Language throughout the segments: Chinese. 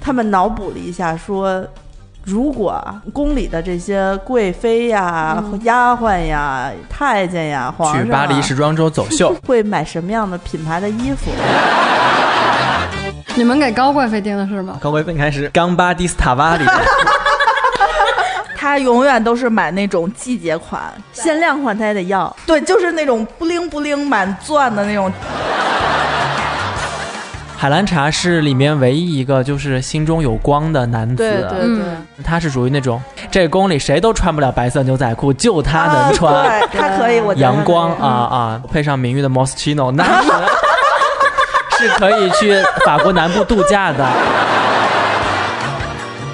他们脑补了一下，说如果宫里的这些贵妃呀、嗯和丫鬟呀、太监呀、皇上、啊、去巴黎时装周走 秀会买什么样的品牌的衣服？你们给高贵妃定的是吗？高贵妃开始，冈巴迪斯塔瓦 里，她永远都是买那种季节款、限量款，她也得要。对，就是那种不灵不灵、满钻的那种。海兰察是里面唯一一个就是心中有光的男子，啊对对嗯对，他是属于那种这宫里谁都穿不了白色牛仔裤，就他能穿，啊、对他可以，我嗯阳光啊啊，配上名誉的 Moschino，那 是是可以去法国南部度假的。啊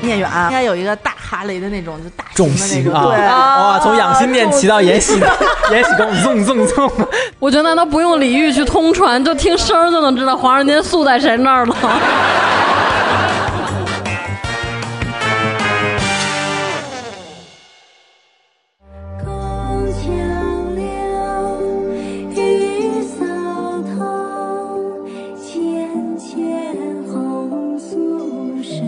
聂远应该有一个大哈雷的那种，就大重型啊，对哇，从养心殿骑到延禧的 延禧宫，zoom zoom zoom。我觉得难道不用李煜去通传，就听声儿就能知道皇上您宿在谁那儿了？宫墙柳，雨扫头，浅浅红素手。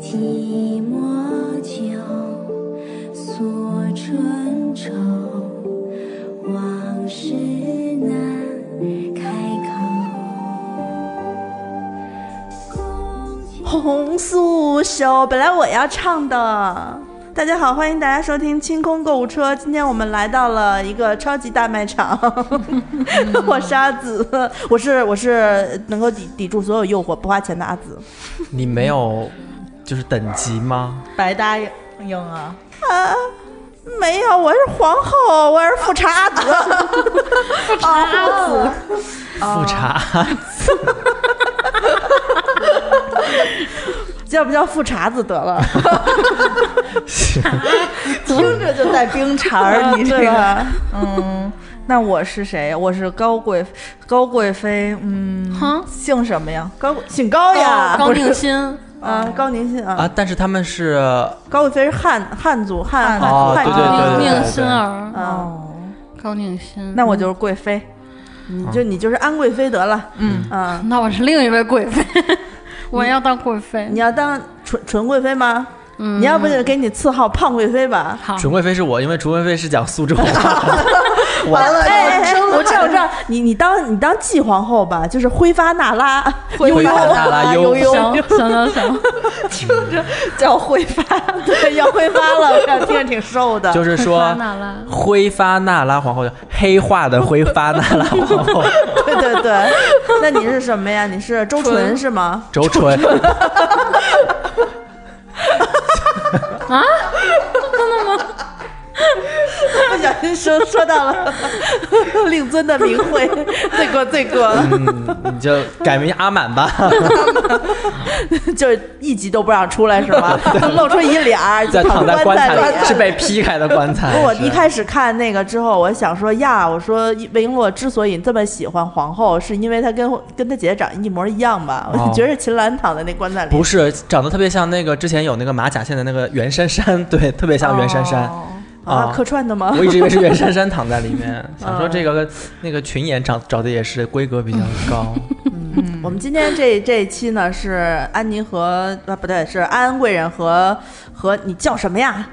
寂寞久，锁春愁。往事难开口。红素手，本来我要唱的。大家好，欢迎大家收听清空购物车。今天我们来到了一个超级大卖 场，我是阿紫，我是我是能够抵抵住所有诱惑不花钱的阿紫，你没有就是等级吗？白答应应啊，啊，没有，我是皇后，我是富察阿紫，啊富察阿紫，啊复查叫不叫富察子得 了？听着就带冰碴啊 儿，你这对个吧，嗯，那我是谁？我是高贵高贵妃，嗯，哼姓什么呀？高姓高呀，啊高不是定欣，啊，高宁信啊，啊，但是他们是高贵妃是汉汉族汉汉哦汉对对对族宁对宁心儿，啊，哦，高宁心。那我就是贵妃。你哦就你就是安贵妃得了，嗯啊，那我是另一位贵妃， 我要当贵妃你。要当纯纯贵妃吗？你要不就给你赐号胖贵妃吧？好，纯贵妃是我，因为纯贵妃是讲苏州 话，完了，哎哎哎，真 我知的道，我知道，你你当你当继皇后吧，就是挥发那 拉，挥悠悠啊发那拉悠悠行悠，行行 行，叫会发，对，要挥发了，我看听着挺瘦的。就是巴说纳拉。挥发那拉皇后， 黑化的挥发那拉皇后， 对对对，那你是什么呀？你是周纯是吗？ 周纯，不小心说说到了 令尊的名讳， 罪过罪过，嗯，你就改名阿满吧， 就是一集都不让出来是 吗？ 露出一脸儿，在躺在棺材里里，是被劈开的棺材不，。我是一开始看那个之后，我想说呀，我说魏璎珞之所以这么喜欢皇后，是因为她跟跟她姐姐长得一模一样吧？我哦就觉得是秦岚躺在那棺材里，不是长得特别像那个之前有那个马甲线的那个袁珊珊， 对，特别像袁珊珊。啊，客串的吗？ 我一直以为是袁珊珊躺在里面，想说这嗯个那个群演长找的也是规格比较高， 我们今天这这一期呢是安妮和啊不对是安贵人和和你叫什么呀？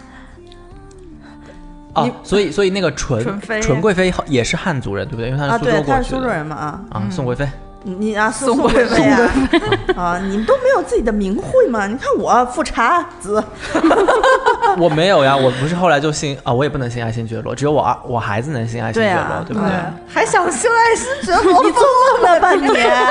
哦，所以所以那个纯纯妃纯贵妃好也是汉族人，对不对？因为她啊是苏州对，过她是去苏州的人嘛啊，啊，宋贵妃。你啊苏宋苏贵贵妃妃啊啊，你们都没有自己的名讳吗？你看我富察子， 我没有呀，我不是后来就信啊，我也不能信爱新觉罗，只有我啊我孩子能信爱新对觉啊罗，对不对？还想新爱新觉罗？ 你做梦了吧你？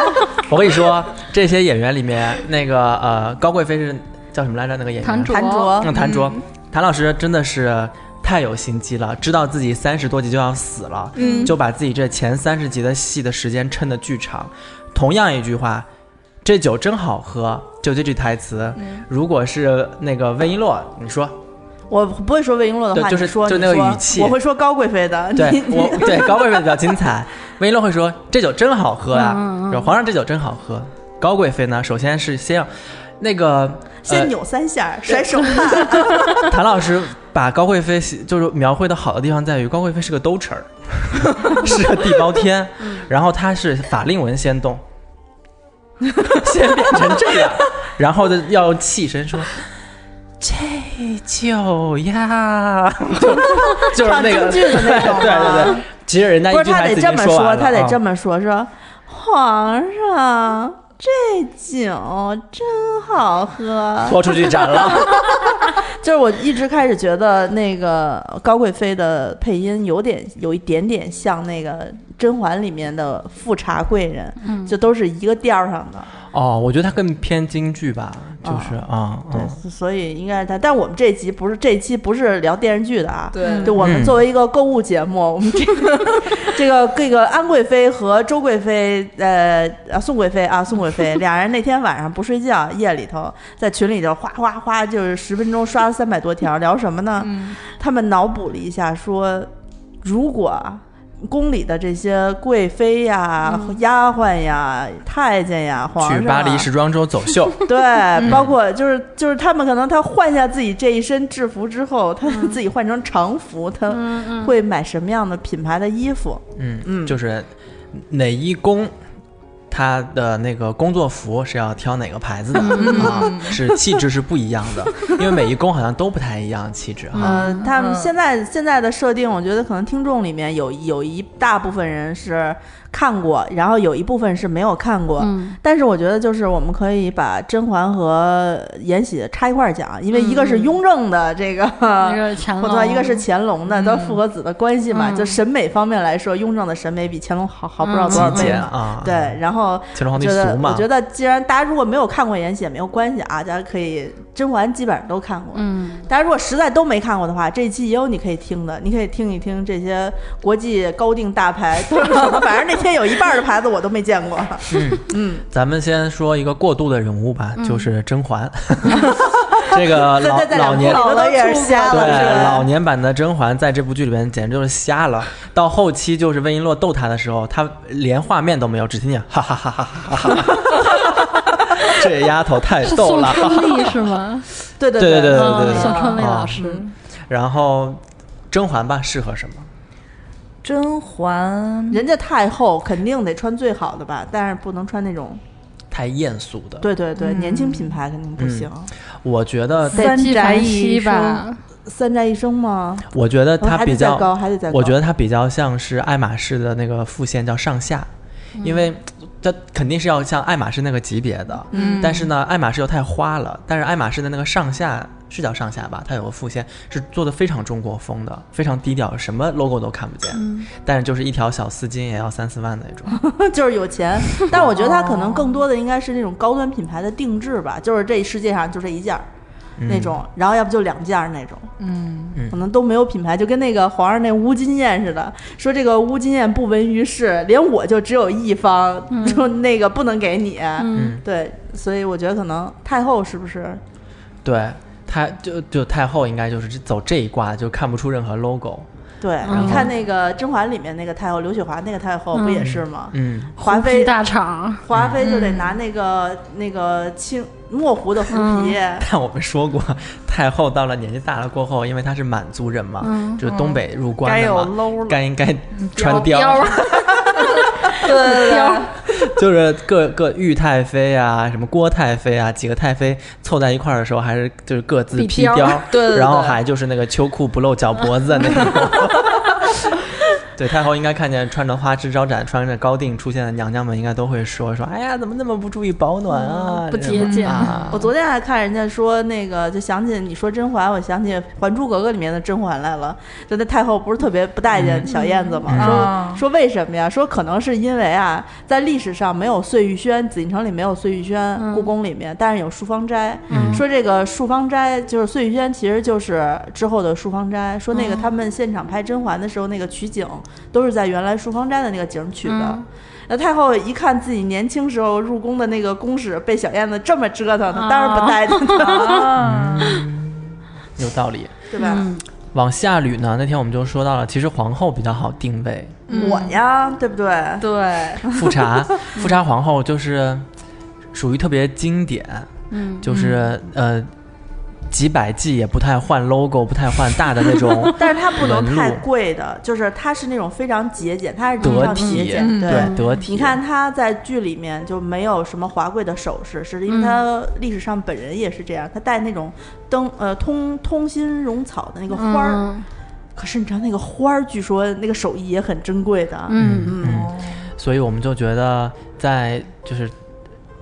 我跟你说，这些演员里面那个呃高贵妃是叫什么来着？那个演员谭卓谭卓嗯让谭嗯卓，谭老师真的是太有心机了，知道自己三十多集就要死了，嗯就把自己这前三十集的戏的时间撑得巨长。同样一句话，这酒真好喝，就这句台词，嗯如果是那个魏璎珞，你 说我不会说魏璎珞的话，对就是你说就那个你说语气我会说高贵妃的。对呃你我对高贵妃比较精 彩，魏璎珞会说这酒真好喝啊，嗯嗯嗯说皇上这酒真好喝。高贵妃呢，首先是先要那个呃先扭三下，甩手 帕，谭老师把高贵妃写就是描绘的好的地方在于，高贵妃是个兜齿儿，嗯是个地包天，然后她是法令纹先动，现在变成这样，然后呢要气声说。这酒呀，就就是那个，唱京剧的那种吗 啊对对对，其实人家不是一句他台得词这已经么说完了，啊他得这么，么说，说皇嗯上这酒真好喝。拖出去斩 了。就是我一直开始觉得那个高贵妃的配音有点有一点点像那个《甄嬛》里面的富察贵人，嗯就都是一个调儿上的。哦，我觉得他更偏京剧吧，就是啊，嗯哦对，所以应该是他。但我们这集不是这期不是聊电视剧的啊，对对我们嗯作为一个购物节目，我们这个这个这个安贵妃和周贵妃，呃，啊宋贵妃啊，宋贵妃俩人那天晚上不睡觉，夜里头在群里头哗哗哗，就是十分钟刷了三百多条，聊什么呢？他们脑补了一下，说如果啊宫里的这些贵妃呀、丫鬟呀、太监呀、皇上、啊、去巴黎时装周走秀， 对，包括就是就是他们可能他换下自己这一身制服之后，他自己换成常服，他会买什么样的品牌的衣服？嗯嗯就是哪一宫。他的那个工作服是要挑哪个牌子的嗯啊？是气质是不一样的，因为每一宫好像都不太一样气质啊。嗯、他们现在、现在的设定，我觉得可能听众里面有有一大部分人是看过，然后有一部分是没有看过。嗯但是我觉得，就是我们可以把甄嬛和延禧插一块儿讲，因为一个是雍正的这嗯个、那个乾我隆，知道一个是乾隆的，都是父和子的关系嘛，啊嗯就审美方面来说，雍正的审美比乾隆好好不知道多少极倍简嘛。啊，对，，然后乾隆皇帝觉得俗嘛我觉，得，既然大家如果没有看过《延禧》也没有关系啊，大家可以《甄嬛》基本上都看过。嗯，大家如果实在都没看过的话，这一期也有你可以听的，你可以听一听这些国际高定大牌都是 什么。反正那天有一半的牌子我都没见过。咱们先说一个过渡的人物吧，就是甄 嬛， 这个嗯对 老对对，老年老了也是瞎了，是对，吧老年版的甄嬛在这部剧里边简直就是瞎了。到后期就是魏璎珞逗她的时候，她连画面都没有，只听见哈哈哈哈哈哈哈。这丫头太是逗宋了。春丽是吗？对对对对对对对对嗯对宋春丽啊老师，然后甄嬛吧适合什么？甄嬛人家太后肯定得穿最好的吧，但是不能穿那种。太艳俗的。对对对，年轻品牌肯定不行。我觉得，得 三纪梵希希吧，三宅一生吗？ 我觉得哦还她得比较再高，还得再高。我觉得它比较像是爱马仕的那个副线叫上下，嗯因为它肯定是要像爱马仕那个级别的，嗯但是呢，爱马仕又太花了，但是爱马仕的那个上下是叫上下吧，它有个副线是做的非常中国风的，非常低调，什么 logo 都看不见，嗯但是就是一条小丝巾也要三四万那种，就是有钱，但我觉得它可能更多的应该是那种高端品牌的定制吧，就是这世界上就这一件儿那种，然后要不就两件儿那种，嗯，可能都没有品牌，就跟那个皇上那乌金燕似的，说这个乌金燕不闻于世，连我就只有一方，就那个不能给你，嗯，对，所以我觉得可能太后是不是对。她就就太后应该就是走这一挂，就看不出任何 logo。对？后嗯你看那个《甄嬛》里面那个太后刘雪华那个太后不也是吗？嗯，华胡皮嗯妃大厂，华妃就得拿那个、那个青墨湖的狐皮， 嗯但我们说过，太后到了年纪大了过后，因为她是满族人嘛，就是东北入关的嘛，嗯该有搂了嗯该应该穿貂， 对貂 就是各各裕太妃啊，什么郭太妃啊，几个太妃凑在一块儿的时候，还是就是各自比披貂貂， 对对对然后还就是那个秋裤不露脚脖子的那 种。对，太后应该看见穿着花枝招展、穿着高定出现的娘娘们，应该都会说说：“哎呀，怎么那么不注意保暖嗯啊？不节俭啊我昨天还看人家说那个，就想起你说甄嬛，我想起《还珠格格》里面的甄嬛来了。就那太后不是特别不待见小燕子吗？说、啊说为什么呀？说可能是因为啊，在历史上没有碎玉轩，紫禁城里没有碎玉轩，故宫里面，但是有漱芳斋。说这个漱芳斋就是碎玉轩，其实就是之后的漱芳斋。说那个他们现场拍甄嬛的时候，那个取景都是在原来漱芳斋的那个景取的。嗯那太后一看自己年轻时候入宫的那个宫室被小燕子这么折腾，她当然不待见她，有道理。 对吧？往下捋呢，那天我们就说到了，其实皇后比较好定位，我呀，对不对？，对，富察，富察皇后就是属于特别经典，就是呃，几百 G 也不太换 logo，不太换大的那种但是它不能纹路太贵的，就是它是那种非常节俭，它是非得常节体，嗯俭，对得体。你看他在剧里面就没有什么华贵的首饰，是因为嗯他历史上本人也是这样，他戴那种灯呃通通心绒草的那个花儿。嗯可是你知道那个花儿，据说那个手艺也很珍贵的。嗯所以我们就觉得在就是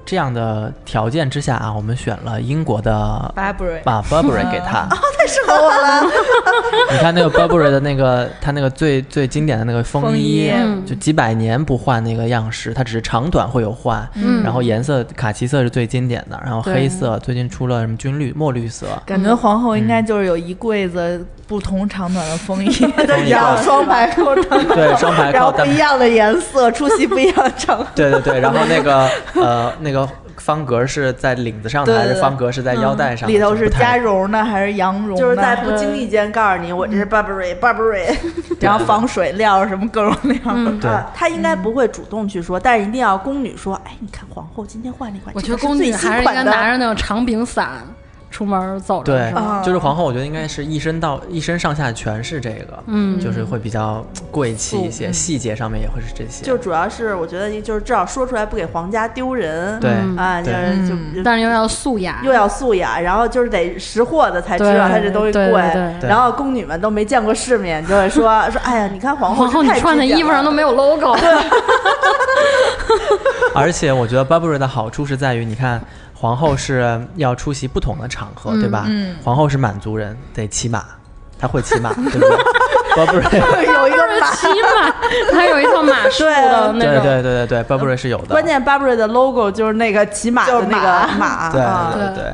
这样的条件之下啊，我们选了英国的 Burberry 把 Burberry 给 他。太适合我了， 你看那个 Burberry 的那个，它那个最最经典的那个风风衣嗯就几百年不换那个样式，它只是长短会有换。嗯然后颜色卡其色是最经典的，然后对黑色最近出了什么军绿、墨绿色，感觉皇后应该就是有一柜子不同长短的 风衣，风衣然后对双排扣长短，对双排然扣后不一样的颜色， 出席不一样的场合。对对 对，然后那个呃那个方格是在领子上的，对还对嗯是方格是在腰带上的？里头是不太加绒的还是羊绒的？嗯就是在不经意间告诉你，我这是 Burberry Burberry。然后防水料什么各种料。嗯对啊，他应该不会主动去说，但是一定要宫女说，哎，你看皇后今天换了一款，我觉啊这得个是宫最女新还是应款该的拿着那种长柄伞出门走着，对是吧，就是皇后，我觉得应该是一身到一身上下全是这个，嗯，就是会比较贵气一嗯些，细节上面也会是这些，就主要是我觉得就是至少说出来不给皇家丢人，对啊，就对是就就嗯但是又要素雅，又要素雅，然后就是得识货的才知对道它这东西贵。对对对对然后宫女们都没见过世面，就会说说，哎呀，你看皇后皇后是你太穿的节俭衣服上都了没有 logo， 而且我觉得 Burberry 的好处是在于，你看皇后是要出席不同的场合，对吧？嗯皇后是满族人，得骑马，她会骑马，对 不对？Burberry，有一个马。骑 马，它有一套马术的对那种，对对对对，Burberry 是有的。关键 Burberry 的 logo 就是那个骑马的那个马，对啊对对，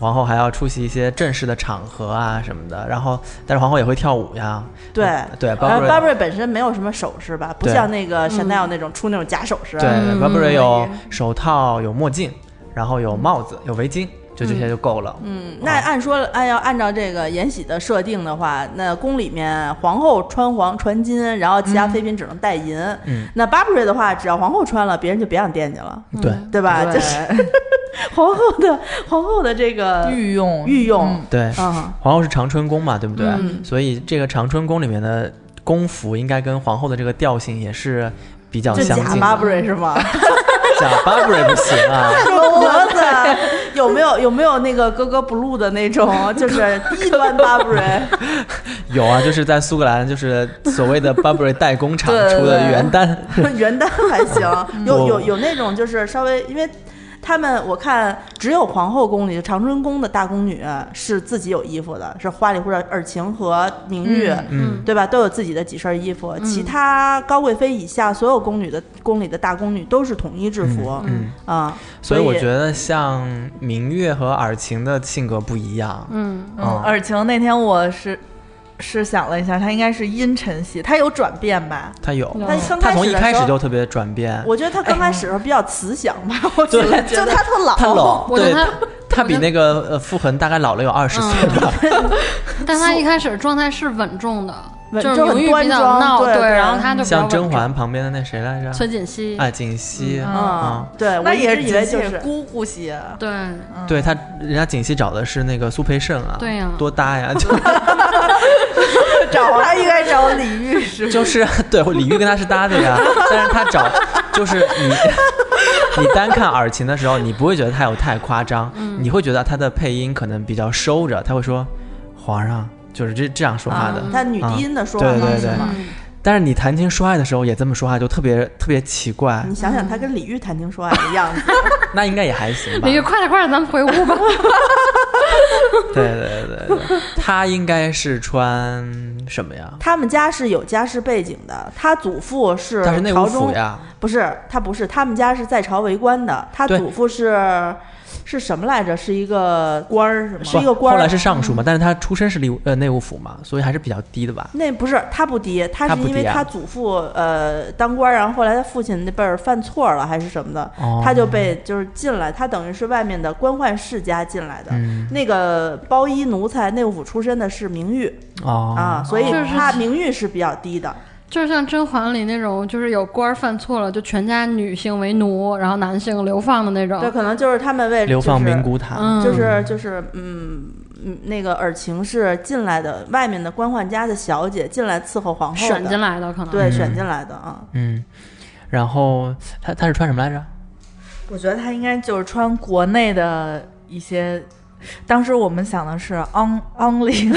皇后还要出席一些正式的场合啊什么的，然后但是皇后也会跳舞呀，嗯对对然后 Burberry Burberry 本身没有什么首饰吧，啊不对嗯像那嗯个 Chanel 那种出那种假首饰。对、b u r b e r r y 有手套、有墨镜，然后有帽子、有围巾，就这些就够了。嗯那按说，按要按照这个延禧的设定的话，那宫里面皇后穿黄穿金，然后其他妃嫔只能戴银。嗯，那 Burberry 的话，只要皇后穿了，别人就别想惦记了，对，对吧？就是 皇后的皇后的这个御用御用，对，嗯，皇后是长春宫嘛，对不对？所以这个长春宫里面的宫服应该跟皇后的这个调性也是比较就相假近的。 Burberry 是吗？假 Burberry 不行啊， 格子有没有有没有那个格格不入的那种，就是低端 Burberry？有啊，就是在苏格兰，就是所谓的 Burberry 代工 厂对对出的对原单。 元旦还行， 有我有有那种就是稍微，因为他们我看只有皇后宫里长春宫的大宫女是自己有衣服的，是花里胡哨尔晴和明玉，嗯对吧？都有自己的几身衣服，其他高贵妃以下所有宫女的宫里的大宫女都是统一制服，嗯啊，所以我觉得像明月和尔晴的性格不一样，嗯，嗯，啊，尔晴那天我是是想了一下，她应该是阴沉系，她有转变吧？她有，有她刚她开从始一的开时始候就特别转变，我觉得她刚开始的时候比较慈祥吧， 我觉得对就她特老，她老，我觉对，得她她她比那个呃傅恒大概老了有二十嗯岁吧， 但她一开始状态是稳重的，稳就是重明玉端比较庄闹，对对然后她就比较像甄稳重嬛旁边的那谁来着？崔槿汐，啊，槿汐，嗯啊，，对，我那一也直以为就极其是姑姑系啊。对，嗯对她，人家槿汐找的是那个苏培盛啊，对呀多 搭呀，就找她应该找李玉是就是啊对李玉跟她是搭的呀，但是她找就是你，你 单看尔晴的时候，你不会觉得她有太夸张，嗯你会觉得她的配音可能比较收着，她会说皇上，就是这这样说话的。啊她啊女低音的说话对对方式对嘛。但是你谈情说爱的时候也这么说话，就特别特别奇怪 你，想想她跟李玉谈情说爱的样子，那应该也还 行吧。李玉，快点快点，咱们回屋吧。对对对对对，她应该是穿什么呀？他们家是有家世背景的，他祖父是但是内务朝中府，呀，不是他不是，他们家是在朝为官的，他对祖父是是什么来着？是一个官儿是吗？是一个不官儿后来是尚书嘛，但是她出身是内务呃内务府嘛，所以还是比较低的吧。那不是他不低，他他是不低啊因为他祖父呃当官，然后后来他父亲那辈儿犯错了还是什么的，哦他就被就是进来，他等于是外面的官宦世家进来的。嗯那个包衣奴才内务府出身的是明玉、哦啊，所以就是哦他明玉是比较低的。就是像《甄嬛》里那种，就是有官儿犯错了，就全家女性为奴，然后男性流放的那种。对，可能就是他们为流放就是名古塔，嗯，就是就是嗯，嗯那个尔晴是进来的，外面的官宦家的小姐进来伺候皇后的，选进来的可能。对，嗯选进来的啊。嗯，然后他他是穿什么来着？ 我觉得他应该就是穿国内的一些，当时我们想的是 on only，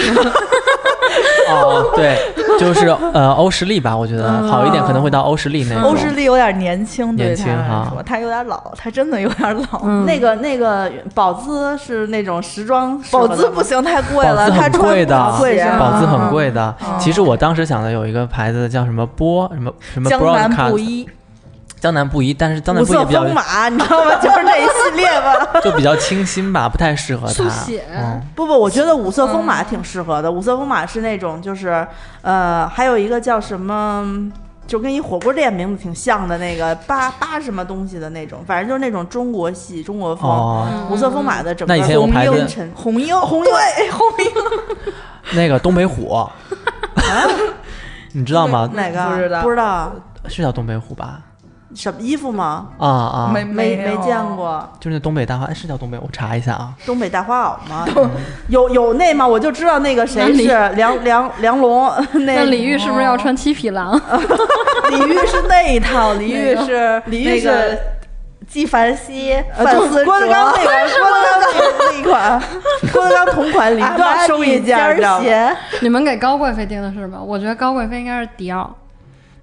哦，对，就是呃欧诗丽吧，我觉得好一点，可能会到欧诗丽那种。欧诗丽有点年轻，对年轻他来哈说，他有点老，他真的有点老。那个那个宝姿是那种时装适合宝的吗，姿不行，太贵宝了，姿他很穿贵的，不起啊宝姿很贵的。其实我当时想的有一个牌子叫什么波什么什么江南 broadcast 布衣，江南布衣，但是江南五布衣色比较风马，你知道吗？ 就是那一系列吧。就比较清新吧，不太适合速他。写嗯，不不，我觉得五色风马挺适合的。五色风马是那种就是呃，还有一个叫什么？就跟一火锅店名字挺像的那个八八什么东西的那种，反正就是那种中国系中国风。哦，五色风马的整个那以前有红牌子缨衬红啊缨，红缨对红缨，那个东北虎， 你知道吗？哪个不知道不知道是叫东北虎吧？什么衣服吗？啊啊，没没没有没见。过。就是那东北大花，哎是叫东北，我查一下啊。东北大花袄吗？有有那吗？我就知道那个谁是那梁梁梁龙，那那李煜是不是要穿七匹狼？李煜是那一套，李煜是李那煜是个纪梵希、呃范就是思郭德纲哲那。 个郭德纲那个那一款，郭德纲同款里阿都要玛收一尼件啊尖儿，儿知道吗鞋， 你们给高贵妃定的是什么？我觉得高贵妃应该是迪奥。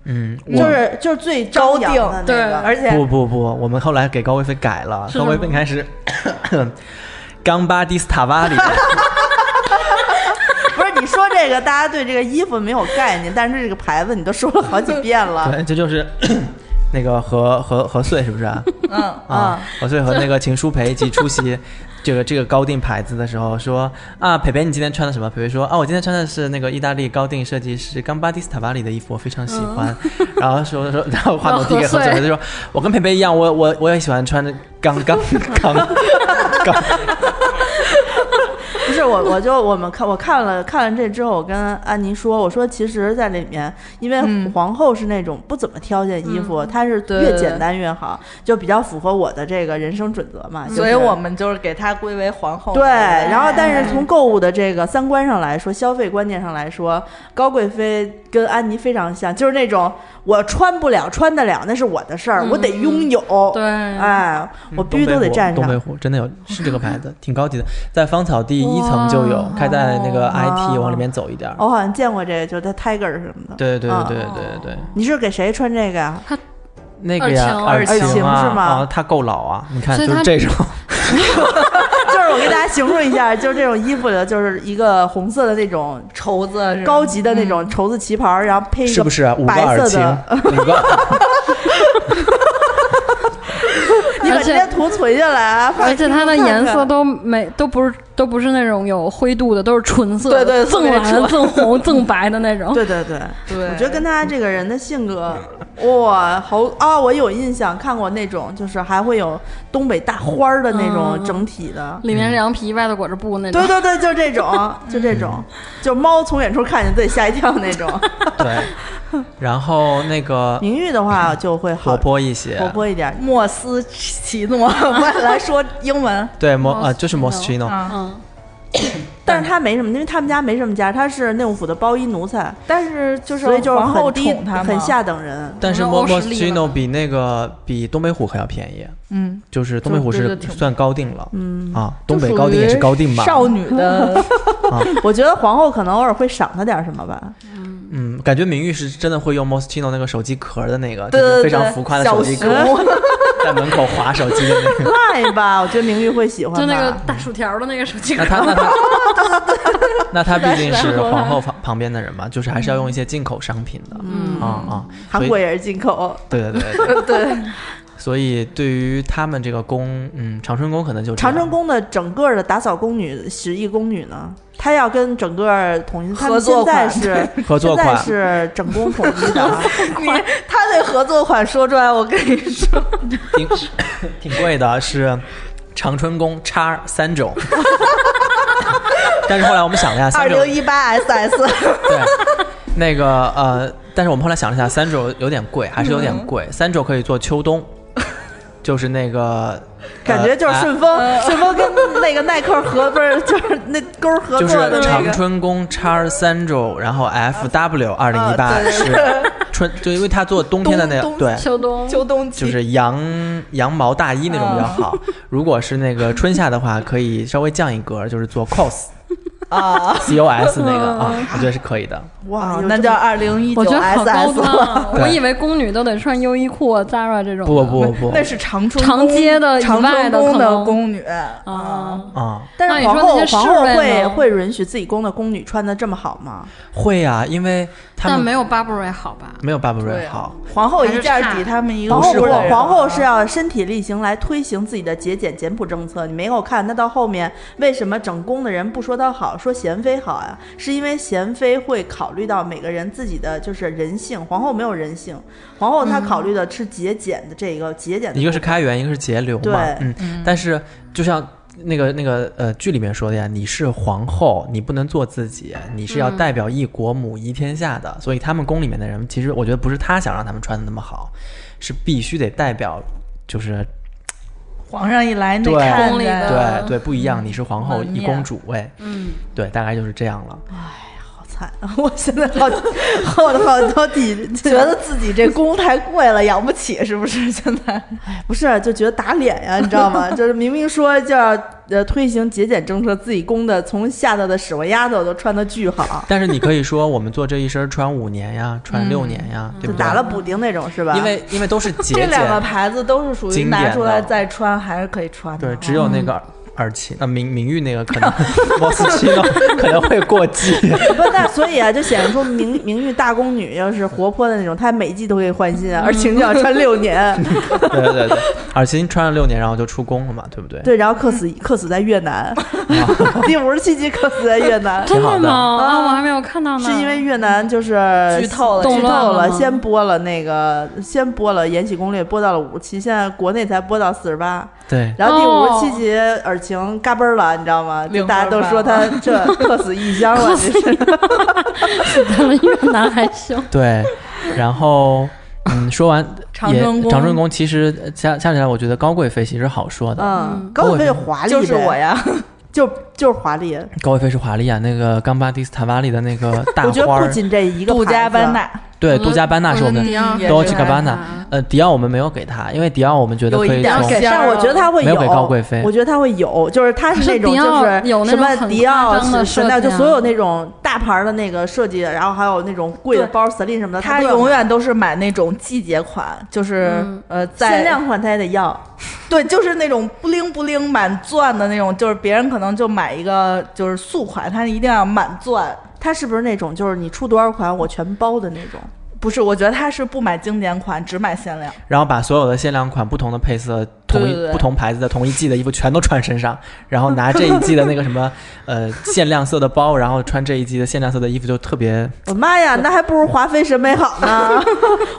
嗯，我就是就是最张扬的那高个，定对而且不不不，我们后来给高贵妃改了，是高贵妃应该 是冈巴迪斯塔瓦里。不是你说这个，大家对这个衣服没有概念，但是这个牌子你都说了好几遍了。对，这就是 那个何何何穗是不是啊？嗯啊，何穗和那个秦舒培一起出席这个这个高定牌子的时候说啊，培培你今天穿的什么？培培说啊，我今天穿的是那个意大利高定设计师冈巴迪斯塔瓦里的衣服，我非常喜嗯欢。然后说说， 然后话筒递给何穗，然后何何穗穗说，我跟培培一样，我我我也喜欢穿着刚 刚刚刚不是我，我就我们看我看了看了这之后，我跟安妮说，我说其实，在里面，因为皇后是那种不怎么挑选衣服，她是嗯对越简单越好，就比较符合我的这个人生准则嘛。就是所以我们就是给她归为皇后。对，然后哎但是从购物的这个三观上来说，消费观念上来说，高贵妃跟安妮非常像，就是那种我穿不了、穿得了那是我的事儿，我得拥有。嗯对哎，我必须都得占嗯东北上。虎真的有是这个牌子，挺高级的，在芳草地一层就有哇，开在那个 IT 哦往里面走一点儿。我好像见过这个，就是它 Tiger 什么的。对对对嗯对对对，你是给谁穿这个呀？ 那个呀，二情情啊，二情是吗啊，他够老啊！你看，所以就是他这种，就是我给大家形容一下，就是这种衣服的，就是一个红色的那种绸子是高级的那嗯种绸子旗袍，然后配一个是不是啊五个白耳色情的？， 五个你把而这且些图存下来啊，发而且它的给我看颜看色都没都不是都不是那种有灰度的，都是纯色的，对对特锃别蓝、锃 红、锃白的那种。对对对，对我觉得跟他这个人的性格， 哇，好啊，我有印象，看过那种，就是还会有东北大花儿的那种嗯整体的。里面是羊皮，外头裹着布那种对。对对，就这 种，就这种，就猫从远处看见自己吓一跳那种。 对，然后那个明玉的话就会好活泼一些，活泼一点，莫斯奇 诺，我来说英文。对摩啊， Moschino 就是 Moschino，啊，嗯，但是他没什么，因为他们家没什么家，他是内务府的包衣奴才，但是就是所以就是皇后很低宠她嘛很下等人。但是我 Mo 们欧诗丽 Moschino 了比那个比东北虎还要便宜，嗯，就是东北虎就就是挺算高定了，嗯啊，东北高定也是高定吧，少女的 我觉得皇后可能偶尔会赏他点儿什么吧。 嗯，感觉明玉是真的会用 Moschino 那个手机壳的那个，对就是对非常对浮夸的小手机壳， 在门口划手机的那个，赖吧，我觉得明玉会喜欢吧。就那个大薯条的那个手机壳 那。他那他那他毕竟是皇后旁旁边的人嘛，就是还是要用一些进口商品的，嗯啊啊，韩国也是进口，所以对对对 对所以对于他们这个宫，嗯，长春宫可能就这长样春，宫的整个的打扫宫女、十亿宫女呢，她要跟整个统一，他们合作现在款是 合作现在款是整宫统一的啊，你，她那合作款说出来，我跟你说，挺 挺贵的，是长春宫叉三种。 但是后来我们想了一下，二三种零一八 SS，对，那个嗯呃，但是我们后来想了一下，三种有点贵，还是有点贵。三种可以做秋冬，就是那个，感觉就是呃顺丰，顺丰跟那个耐克合 不是就是那勾儿合就作是的那长个。春宫叉三周，然后 F W 二零一八是春，就因为他做冬天的那冬冬对，秋冬秋冬就季是羊羊毛大衣那种比较好。如果是那个春夏的话，可以稍微降一格，就是做 cos 啊， C O S 那个啊，我觉得是可以的。哇有，啊那这叫么二零一九我觉得好高 SS 端了。啊！我以为宫女都得穿优衣库、Zara 啊这种的。不不不不那是长春长街的宫以长外春的宫可能的宫女啊，哦啊，啊，但那是你皇说那后些皇侍后卫会呢会允许自己宫的宫女穿的这么好吗？会啊，因为他但们没有 Burberry 好吧？没有 Burberry 对好，皇后一还件是差抵他们一个皇不后是不是皇后啊皇后是要身体力行来推行自己的节俭简朴政策。你没有看，她到后面为什么整宫的人不说她好，说贤妃好啊？是因为贤妃会考虑到每个人自己的就是人性，皇后没有人性，皇后她考虑的是节俭的这个节俭的一个是开源，一个是节流对嘛。嗯，但是就像。那个那个呃，剧里面说的呀，你是皇后，你不能做自己，你是要代表一国母仪天下的。所以他们宫里面的人，其实我觉得不是他想让他们穿的那么好，是必须得代表，就是皇上一来，那对看宫里着的呃对对不一样，你是皇后门一面公主位，嗯，对，大概就是这样了。好惨啊！ 我现在 好好好好抵，觉得自己这宫太贵了，养不起，是不是？现在不是就觉得打脸呀，你知道吗？就是明明说就要呃推行节俭政策，自己宫的从下头的屎窝丫头都穿的巨好，但是你可以说，我们做这一身穿五年呀，穿六年呀，对就不对？打了补丁那种是吧？因为因为都是节 这俭，两个牌子都是属于经典拿的出来再穿，还是可以穿的。对，只有那个耳琴啊，明明玉那个可能莫斯奇诺可能会过季。不，那所以啊，就显示出明明玉大宫女要是活泼的那种，她每季都可以换新啊，而情就要穿六年，对对对， 耳琴穿了六年，然后就出宫了嘛，对不对？对，然后客死客死在越南， 第五十七集客死在越南，挺真好的的吗？啊，我还没有看到呢。是 因为越南就是剧透了剧动透乱了了，吗先播了那个，先播了《延禧攻略》，播到了五十七，现在国内才播到四十八，对然后第哦五十七集尔晴嘎嘣儿了，你知道吗？就领大家盒都饭说她这客死异乡了，这是。可能越南还 行。对，然后。嗯，说完长也春宫长春宫其实呃加加起来，我觉得高贵妃其实好说的。嗯，高我贵妃也华丽呗，就是我呀，就就是华丽。高贵妃是华丽啊，那个冈巴迪斯塔瓦里的那个大我觉得花不儿，仅这一个啊杜嘉牌子班纳对，杜嘉班纳是我们迪奥也多是吉卡她班纳，呃，迪奥我们没有给他，因为迪奥我们觉得有一可以点儿从给给，但我觉得他会没有给高贵妃我觉得他会有，就是他是那种是迪奥就是有那什种么很迪奥夸张的设神计啊料，就所有那种大牌的那个设计，然后还有那种贵的包、司令什么的，他都有永远都是买那种季节款，就是嗯呃，限在量款，他也得要。对，就是那种不灵不灵满钻的那种，就是别人可能就买一个就是素款，他一定要满钻。他是不是那种就是你出多少款我全包的那种？不是，我觉得他是不买经典款，只买限量。然后把所有的限量款、不同的配色、同一对对对不同牌子的同一季的衣服全都穿身上，然后拿这一季的那个什么 呃限量色的包，然后穿这一季的限量色的衣服，就特别我妈呀，那还不如华妃审美好呢。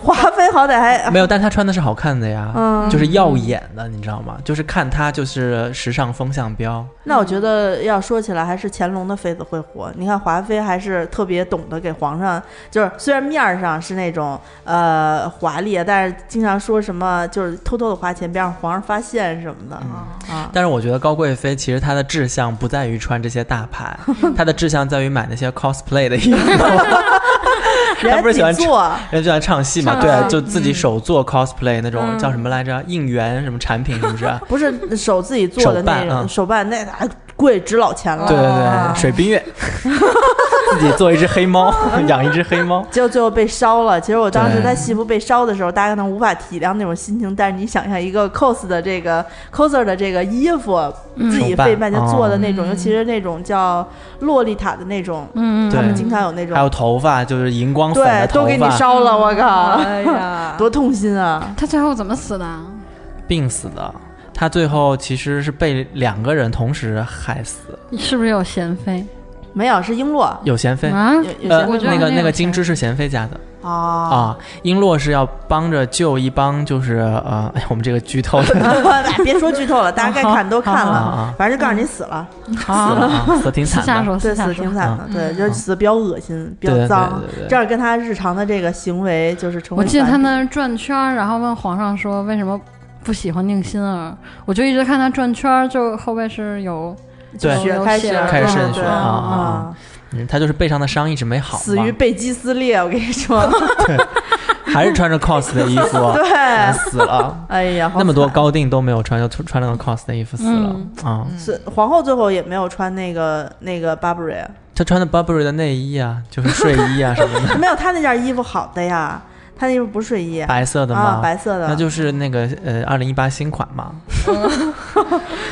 华妃好歹还没有，但她穿的是好看的呀，就是耀眼的，你知道吗？就是看她就是时尚风向标。那我觉得要说起来，还是乾隆的妃子会火。你看华妃还是特别懂得给皇上，就是虽然面儿上是那种呃华丽，但是经常说什么就是偷偷的花钱，别让皇上发现什嗯么的、啊。但是我觉得高贵妃其实她的志向不在于穿这些大牌，她的志向在于买那些 cosplay 的衣服。人他不是喜欢家自己做，人家就爱唱戏嘛，啊唱对，啊戏就自己手做嗯 cosplay 那种叫什么来着？应援什么产品是不是？不是嗯手自己做的那手办种嗯手办，那还贵值老钱了。对对对，水冰月， 自己做一只黑猫，养一只黑猫。结果最后被烧了。其实我当时对在戏服被烧的时候，大家可能无法体谅那种心情，但是你想一下， 一个 cos 的这个 coser 的这个衣服，嗯自己手办哦费半就做的那种，尤其是那种叫洛丽塔的那种，嗯，他对们经常有那还种，有头发，就是荧光粉的对，头都给你发，烧了，我靠，哎呀， 多痛心啊！他最后怎么死的？啊病死的。他最后其实是被两个人同时害死，嗯你是不是有贤妃没有，是璎珞，有贤妃，啊？有有呃，贤我妃觉得那个还那个有金贤枝是贤妃家的哦啊，啊，璎珞是要帮着救一帮，就是呃，哎，我们这个 剧透的哎别说剧透了，大家该看都看啊好好好了，反正就告诉你死了，死了，啊，死挺私惨下的。说，对，私下死说，挺惨的，对，嗯就是死得比较恶心，比对较对脏对对对，这样跟他日常的这个行为就是成为我记得反他比那儿转圈儿，然后问皇上说为什么不喜欢宁心儿，我就一直看她转圈儿，就后背是有对有血有开始了开始嗯渗血对啊啊啊啊！嗯，他就是背上的伤一直没好死嘛于，背肌撕裂，我跟你说，还是穿着 cos 的衣服， 对嗯死了。哎呀，好那么多惨高定都没有穿，就穿穿了个 cos 的衣服死了啊！是皇后最后也没有穿那个那个 Burberry，，他穿的 Burberry 的内衣啊，就是睡衣啊什么的 没有她那件衣服好的呀，她那衣服不是睡衣，白色的啊嘛，白色的，那就是那个呃，二零一八新款嘛。嗯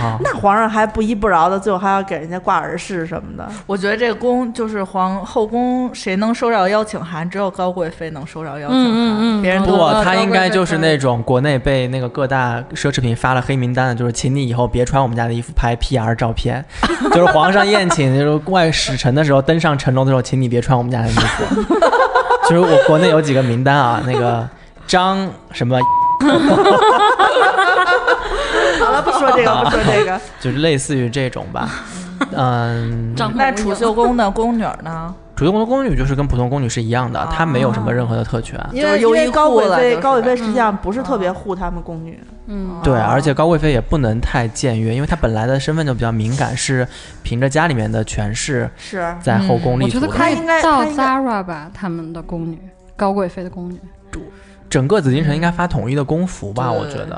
啊，那皇上还不依不饶的，最后还要给人家挂耳饰什么的，我觉得这宫就是皇后宫，谁能收到邀请函？只有高贵妃能收到邀请函，嗯嗯嗯别人不都我，他应该就是那种国内被那个各大奢侈品发了黑名单的，就是请你以后别穿我们家的衣服拍 PR 照 片，就是皇上宴请，就是外使臣的时候登上城楼的时候，请你别穿我们家的衣服。 就是我国内有几个名单啊，那个张什么，好了，不说这啊个，不说这 个，就是类似于这种 吧。嗯，张那红储英秀宫的宫女儿 呢？主动的宫女就是跟普通宫女是一样的，她没有什么哦任何的特权。因就是为因优衣为库高贵了就妃是高贵妃实际上不是特别护她们宫女，嗯对，而且高贵妃也不能太僭越，因为她本来的身份就比较敏感，是凭着家里面的权势是在后宫嗯我立觉足得的。可她以应该到她应该 Zara 吧，他们的宫女，高贵妃的 宫女，整个紫禁城应该发统一的宫服吧？对我觉得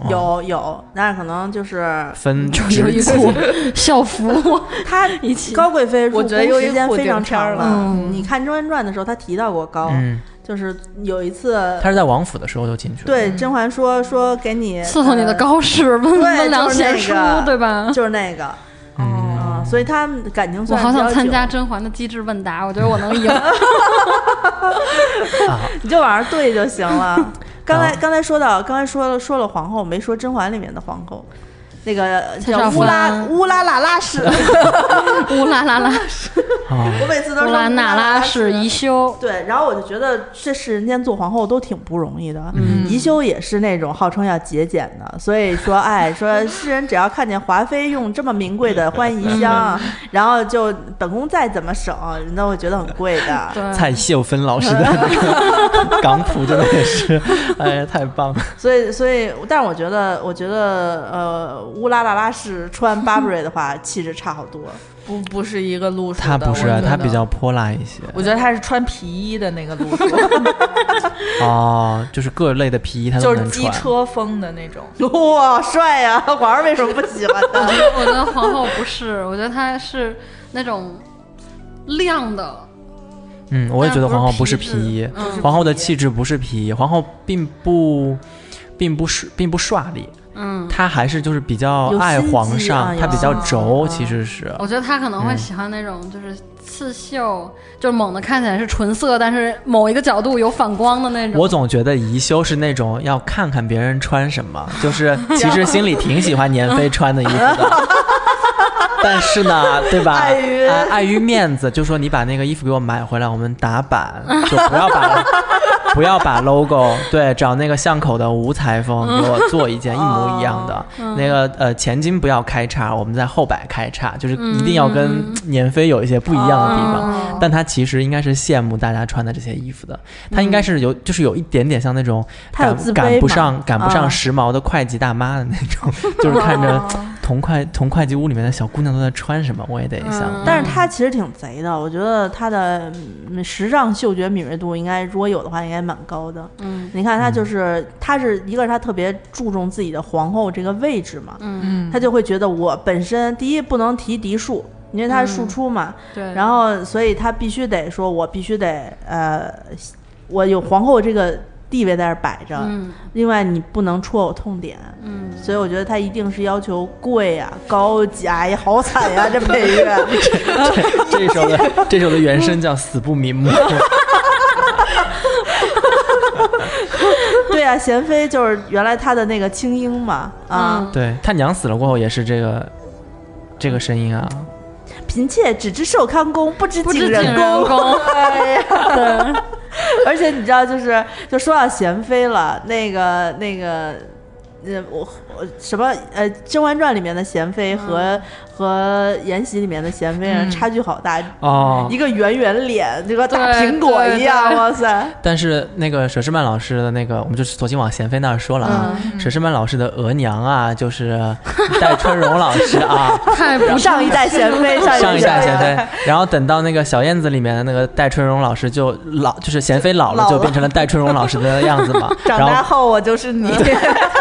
嗯有有，但是可能就是分优职衣级 库校服， 她一起高贵妃入我宫觉得优衣时间库非顶常天长儿了，了嗯你看《甄嬛传》的时候，她提到过高，嗯，就是有一次她。是在王府的时候就进去了。对甄嬛说说给你伺候你的高士，温对温良贤淑就是那，个对吧呃，？就是那个，嗯，嗯，所以他们感情我算好比较想参久加甄嬛的机智问答，我觉得我能赢。你就往上对就行 了。刚才好刚才说到，刚才说了说了皇后，没说甄嬛里面的皇后，那个叫少乌拉夫乌拉那拉 氏，乌拉 拉拉，啊，我每次都乌说拉那拉氏氏宜修，对，然后我就觉得这世人间做皇后都挺不容易的。嗯宜修也是那种号称要节俭的，所以说，哎，说世人只要看见华妃用这么名贵的欢宜嗯香，然后就本宫再怎么省，人都会觉得很贵的。对，蔡秀芬老师的那个港普真的也是，哎呀，太棒了！所以，所以，但是我觉得，我觉得，呃，乌拉那拉氏穿 Burberry 的话，气质差好多。 不不是一个路数的。她不是我觉，得她比较，泼辣一些我觉得她是穿皮衣的那个 路数，哦，就是各类的皮衣她就都是能机穿。车风的那种。哇，帅呀、皇上为什么不喜欢他？我觉得皇后不是，我觉得她是那种亮的，嗯，我也觉得皇后不是但皮不是皮衣质嗯，皇后的气质不是皮衣，皇后并不，并不是，并不刷丽，嗯，她还是就是比较有爱心皇机啊上，有她比较心轴，啊其实是。我觉得她可能会喜欢那种就是刺绣，就是猛的看起来是纯色，但是某一个角度有反光的那种。嗯我总觉得宜修是那种要看看别人穿什 么，就是其实心里挺喜欢年妃穿的衣服 的，但是呢，对吧？碍于、碍于面子，就说你把那个衣服给我买回来，我们打版，就不要把 不要把 logo，对，找那个巷口的无裁缝嗯给我做一件一模一样 哦的。那个呃，前襟不要开叉，我们在后摆开叉，就是一定要跟年妃有一些不一样的地嗯方。但她其实应该是羡慕大家穿的这些衣服的，她应该是有，就是有一点点像那种她有赶自卑赶不嘛上赶不啊上时髦的会计大妈的那种， 就是看着哦同会同会计屋里面的小姑娘都在穿什么，我也得想。但嗯是他其实挺贼的，我觉得他的嗯时尚嗅觉敏锐度应该如果有的话，应该蛮高的。嗯，你看他就是，他是一个是他特别注重自己的皇后这个位置嘛，嗯，他就会觉得我本身第一不能提嫡庶，因为他是庶出嘛，嗯对，然后所以他必须得说我必须得呃，我有皇后这个地位在这儿摆着，嗯另外你不能戳我痛点，嗯，所以我觉得他一定是要求贵呀、高级，哎呀，好惨呀、这配乐。 这首的这首的原声叫《死不瞑目》， 对啊，贤妃就是原来她的那个清音嘛，嗯啊，对她娘死了过后也是这个这个声音啊，嫔妾只知寿康宫，不知不景知景仁仁 宫。宫， 哎呀，而且你知道，就是就说到贤妃了，那个那个呃我我什么呃《甄嬛传》里面的贤妃和、嗯和《延禧》里面的贤妃啊嗯差距好大，哦一，个圆圆脸，这个大对苹果对一样，对哎哇塞！但是那个佘诗曼老师的那个，我们就索性往贤妃那儿说了啊。嗯佘诗曼老师的额娘啊，就是 戴春荣老师 啊，太不上一代贤 妃，上上一代代贤妃。然后等到那个小燕子里面的那个戴春荣老师就老，就是贤妃老了，老了就变成了戴春荣老师的样子 嘛。 长然大后。后我就是你，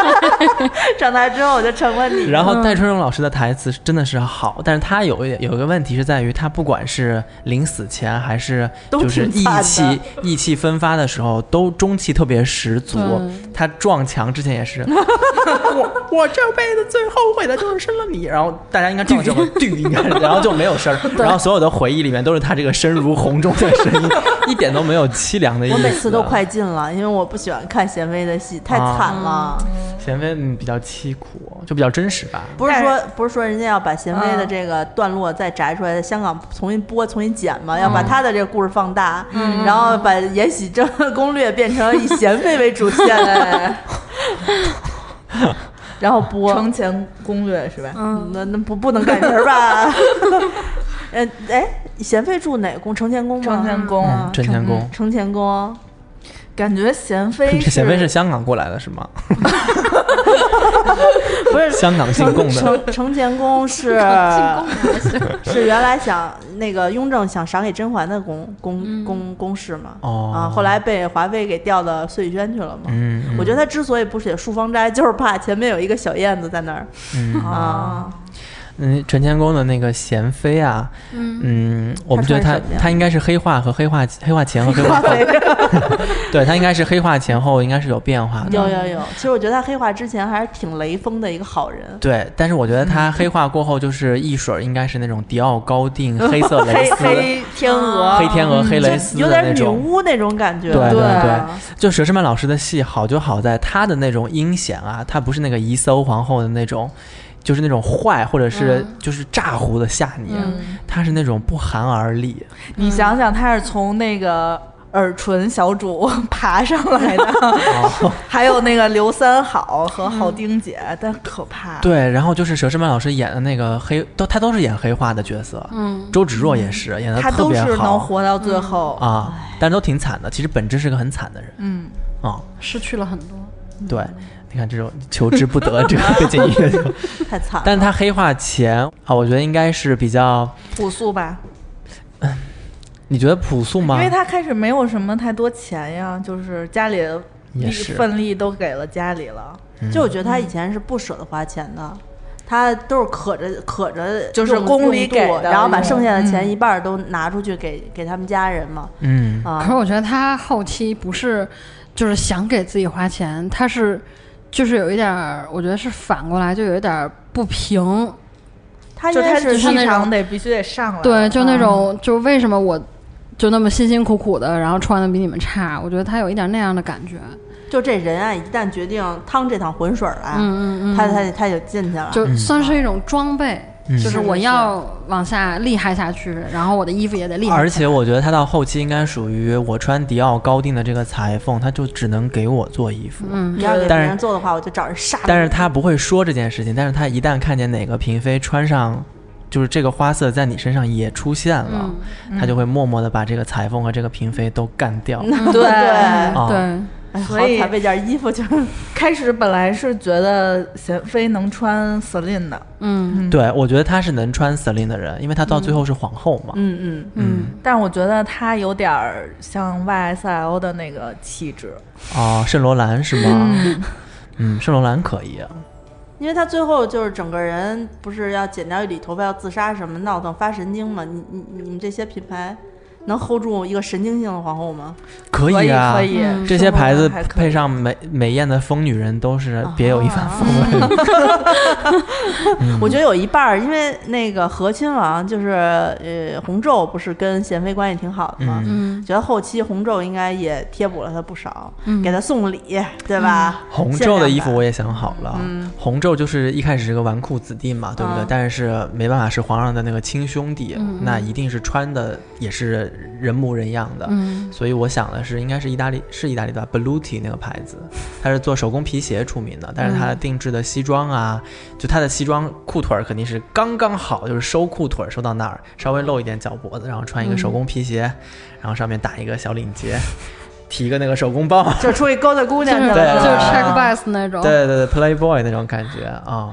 长大之后我就成了你。然后戴春荣老师的台词真的是好，但是他有一有一个问题是在于，他不管是临死前还是都就是挺意惨的气意气风发的时候，都中气特别十足。嗯他撞墙之前 也是，我我这辈子最后悔的就是生了你。然后大家应该 撞这么叮应该是，然后就没有声儿。然后所有的回忆里面都是他这个声如洪钟的声音， 一点都没有凄凉的意思。我每次都快进了，因为我不喜欢看贤妃的戏，太啊惨了。贤妃嗯比较凄苦，就比较真实吧。不是但是说不是说人家要把贤妃的嗯这个段落再摘出来，在香港重新播、重新剪嗯嘛，要把她的这个故事放大，嗯然后把《延禧正攻略》变成以贤妃为主线的， 然后播。承前攻略是吧？嗯，那那不不能改名儿吧？ 嗯，哎，贤妃住哪宫？承乾宫吗？承乾宫，嗯，陈乾宫，承乾宫，感觉贤 妃这贤妃是香港过来的是吗？ 不是香港进贡的，承承乾宫是呃是原来想那个雍正想赏给甄嬛的宫宫宫宫室嘛，哦啊，后来被华妃给调到碎玉轩去了嘛。嗯，嗯我觉得他之所以不写漱芳斋，就是怕前面有一个小燕子在那儿啊。嗯，陈乾宫的那个贤妃啊，嗯，我们觉得她她穿什么呀她应该是黑化和黑化黑化前和黑化后， 对她应该是黑化前后应该是有变化的。有有有，其实我觉得他黑化之前还是挺雷锋的一个好人。对，但是我觉得她嗯黑化过后就是一水儿应该是那种迪奥高定、黑色 蕾黑丝、黑天鹅，啊黑天鹅、黑蕾丝有的那点女种。巫那种感觉。对对对，就佘诗曼老师的戏好就好在她的那种阴险啊，她不是那个宜搜皇后的那种，就是那种坏或者是嗯就是咋呼的吓你，她是那种不寒而栗。你想想，她是从那个耳唇小主 爬上来的， 还有那个刘三好和郝丁姐，但可怕。对，然后就是佘诗曼老师演的那个黑，都她都是演黑化的角色，嗯，周芷若也是演的她特都别是能好活到最后，啊，但是都挺惨的。其实本质是个很惨的人嗯，啊、失去了很多。对，你看这种求之不得这个背景音乐就， 对，太惨了。但她黑化前啊，我觉得应该是比较，朴素吧，你觉得朴素因吗？为她开始没有什么太多钱呀，就是家里的也是奋力都给了家里了，就我觉得他以前是不舍得花钱的，他都是可着可着，就是宫里给的然后把剩下的钱嗯一半儿都拿出去给给他们家人 嘛。嗯，啊可是，我觉得他后期不是就是想给自己花钱，他是就是有一点儿，我觉得是反过来就有一点儿不平。他应就该她是是剧那场种得必须得上来，对，就那种、就为什么我就那么辛辛苦苦的，然后穿的比你们差，我觉得他有一点那样的感觉。就这人啊，一旦决定趟这趟浑水儿来，嗯嗯他他他就进去了。嗯就算是一种装备，就是我是要往下厉害下去，然后我的衣服也得厉害。而且我觉得她到后期应该属于我穿迪奥高定的这个裁缝，她就只能给我做衣服。你要给别但是人做的话，我就找人杀了你。但是她不会说这件事情，但是她一旦看见哪个嫔妃穿上，就是这个花色在你身上也出现了，她就会默默的把这个裁缝和这个嫔妃都干掉。嗯 对，对啊对，嗯哎好所以惨，为件衣服就开始本来是觉得贤妃能穿 Celine 的，嗯对，我觉得她是能穿 Celine 的人，因为她到最后是皇后嘛。嗯嗯，嗯，但我觉得她有点儿像 YSL 的那个气质，哦，圣罗兰是吗？嗯，圣罗兰可以啊。因为他最后就是整个人不是要剪掉一缕头发，要自杀什么，闹腾发神经嘛。你你你们这些品牌能 hold 住一个神经性的皇后吗？可以啊，可以嗯这些牌子圣罗兰还可以哦配上美美艳的疯女人，都是别有一番风 味。我觉得有一半儿，因为那个和亲王就是呃弘昼不是跟贤妃关系挺好的吗？嗯，觉得后期弘昼应该也贴补了他不少，给他送礼，对吧？红限量嗯昼的衣版服我也想好了，嗯红昼就是一开始是个纨绔子弟嘛，对不对？嗯嗯但是没办法，是皇上的那个亲兄弟，那一定是穿的也是人模人样的。嗯，所以我想的是，应该是意大利，是意大利吧，Belluti 那个牌 子，它是做手工皮鞋出名的，但是它定制的西装啊，就它的西装裤腿儿肯定是刚刚好，就是收裤腿儿收到那儿，稍微露一点脚脖子，然后穿一个手工皮鞋，嗯然后上面打一个小领结，提一个那个手工包。就出去勾搭姑就娘去是就对啊了。是 check box 那种，对对对，Playboy 那种感觉啊、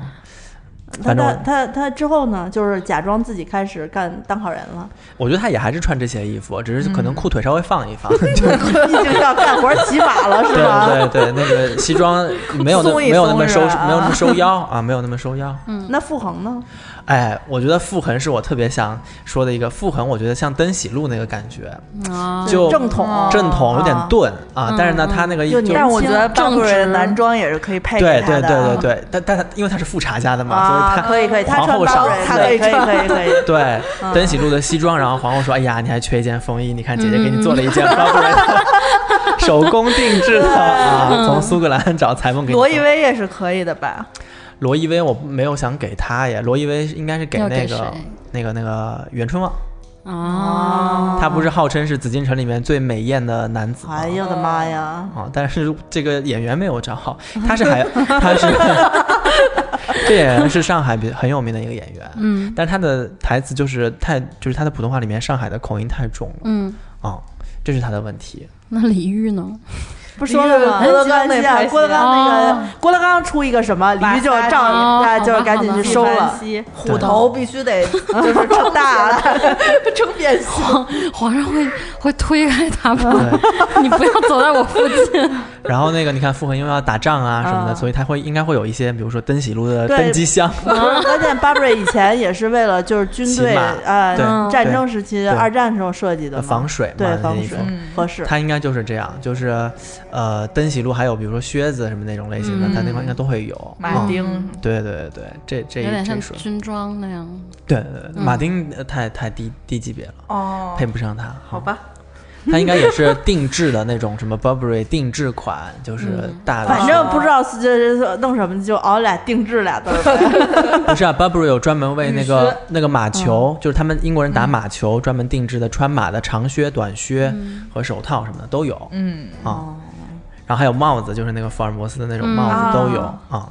他反正他他我他之后呢，就是假装自己开始干当好人了，我觉得他也还是穿这些衣服，只是嗯可能裤腿稍微放一 放，就已经要干活起码了，是吧？对对对，那个西装没有那啊松一松没有那么收是吧没有那么收腰啊，没有那么收腰。那傅恒呢？哎，我觉得傅恒是我特别想说的一个傅恒，我觉得像登喜路那个感觉，啊，就正统，正统有点啊钝啊，但是呢，他那个就就。但是我觉得正八贵直人男装也是可以配给对他对对的对对，但但他因为他是富察家的嘛，所以啊，他可以可以，他皇穿后八赏个人赐的可以嗯可以可以可以。对，登喜路的西装，然后皇后说：“哎呀，你还缺一件风衣，你看姐姐给你做了一件包布人的，嗯 手工定制 的啊，从苏格兰找裁缝给你做。”罗意威也是可以的吧？罗意威我没有想给他耶，罗意威应该是给要给那谁个那个那个袁春望，啊，他不是号称是紫禁城里面最美艳的男子吗？哦哎呦我的妈呀！啊！但是这个演员没有 找好，他是还他是 这演员是上海比很有名的一个演员，嗯，但他的台词就是太就是他的普通话里面上海的口音太重了，嗯，啊，这是他的问题。那李煜呢？不说了吗？李郭德玉纲刚那啊拍戏郭德纲那个哦郭德纲出一个什么，李玉就照哦那就好吧赶紧好吧去收了。虎头必须得就是撑大， 撑扁 形。皇皇上会会推开他吗？对， 你不要走在我附近。然后那个你看傅恒因为要打仗啊什么的，啊所以他会应该会有一些，比如说登喜路的对登机箱，不是，关键巴布瑞以前也是为了就是军队骑马啊对战对争时期对二战时候设计的嘛防水嘛，对那防衣水服。合适。它应该就是这样，就是呃，登喜路还有比如说靴子什么那种类型嗯的，它那方应该都会有。马嗯丁对对对对，这这一有点这像一说，军装那样。对对对，马丁呃太太低低级别了，哦，配不上它。好吧，它应该也是定制的那种什么 Burberry 定制款，就是大的。反正不知道是这这弄什么，就熬俩定制俩字儿 呗。不是啊，Burberry 有专门为那女个靴那个马球，就是他们英国人打马球专门定制的，穿马的长靴、短靴和手套什么的都有。嗯，啊，然后还有帽子，就是那个福尔摩斯的那种帽啊子都有、啊。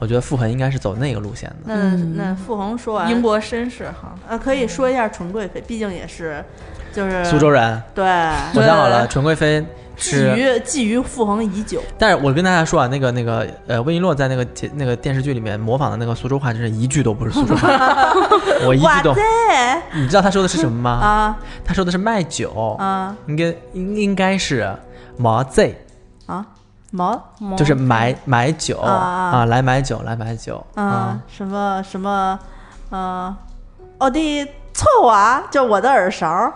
我觉得傅恒应该是走那个路线的。那那傅恒说完，嗯英国绅士哈，呃可以说一下纯贵妃，毕竟也是就是苏州人，对我想好对了，纯贵妃觊是，觎觊觎傅恒已久，但是我跟大家说啊，那个那个呃，魏璎珞在那个节那个电视剧里面模仿的那个苏州话，真是一句都不是苏州话， 我一哇句都。塞你知道他说的是什么吗？啊他说的是卖酒，啊应该应应该是毛贼，啊毛就是买买酒啊啊来买酒来买酒啊，什么什么，呃，我的错啊，就我的耳勺儿，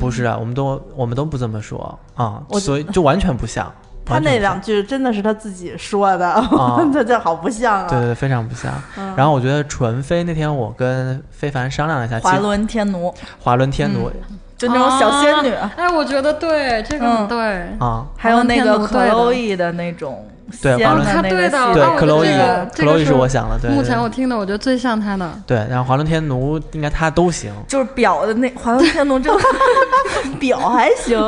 不是啊，我们都我们都不这么说啊，我所以就完全不像。 他完全那不像两句啊真的是他自己说的，他 这好不像对啊。对对，非常不像。嗯然后我觉得纯妃那天我跟非凡商量了一下，其华实伦天奴，华伦天奴就那种小仙女，啊哎，我觉得对，这个嗯很对。啊，还有那个华伦克天奴洛对伊的那种对仙华的伦他那个对的，系对啊我觉得 Chloe 这个这个 Chloe 是是我想的对目对对前我听的，我觉得最像他的。对。然后华伦天奴应该他都行，就是表的那华伦天奴，真的表还行，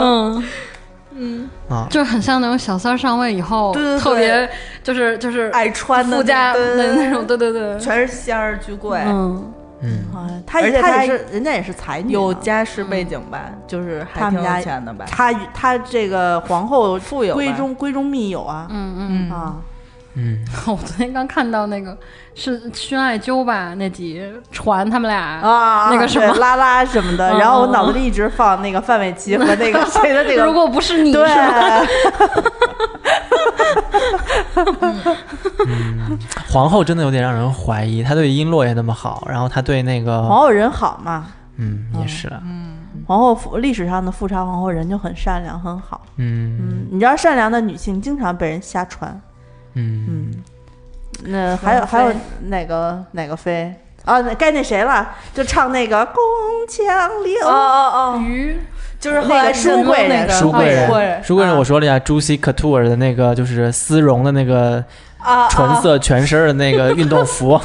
嗯啊就是很像那种小三上位以后，对对对特别就是就是爱穿的附加那的个那种，对对对，全是仙儿巨贵，嗯，嗯，啊他而且他他也是人家也是才女嘛，啊有家世背景吧，就是还他挺们家有钱的吧。他与他这个皇后富有吧闺中闺中密友啊，嗯啊， 嗯我昨天刚看到那个是《熏爱娇》吧那集传他们俩啊，那个什对么，拉拉什么的，嗯然后我嗯脑子里一直放那个范玮琪和那个谁的那个如果不是你，对是吧，皇后真的有点让人怀疑，她对璎珞也那么好，然后她对那 皇个后人好嘛，嗯也是啊，皇后富历史上的富察皇后人就很善良很好，嗯嗯，你知道善良的女性经常被人瞎传。嗯那还有王还有菲哪个哪个妃啊？那该那谁了？就唱那个《宫墙柳》哦哦哦，鱼就是后那来个书柜那人个哦书贵贵人，人，书贵人，我说了呀，朱熹 couture 的那个就是丝绒的那个啊纯色全身儿的那个运动服，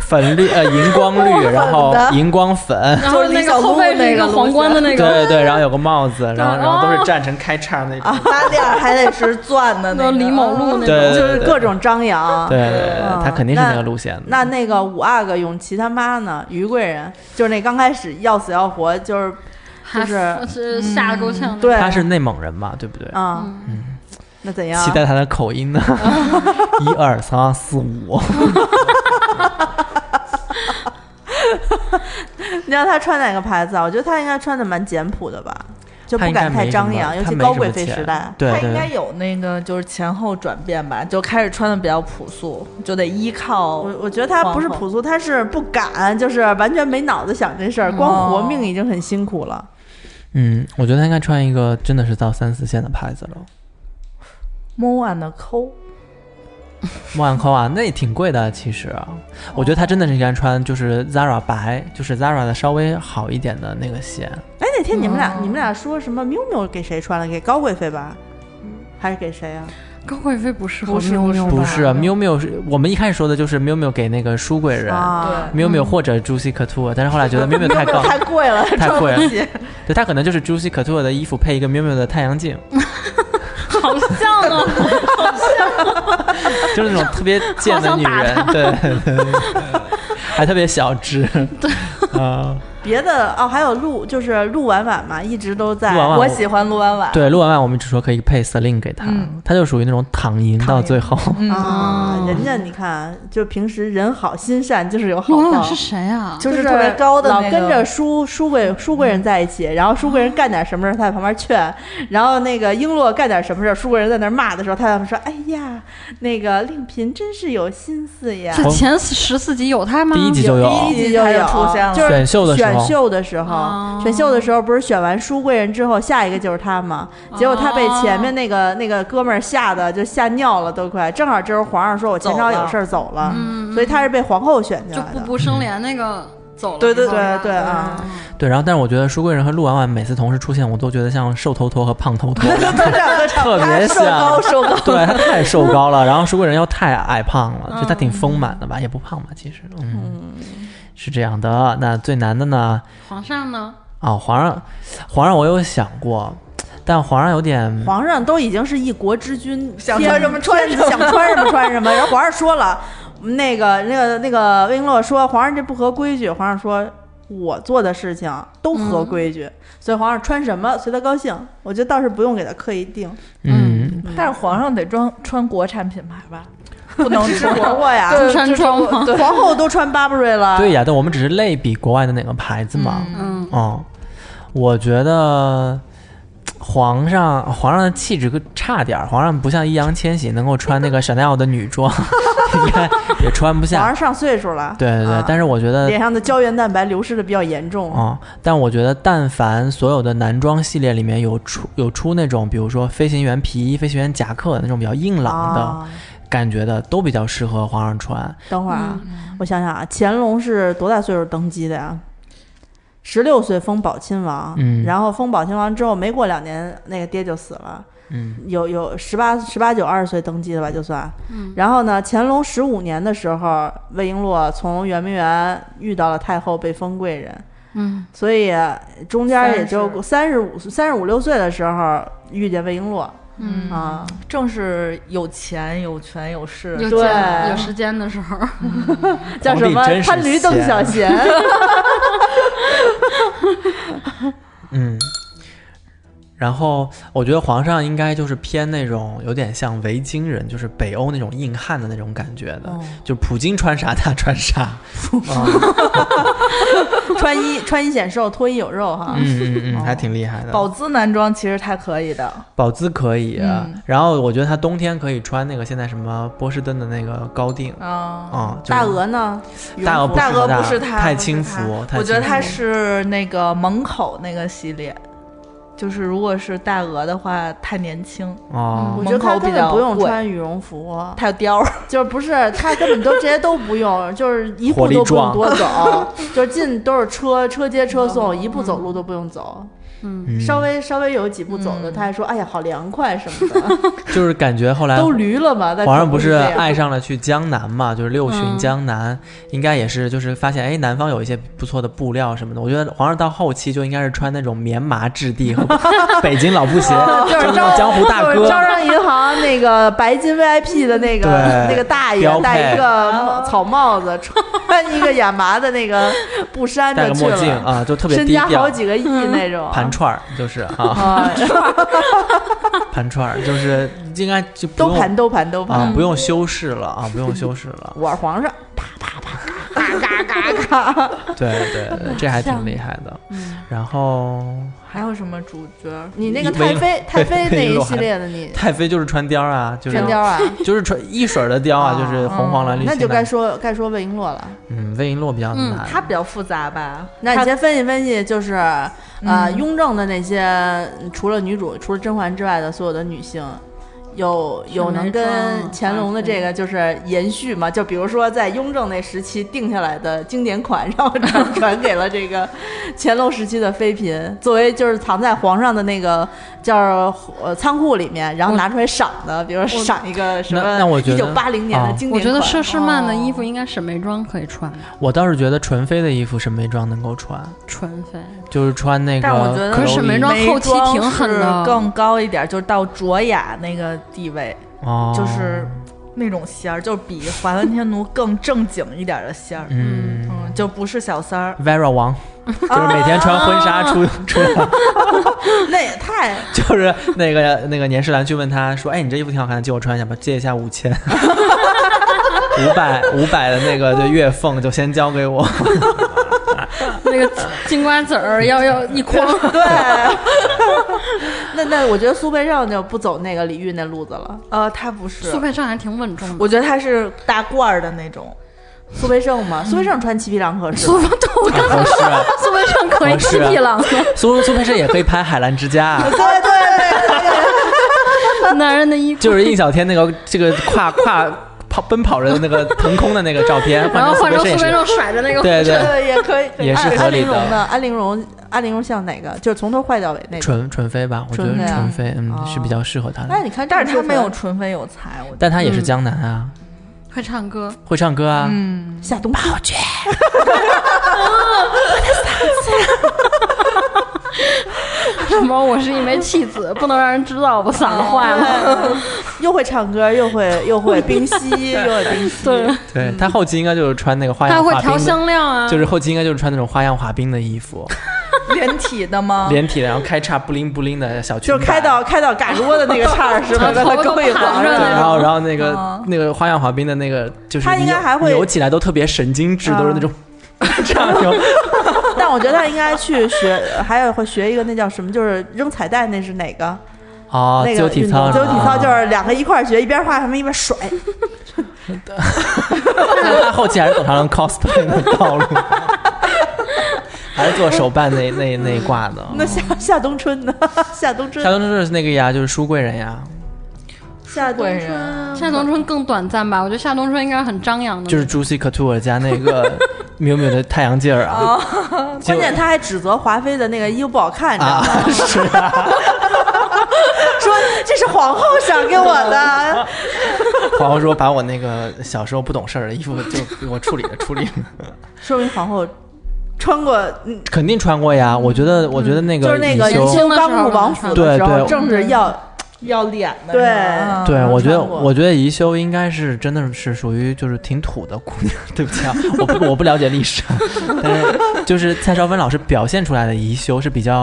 粉绿呃荧光绿，然后荧光粉，然后那个后背是一个皇冠的对那个，对对，然后有个帽子，然后对然后都哦是站成开叉那种，拉链还得是钻的那那个啊李某路那 对种，对就是对各种张扬。对对对，嗯他肯定是那那个路线的。那那个五阿哥永琪他妈呢？于贵人就是那刚开始要死要活，就是还呃就是是吓得够呛。对他是嗯内蒙人嘛，对不对？啊，那怎样期？待他的口音 呢，一二三四五，你让他穿哪个牌子啊？我觉得他应该穿的蛮简朴的吧，就他不应该敢没太什么张扬，尤他其没高什贵么妃时钱代。对他对应该对，有那个就是前后转变吧，就开始穿的比较朴素，就得依靠我我觉得他不是皇后朴素，他是不敢，就是完全没脑子想这事儿，光活命已经很辛苦了。嗯，我觉得他应该穿一个真的是到三四线的牌子了。摸完的抠，莫兰科啊，那也挺贵的，其实，啊哦我觉得他真的是应该穿就是 Zara 白，就是 Zara 的稍微好一点的那个鞋。哎，那天你们俩、你们俩说什么？喵喵给谁穿了？给高贵妃吧，还是给谁啊？高贵妃不是不是和不是妞妞吧不是，miu 啊 miu 是我们一开始说的就是 miu miu 给那个书贵人啊， ，miu miu 或者 Juicy Couture，但是后来觉得 miu miu 太高，太贵了，太贵穿不了起。对他可能就是 Juicy Couture 的衣服配一个 miu miu 的太阳镜，好像哦，就是那种特别贱的女人，对，对 对还特别小只，对啊，别的哦，还有陆，就是陆婉婉嘛，一直都在。陆婉婉我喜欢陆婉婉，对，陆婉婉我们只说可以配司令给她，她就属于那种躺赢到最后，啊，人家你看，就平时人好心善，就是有好罗报朗。是谁啊？就是特别高的老那跟个着书书贵书贵人在一起，然后书贵人干点什么事儿，他在旁边劝，然后那个璎珞干点什么事儿，书贵人在那儿骂的时候，他在那儿说：“哎呀，那个令嫔真是有心思呀。”在前十四集有他吗？第一集就有，第一集就有出现了就是选秀的时候选秀的时哦候，选秀的时候不是选完书贵人之后，下一个就是他嘛。结果他被前面那个那个哥们儿吓得就吓尿了，都快。正好这时候皇上说我前朝有事儿走了，所以他是被皇后选进嗯就来步的。步生莲那个走了之后吧。对嗯对对对啊， 对，然后但是我觉得舒贵人和陆婉婉每次同时出现，我都觉得像瘦头头和胖头头，特别像，瘦高，对他太瘦高了，然后舒贵人又太矮胖了，就他挺丰满的吧，也不胖吧，其实，嗯，是这样的。那最难的呢？皇上呢？啊、皇上，皇上我有想过，但皇上有点皇上都已经是一国之君，想天穿什么穿什么想穿什么穿什么。然后皇上说了，嗯那个那个那个魏璎珞说皇上这不合规矩，皇上说我做的事情都嗯合规矩，所以皇上穿什么随他高兴。我觉得倒是不用给他刻意定，嗯，但是皇上得装穿国产品牌吧，不 能是国货呀，中山装吗？皇后都穿 Burberry 了，对呀，但我们只是类比国外的哪个牌子嘛。嗯，哦，我觉得皇上皇上的气质个差点儿，皇上不像易烊千玺能够穿那个 Chanel 的女装， 应该也穿不皇下上。上岁数了，对对对，啊但是我觉得脸上的胶原蛋白流失的比较严重。哦，但我觉得但凡所有的男装系列里面有出有出那种，比如说飞行员皮衣、飞行员夹克那种比较硬朗的、啊感觉的，都比较适合皇上穿。等会儿啊，我想想啊，乾隆是多大岁数登基的呀？十六岁封宝亲王，嗯然后封宝亲王之后没过两年，那个爹就死了。嗯，有有十八十八九二十岁登基的吧，就算。嗯、然后呢，乾隆十五年的时候，魏璎珞从圆明园遇到了太后，被封贵人。嗯，所以中间也就30三十五三十五六岁的时候遇见魏璎珞、嗯啊，正是有钱有权有势，有对间有时间的时候，叫什么皇帝真是潘驴邓闲啊小闲，嗯，然后我觉得皇上应该就是偏那种有点像维京人，就是北欧那种硬汉的那种感觉的，哦就普京穿啥他穿啥。穿衣穿衣显瘦，脱衣有肉哈。嗯嗯哦嗯，还挺厉害的。宝姿男装其实他可以的，宝姿可以，啊嗯然后我觉得他冬天可以穿那个现在什么波士顿的那个高定啊、啊、就是哦大鹅呢？大鹅大鹅不不是他，太不是轻他浮，太我觉得轻他浮是那个门口那个系列，就是如果是大鹅的话太年轻，哦我觉得他门口根比本较不用贵穿羽绒服，太貂儿。 就是不是他根本都这些都不用，就是一火步力都不用壮 多走，就是进都是车，车接车送，一步走路都不用走。嗯稍微稍微有几步走的，他还说：“哎呀，好凉快什么 的，就是感觉后来都驴了嘛。”但皇上不不是这样嗯爱上了去江南嘛，就是六巡江南，应该也是就是发现哎南方有一些不错的布料什么的。我觉得皇上到后期就应该是穿那种棉麻质地 和北京老布 鞋，哦就是就那招种江湖大就是哥。招商银行那个白金 VIP 的那个对那个大爷标配戴一个草帽子， 穿一个亚麻的那个布衫戴就个去墨镜了，啊，就特别身低家调好。几个 亿那种。盘串儿就是 啊，啊，盘串儿就是应该就不都用盘都盘都盘，嗯啊，不用修饰了啊，不用修饰 了。我是皇上， 对对对，这还挺厉害的。嗯然后还有什么主角？你那个 一围太妃太妃那一系列的 你太妃就是穿貂儿啊，就是神雕啊，就是穿一水儿的貂啊，就是红黄蓝 哦绿。那就青蓝该说该说魏璎珞了。嗯，魏璎珞比较嗯难。他比较复杂吧？那你他先分析分析，就是嗯呃，雍正的那些嗯除了女主、除了甄嬛之外的所有的女性，有有沈眉能庄嗯跟乾隆的这个就是延续吗？就比如说在雍正那时期定下来的经典款，然后传传给了 这个乾隆时期的妃嫔，作为就是藏在皇上的那个叫呃仓库里面，然后拿出来赏的，比如说赏一个什那那我么觉一得九八零年的啊经典款。我觉得佘诗曼的衣服应该沈眉庄可以穿，我倒是觉得纯妃的衣服沈眉庄能够穿，纯妃。就是穿那个但蝌蚪衣。我觉得可是沈眉庄后期挺狠的眉庄是更高一点，就是到卓雅那个地位，哦就是那种仙儿，就是比华文天奴更正经一点的仙儿，嗯嗯，就不是小三儿。 ，Vera 王，就是每天穿婚纱出出来。那也太就是那个那个年世兰去问他说：“哎，你这衣服挺好看的，借我穿一下吧，借一下五千，五百五百的那个就月俸就先交给我。那个金瓜子儿要要一筐，对， 那那我觉得苏培盛就不走那个李煜那路子了。呃，他不是苏，佩盛还挺稳重的。我觉得他是大罐儿的那种。苏培盛嘛，苏培盛穿齐皮囊合适。苏方豆干，合适啊，苏佩盛可以合七适啊匹狼，苏苏培盛也可以拍《海澜之家》啊，对对 男人的衣服。就是印小天那个这个跨跨跑奔跑着的那个腾空的那个照片，然后换换成成苏培培盛也盛是，甩着那个，对对对，对，也可以。可以也是安合安理陵的容呢？安陵容，安陵容像哪个？就是从头坏到尾那种。纯纯妃吧，我觉得纯妃啊纯妃嗯哦是比较适合他的哎，，你看，但是他没有《纯妃有才，我觉得但他也是江南啊，嗯会唱歌。会唱歌啊，夏冬跑 去》，什么？我是一枚弃子，不能让人知道我嗓子坏了。又会唱歌，又会又会 冰嬉，又会冰嬉。对，对他后期应该就是穿那个花他样会滑调哎冰的，香料啊。嗯就是后期应该就是穿那种花样滑冰的衣服。 连体的吗？连体的，然后开叉布灵布灵的小裙哦就摆，是开到开到嘎吱窝的那个叉儿是 吧？头让发他都勾一盘划着对，是吧那然后种然后那个、那个花样滑冰的那个，就是哦他应该扭还会嗯扭起来都特别神经质，都 是那种 这样那种，但我觉得他应该去学，还有会学一个那叫什么，就是扔彩带，那是哪个？哦，那自由个体运操动是自吧，啊由体操就是两个一块儿学，一边画什么一边甩。 那 他后期还是走上了 cosplay 的道路， 还是做手办那那那一挂的。那夏夏冬春呢？夏冬夏春，冬春是那个呀，就是书贵人呀，夏冬贵春，夏冬春更短暂吧？我觉得夏冬春应该很张扬的，就是 Juicy Couture 加那 个 miu miu 的太阳镜儿啊， 结哦关果键他还指责华妃的那个衣服不好看，你知道啊吗？ 是啊，说这是皇后赏给我的，皇后说把我那个小时候不懂事儿的衣服就给我处理了处理 了。说明皇后穿过嗯肯定穿过呀，我觉得，我觉得那个就是那个隐修年修清刚入王府的对时候，对嗯正是要 要脸的对是吗对，嗯我觉得，穿过我觉得宜修应该是真的是属于就是挺土的姑娘， 对不起啊，我不我不了解历史啊，但是就是蔡少芬老师表现出来的宜修是比较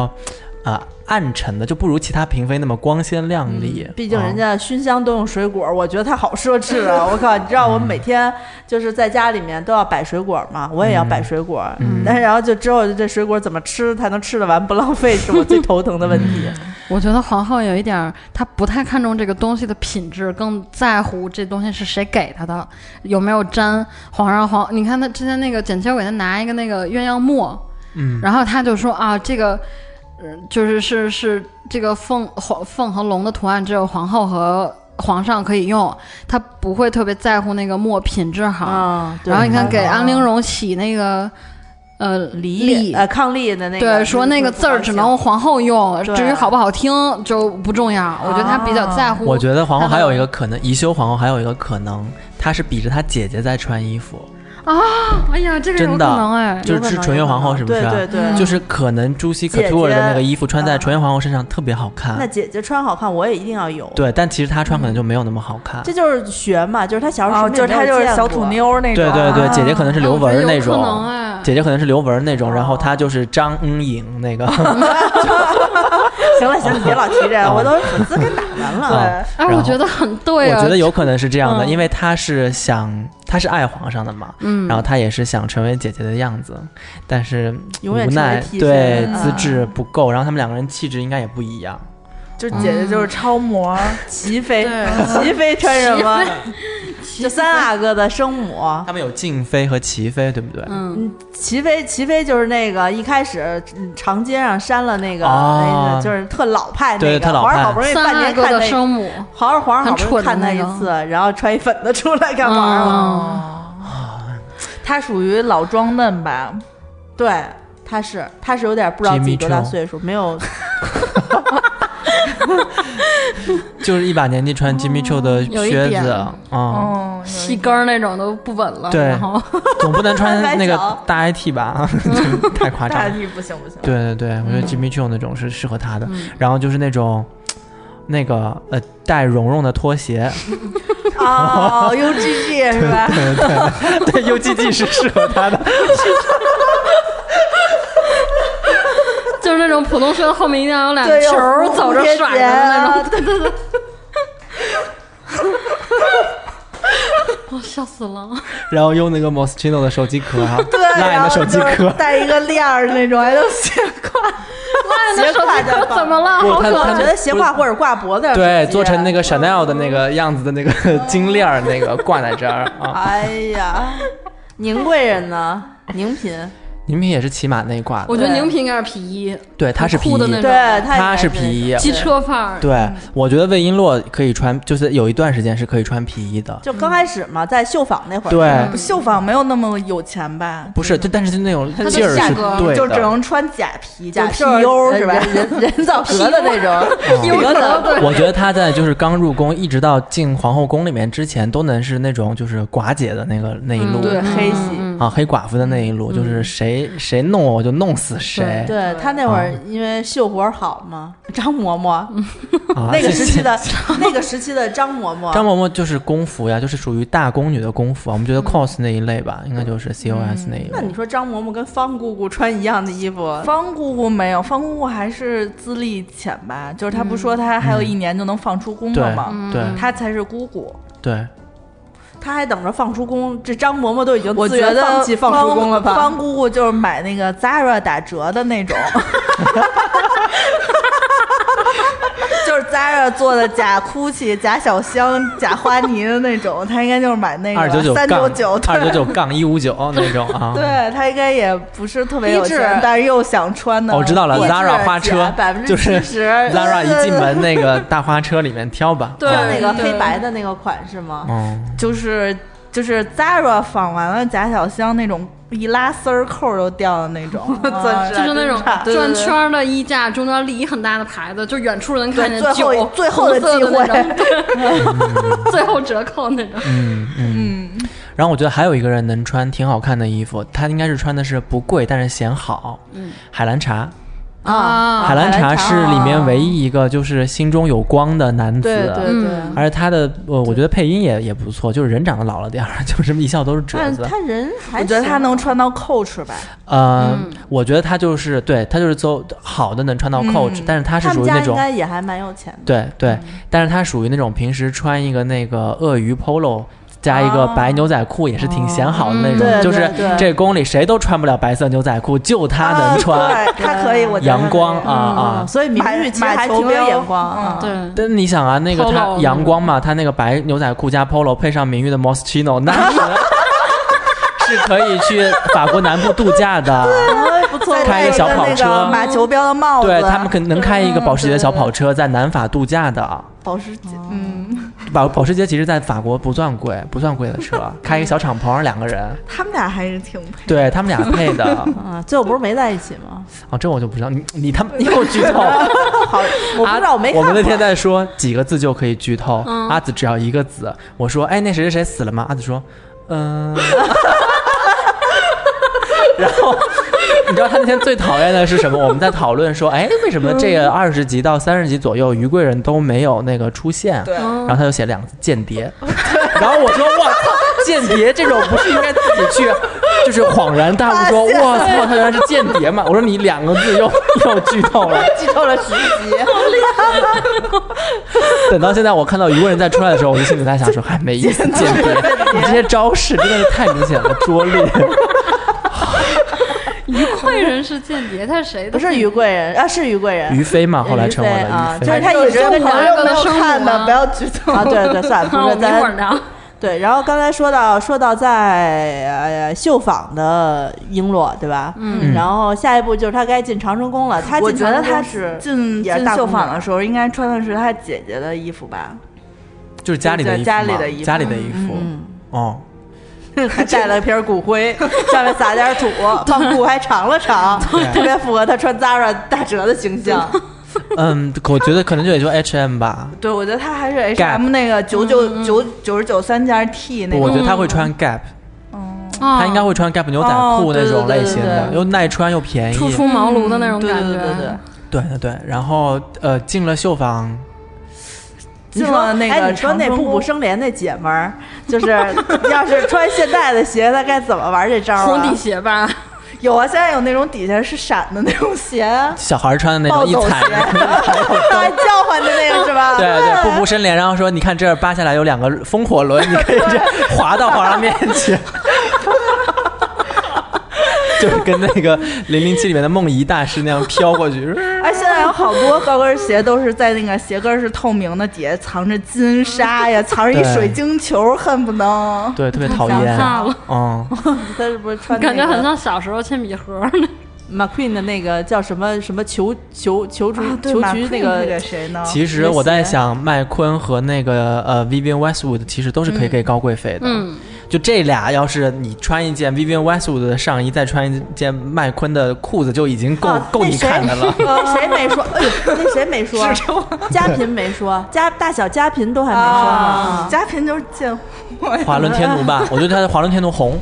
啊、呃暗沉的，就不如其他嫔妃那么光鲜亮丽。嗯毕竟人啊、家熏香都用水果，我觉得她好奢侈 啊！我靠，你知道我每天就是在家里面都要摆水果嘛，嗯我也要摆水果，嗯但是然后就之后这水果怎么吃才能吃得完不浪费，是我最头疼的问题。我觉得皇后有一点儿，她不太看重这个东西的品质，更在乎这东西是谁给她的，有没有沾皇上皇。你看她之前那个简秋给她拿一个那个鸳鸯墨，嗯，然后她就说啊，这个，嗯、就是是是这个凤凰凤和龙的图案只有皇后和皇上可以用，她不嗯会特别在乎那个墨品质好。啊，对然后你看给安陵容洗那个呃，李呃伉俪的那个，对，说那个字儿只能皇后用，对至于好不好听就不重要。我觉得他比较在乎。啊我觉得皇后还有一个可能，宜修皇后还有一个可能，她是比着她姐姐在穿衣服，啊，哎呀，这个有真可的能哎，就嗯有可是能纯元皇后是不是啊？对对对就是可能朱熹可姐 t 尔的那个姐衣服穿在嗯纯元皇后身上特别好看，那姐姐穿好看，我也一定要有。，对，但其实她穿可能就没有那么好看。这就是学嘛，就是她小时候哦，就是她就是小土妞儿那种，对对对，姐姐可能是啊刘我觉得雯有那种可能哦哎，姐姐可能是刘雯那种，然后她就是张恩颖那 个。 行了行了，别老提哦这个，我都粉丝跟哪人 了？啊哎，然我后觉得很对啊。我觉得有可能是这样的，嗯因为她是想，她是爱皇上的嘛，嗯然后她也是想成为姐姐的样子，但是永远无成为奈替身对啊嗯资质不够，然后他们两个人气质应该也不一样。就姐姐嗯就是超模， 齐飞，齐飞穿什么？就三阿哥的生母，他们有静妃和齐妃，对不对？嗯，齐飞，齐飞就是那个一开始嗯长街上扇了那个，哦那个就是特老派那对个，特老皇上派好不容易三半阿年哥看的那生母，皇上皇上好很不容易蠢看的他那一个哦次，然后穿一粉的出来干嘛了？她属于老装嫩吧？对，他是他是有点不知道自己多大 Jimmy Choo 岁数，没 有就是一把年纪穿 Jimmy Choo 的哦有一靴点哦子，啊，嗯，细跟儿那种都不稳了，对然后 总不能穿那三个百九大 IT 吧？ 就太夸张大了。地不行不行，对对对，我觉得 Jimmy Choo 那种是适合他的，然后就是那种。那个呃，带绒绒的拖鞋，哦 U G G 是吧？对对对，UGG 是适合他的，就是那种普通靴后面一定要有俩对有球儿走着甩着的那种，啊对对对。我 笑死了！然后用那个 Moschino 的手机壳啊，Line 然的后 手就机是壳，哦带一个链儿那种，还能斜挎，哎那斜手挎机着壳放怎么了？不好他可他我爱觉得斜挎或者挂脖子上对，啊手机做成那。个 Chanel 的那个样子的那个金链儿，那个挂在这儿啊。哎呀，宁贵人 呢？宁嫔，宁嫔也是骑马内挂的，我觉得宁嫔应该是皮衣，对，她是皮酷的那衣种，对，她她是皮衣，机车范儿。对，我觉得魏璎珞可以穿，就是有一段时间是可以穿皮衣的。就刚开始嘛，在绣坊那会儿，对，绣坊没有那么有钱吧？不是，就但是就那种的劲儿价是格对就只的。能穿假皮、假就皮是优是吧？人人人造革的那 种，有革的的。对，我觉得她在就是刚入宫，一直到进皇后宫里面之前，都能是那种就是寡姐的那个那一嗯路，对黑系，啊，黑寡妇的那一路，就是谁谁弄我我就弄死谁。对他那会儿因为绣活好嘛，张嬷嬷嗯 啊，那个时期谢谢 的那个时期的张嬷嬷，张嬷嬷就是宫服呀，就是属于大宫女的宫服啊。我们觉得 cos 那一类吧，应该就是 cos 那一那类你。说张嬷嬷跟方姑姑穿一样的衣服，方姑姑没有，方姑姑还是资历浅吧？就是她不说她还有一年就能放出宫了对吗？对她才是姑姑。对，她还等着放出宫，这张嬷嬷都已经我自觉愿得放弃放出宫了吧？方姑姑就是买那个 Zara 打折的那种， 就是 Zara 做的假 Gucci、假小香、假花呢的那种，她应该就是买那个二九九三杠九九，二九对九杠一五九那种啊。对她应该也不是特别有低钱质，但是又想穿的。哦我知道了地质，Zara 假花车70%就是 Zara 一进门那个大花车里面挑吧。对那嗯个黑白的那个款是吗？嗯，就是就是 Zara 仿完了假小香那种一拉丝儿扣就掉的 那种，啊就是那种对对转对圈儿的衣架，中间立一很大的牌子，就远处能看见对最后九最后的红色机会那种，对最后折扣那种。然后我觉得还有一个人能穿挺好看的衣服，他应该是穿的是不贵但是显好。嗯，海蓝茶，啊海海蓝蓝茶茶是里面唯一一个就是心中有光的男子。对对对。而且他的呃，我觉得配音也也不错，就是人长得老了点儿， 就是一笑都是褶但子。他人还我行，觉得她能穿到 Coach 吧，呃，嗯我觉得他就是对他就是走好的能穿到 Coach，、但是他是他属们于家那应种该也还蛮有钱的。对对，但是他属于那种平时穿一个那个鳄鱼 polo。加一啊个白牛仔裤也是挺显好的那种，嗯对就是对对这宫里谁都穿不了白色牛仔裤，就他能穿，啊 对嗯她可以，我觉得她可以阳光啊啊！嗯所以明买嗯玉其实还挺有眼光啊。对，但你想啊，那个 Polo 他那阳光嘛，他那个白牛仔裤加 polo 配上明玉的 Moschino，那是是可以去法国南部度假的。 哎，不错，在开一个小跑那个嗯车，马球标的帽子，对他们可能开一个保时捷的小跑车，在南法度假的。保时捷，嗯，保保时捷其实，在法国不算贵，不算贵 的车，开一个小敞篷，两个人，他们俩还是挺配。对他们俩配 的。啊，最后不是没在一起 吗？哦，这我就不知道，你你他们你给我剧 透。啊好，我不知道，我没我看过们嗯那天在说几个字就可以剧透，阿紫只要一个字。我说，哎，那谁谁谁死了吗？阿紫说，嗯、 然后 你知道他那天最讨厌的是什么？我们在讨论说，哎，为什么这个二十集到三十集左右，于贵人都没有那个出现？对然后他就写两个字间谍，然后我说我操，间谍这种不是应该自己去，就是恍然大悟说，我操，他原来是间谍嘛！我说你两个字又又剧透了， 剧透了十 集，等到现在我看到一个人再出来的时候，我就心里在想说，还没意思，间谍，你这些招式真的是太明显了，拙劣。于贵人是间谍，他是谁的？不是于贵人啊，是于贵人于飞嘛，后来于成为飞了啊于就是飞。他一直跟朋着友没有生看母的，啊不要剧透啊，对对对，算了，啊不我 是们一会儿咱聊。对，然后刚才说到说到在呃绣坊的璎珞，对吧？嗯然后下一步就是他该进长春宫了，他我进觉长得春他宫是进也是进大绣姑娘坊的时候，应该穿的是他姐姐的衣服吧？就是家里的衣服嘛，家里的衣服嗯家里的衣服，哦，还带了瓶骨 灰， 上面撒点土，把骨还尝了尝，特别符合他穿 Zara 打折的形象。嗯，我觉得可能就也就 H M 吧，对，我觉得他还 是 H Gap M 那个九九九九十九三件 T 那我觉种。得他会穿 Gap，他应该会穿 Gap 牛仔哦裤那对对种对类对型的，哦对又耐穿又便宜，初出茅庐的那种对感对觉。对对对，对对对，然后呃进了绣坊，进了那哎，个你说长那春步步宫，生莲那姐们儿，就是 要是穿现代的鞋，她该怎么玩这招啊？红底鞋吧，有啊，现在有那种底下是闪的那种鞋啊，小孩穿的那种暴一走鞋， 踩，还叫唤的那个是吧？对对，步步伸脸，然后说你看这儿扒下来有两个风火轮， 你可以这样滑到皇上面前。 就是跟那个《零零七》里面的梦遗大师那样飘过 去，哎，现在有好多高跟鞋都是在那个鞋跟儿是透明的，底下藏着金沙呀，藏着一对啊水晶球，恨不能。对，特别讨想厌怕了。嗯，她是不是穿那感个觉很像小时候铅笔盒儿呢。 McQueen 的那个叫什么什么球球球竹啊，对，球马局克那那个个谁呢？其实我在想，麦昆和那个呃 Vivian Westwood 其实都是可以给高贵妃的。嗯，就这俩，要是你穿一件 Vivian Westwood 的上衣，再穿一件麦昆的裤子，就已经够、啊够你看的 了。呃， 谁没说？哎呦，那谁没说？佳嫔没说，佳大小佳嫔都还没说啊呢，。佳嫔就是贱货呀，华伦天奴吧，我觉得他的华伦天奴红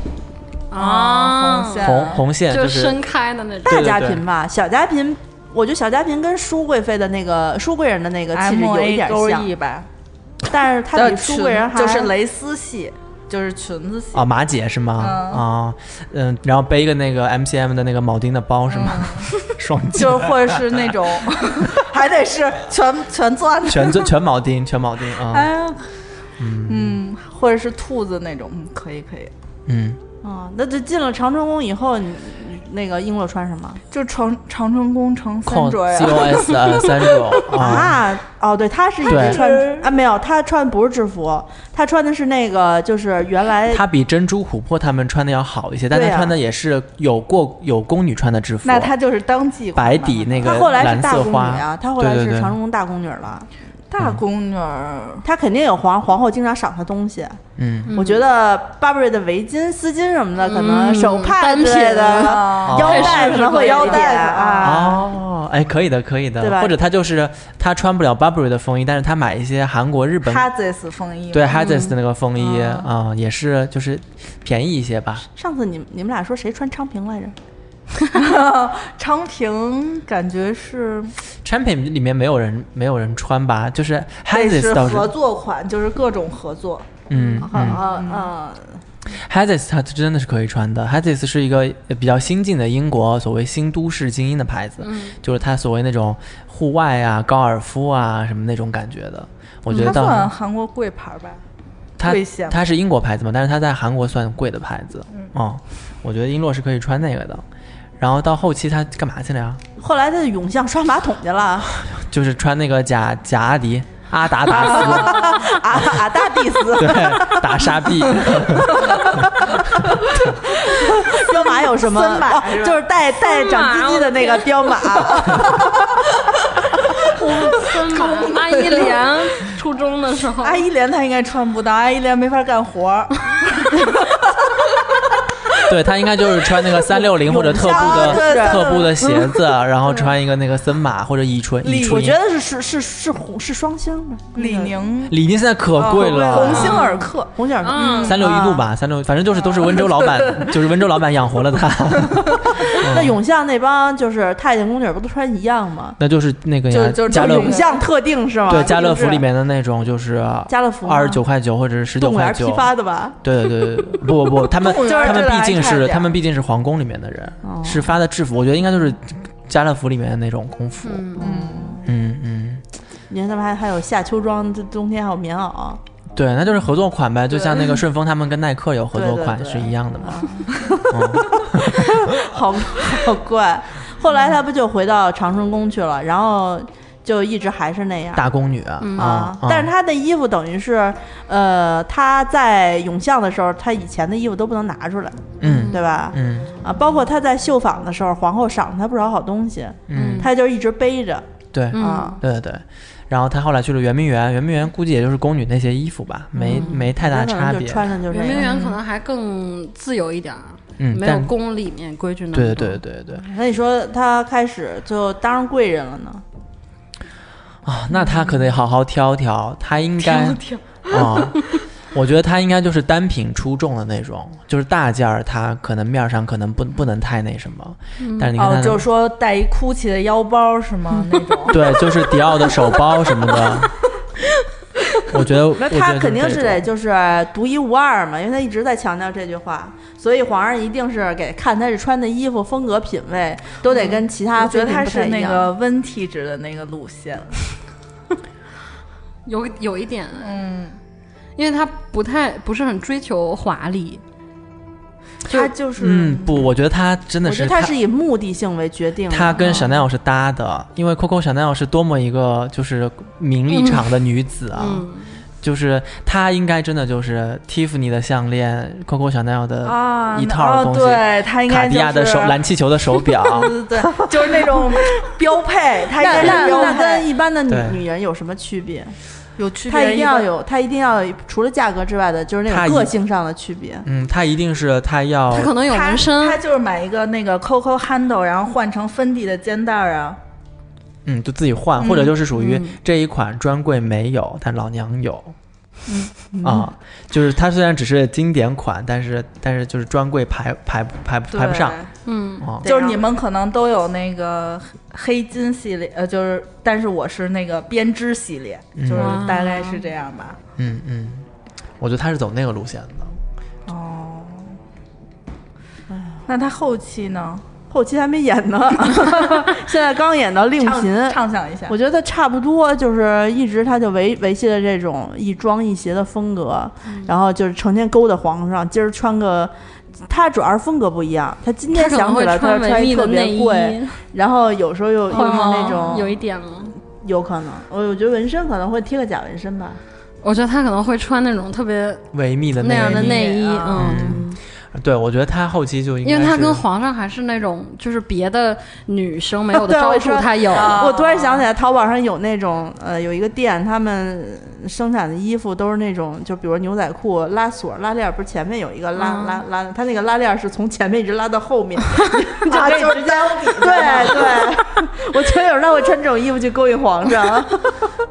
啊红线红红线就是伸开的那种。大对佳嫔吧，小佳嫔，我觉得小佳嫔跟淑贵妃的那个淑贵人的那个气质 M 有一 A 点勾像， E 吧，但是她比淑贵人还 就是蕾丝系，就是裙子系 啊，马姐是吗？啊，嗯，然后背一个那个 MCM 的那个铆钉的包是吗？嗯 双击就是或者是那种， 还得是全全钻的，全全铆钉，全铆钉啊，哎呀，嗯，或者是兔子那种，嗯，可以可以。嗯，啊，那就进了长春宫以后，你你那个璎珞穿什么就长长春宫成三控桌 C 呀， O S 呃三 种啊，啊？哦，对，她是一对直穿啊，没有，她穿不是制服，她穿的是那个，就是原来她比珍珠琥珀他们穿的要好一些，但她对啊穿的也是有过有宫女穿的制服，那她就是当季皇白后底那个嗯她后来蓝是大色宫女花啊，她后来对对是对长春宫大宫女了。大宫女儿，她肯定有皇皇后经常赏她东西，嗯，我觉得 Burberry 的围巾、丝巾什么的，可能嗯手帕之单类品的，啊腰带可能会有一腰带点啊啊。哦，哎，可以的，可以对的，吧或者她就是她穿不了 Burberry 的风衣，但是她买一些韩国、日本 h a z e s 风衣， 嗯对 h a d e s 的那个风衣啊、也是就是便宜一些吧。上次你们你们俩说谁穿昌平来着？昌平感觉是产品里面没有人没有人穿吧，就是 h a 得 d e s 是倒是合作款，就是各种合作，嗯嗯啊 h a d e s 它真的是可以穿的。h a d e s 是一个比较新进的英国所谓新都市精英的牌嗯子，就是它所谓那种户外啊、高尔夫啊什么那种感觉的。我觉得嗯它倒算韩国贵牌吧。它贵啊些吗它是英国牌子嘛，但是它在韩国算贵的牌子。嗯哦，我觉得璎珞是可以穿那个的。然后到后期她干嘛去了呀？啊！后来她就涌向刷马桶去了，就是穿那个假假阿迪阿达达 斯。啊啊大地斯，对，打沙币，彪马有什么？森马哦是吧就是带带长鸡鸡的那个彪马，森马阿依莲初中的时候，阿依莲她应该穿不到，阿依莲没法干 活儿。嗯对他应该就是穿那个三六零或者特步泳装对对的特步的鞋子，然后穿一个那个森马或者宜春。宜春我应觉得是是是是红是双星的李宁李宁现在可贵了，鸿星尔克，红星儿嗯，三六一度吧，三六反正就是都是温州老板，就是温州老板养活了他，嗯那永巷那帮就是太监宫女儿不都穿一样吗？那就是那个呀就就家乐就福永是巷特定是吗？对这家乐就是福里面的那种就是家乐福吗二十九块九或者是十九动物块园批九，发的吧？对对对对，不不不，他们动物园儿他们这个毕竟还差是点他们毕竟是皇宫里面的人，是发的制服，我觉得应该就是家乐福里面的那种工服，嗯嗯。你看他们还还有夏秋装，这冬天还有棉袄，对，那就是合作款呗，就像那个顺丰他们跟耐克有合作款对对对是一样的嘛。好 好怪。后来他不就回到长春宫去了，然后就一直还是那样。大宫女啊，啊啊，但是他的衣服等于是，呃，他在永巷的时候，他以前的衣服都不能拿出来，嗯对吧？嗯啊，包括他在绣坊的时候，皇后赏了他不少好东西，嗯，他就一直背着对啊。对对对。然后他后来去了圆明园，圆明园估计也就是宫女那些衣服吧，没没太大他可差能别就。穿上就是圆明那样。园可能还更自由一点儿，嗯，没有但宫里面规矩那么对多。对对对那你说他开始就当上贵人了呢？啊，那他可得好好挑挑，他应该啊。我觉得他应该就是单品出众的那种，就是大件儿，他可能面儿上可能不不能太那什么，但是你看他哦的，就是说带一 GUCCI 的腰包 是吗？那种对，就是迪奥的手包什么的。我觉得，嗯我 那觉他得肯定是这得种就是独一无二嘛，因为他一直在强调这句话，所以皇上一定是给看他是穿的衣服、风格、品味都嗯得跟其他我妃觉得嫔她不是太一那样个温体质的那个路线。有有一点，啊嗯，因为他不太不是很追求华丽，他就是，嗯，不，我觉得他真的我觉是得他是嗯以目的性为决定的。他跟 Chanel 是搭的，因为 Coco Chanel 是多么一个就是嗯名利场的女子啊，嗯， 就是她应该真的就是 Tiffany 的项链，Coco Chanel 啊的呃一套东西，对他应该卡地亚的手蓝气球的 手表，对，就是那种标配，他应那该那是标那跟配，一般的女对女人有什么区别？有区她别。一定要有，她一定要除了价格之外的，就是那她种一个性上的区别。嗯，她一定是她要他可能有他纹身他，就是买一个那个 Coco handle，然后换成芬迪的肩带儿啊。嗯就自己换，或者就是属嗯于这一款专柜没有，但老娘有。嗯啊、 就是它虽然只是经典款，但是但是就是专柜排排排排不上啊、嗯，就是你们可能都有那个黑金系列，呃，就是，但是我是那个编织系列，就是大概是这样吧。嗯嗯，我觉得他是走那个路线的。哦，哎那他后期呢？后期还没演呢， 现在刚演到令嫔。畅畅想一下我，觉得差不多，就是一直他就维维系了这种一庄一谐的风格，嗯然后就是成天勾搭皇上，今儿穿个，他主要是风格不一样，他今他天可能想起会来他穿就穿文一艺的特内别衣，贵，哦然后有时候又又是那种有一点吗？有可能，我我觉得纹身可能会贴个假纹身吧，我觉得他可能会穿那种特别维密的那样的内内衣，啊嗯，衣，对我觉得他后期就应该因为他是跟皇上还是那种就是别的女生没有的 对我啊招也数说，他有，哦我突然想起来，淘宝上有那种呃，有一个店，他们生产的衣服都是那种，就比如牛仔裤拉锁拉链儿，不是前面有一个拉、嗯拉拉，它那个拉链儿是从前面一直拉到后 面，就啊啊可以直接对对， 我觉得有时候他会穿这种衣服去勾引皇 上，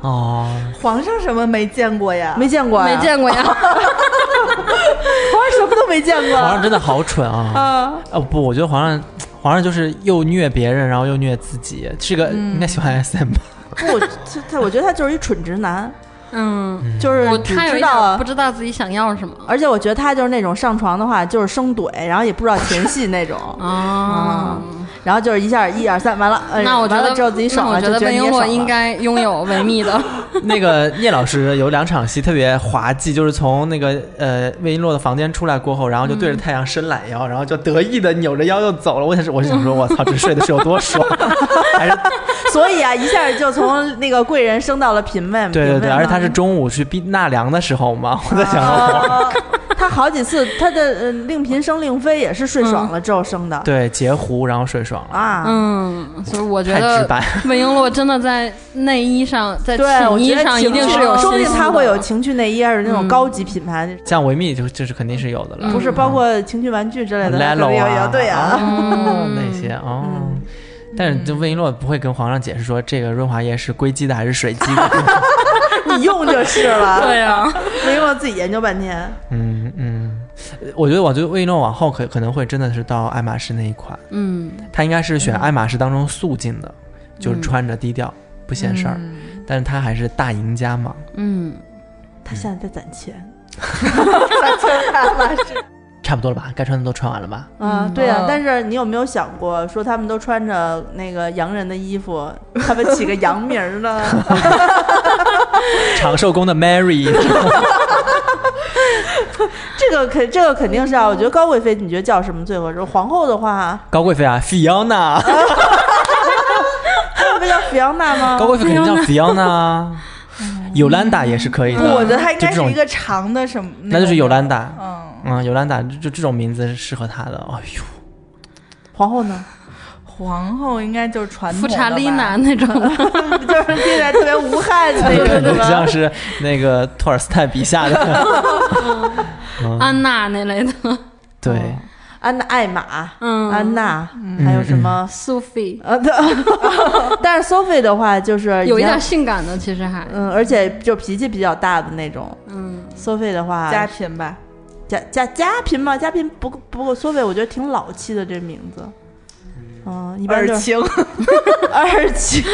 哦，皇上什么没见过呀？没见过、啊，没见过呀。皇上什么都没见过，皇上真的好蠢 啊！哦不，我觉得皇上皇上就是又虐别人，然后又虐自己，是个嗯应该喜欢 SM 吧？不，这他我觉得他就是一蠢直男， 嗯，就是我只他有知一道啊点不知道自己想要什么而且我觉得他就是那种上床的话就是生怼，然后也不知道前戏那种， 啊。然后就是一下一二三完了，呃那我觉完得了之后自己爽那了，我觉就得觉得你文璎也珞爽应了。该拥有维密的， 那个聂老师有两场戏特别滑稽，就是从那个呃魏璎珞的房间出来过后，然后就对着 太阳伸懒腰，然后就得意的扭着腰就走了。我想是我是想说，我操，这睡的是有多爽，还是 所以啊，一下就从那个贵人升到了嫔妹。对对嫔对，妹而且嘛他是中午去逼纳凉的时候嘛，我在想，哦呃他好几次他的呃令嫔生令妃也是睡爽了之后生的。对，截胡然后睡爽了，啊，嗯，所以我觉太直得白。魏璎珞真的在内 衣上，在对，我寝觉衣得上一情定趣是有心思的，嗯说不定他会有情趣内衣，还是那种高级品牌，像维密就就是肯定是有的了，嗯不是包括情趣玩具之类的。 l e l 有 o 有啊有，，对呀。嗯哦那些哦。但是就魏璎珞不会跟皇上解释说这个润滑液是硅基的还是水基的，你用就是了。对啊呀、没用，自己研究半天。嗯嗯，我觉得我觉得魏璎珞往后可可能会真的是到爱马仕那一款，嗯，她应该是选爱马仕当中素净的，就是穿着低调不显事儿，嗯但是她还是大赢家嘛，嗯，他现在在攒钱差不多了吧，该穿的都穿完了吧，啊，对呀、哦嗯但是你有没有想过，说他们都穿着那个洋人的衣服，他们起个洋名儿 呢？长寿宫的 Mary 这个肯这个肯定是啊。我觉得高贵妃，你觉得叫什么最合适？皇后的话，高贵妃啊，Fiona，她 不叫菲昂娜吗？高贵妃肯定叫 Fiona 啊，Yolanda 也是可以的，嗯我觉得它应就该这是种一个长的什么，那就是有 Yolanda，嗯，嗯，尤兰达就就这种名字是适合她的。哎呦，皇后呢？皇后应该就是传嗯富统的吧察丽娜那种的，嗯就是听起来特别无害的 那 这种，感对觉吧像？是那个托尔斯泰笔下 的。嗯安娜那类 的，对，安娜、艾玛、嗯，安娜，还有什么？ Sophie 呃，对 但是 Sophie 的话就是有一以前点性感的，其实还，嗯，而且就脾气比较大的那种。嗯， Sophie 的话，家嫔吧，贾贾贾平吧，贾平不够不够苏菲，我觉得挺老气的这名字。嗯，一般尔就是晴，二七， 希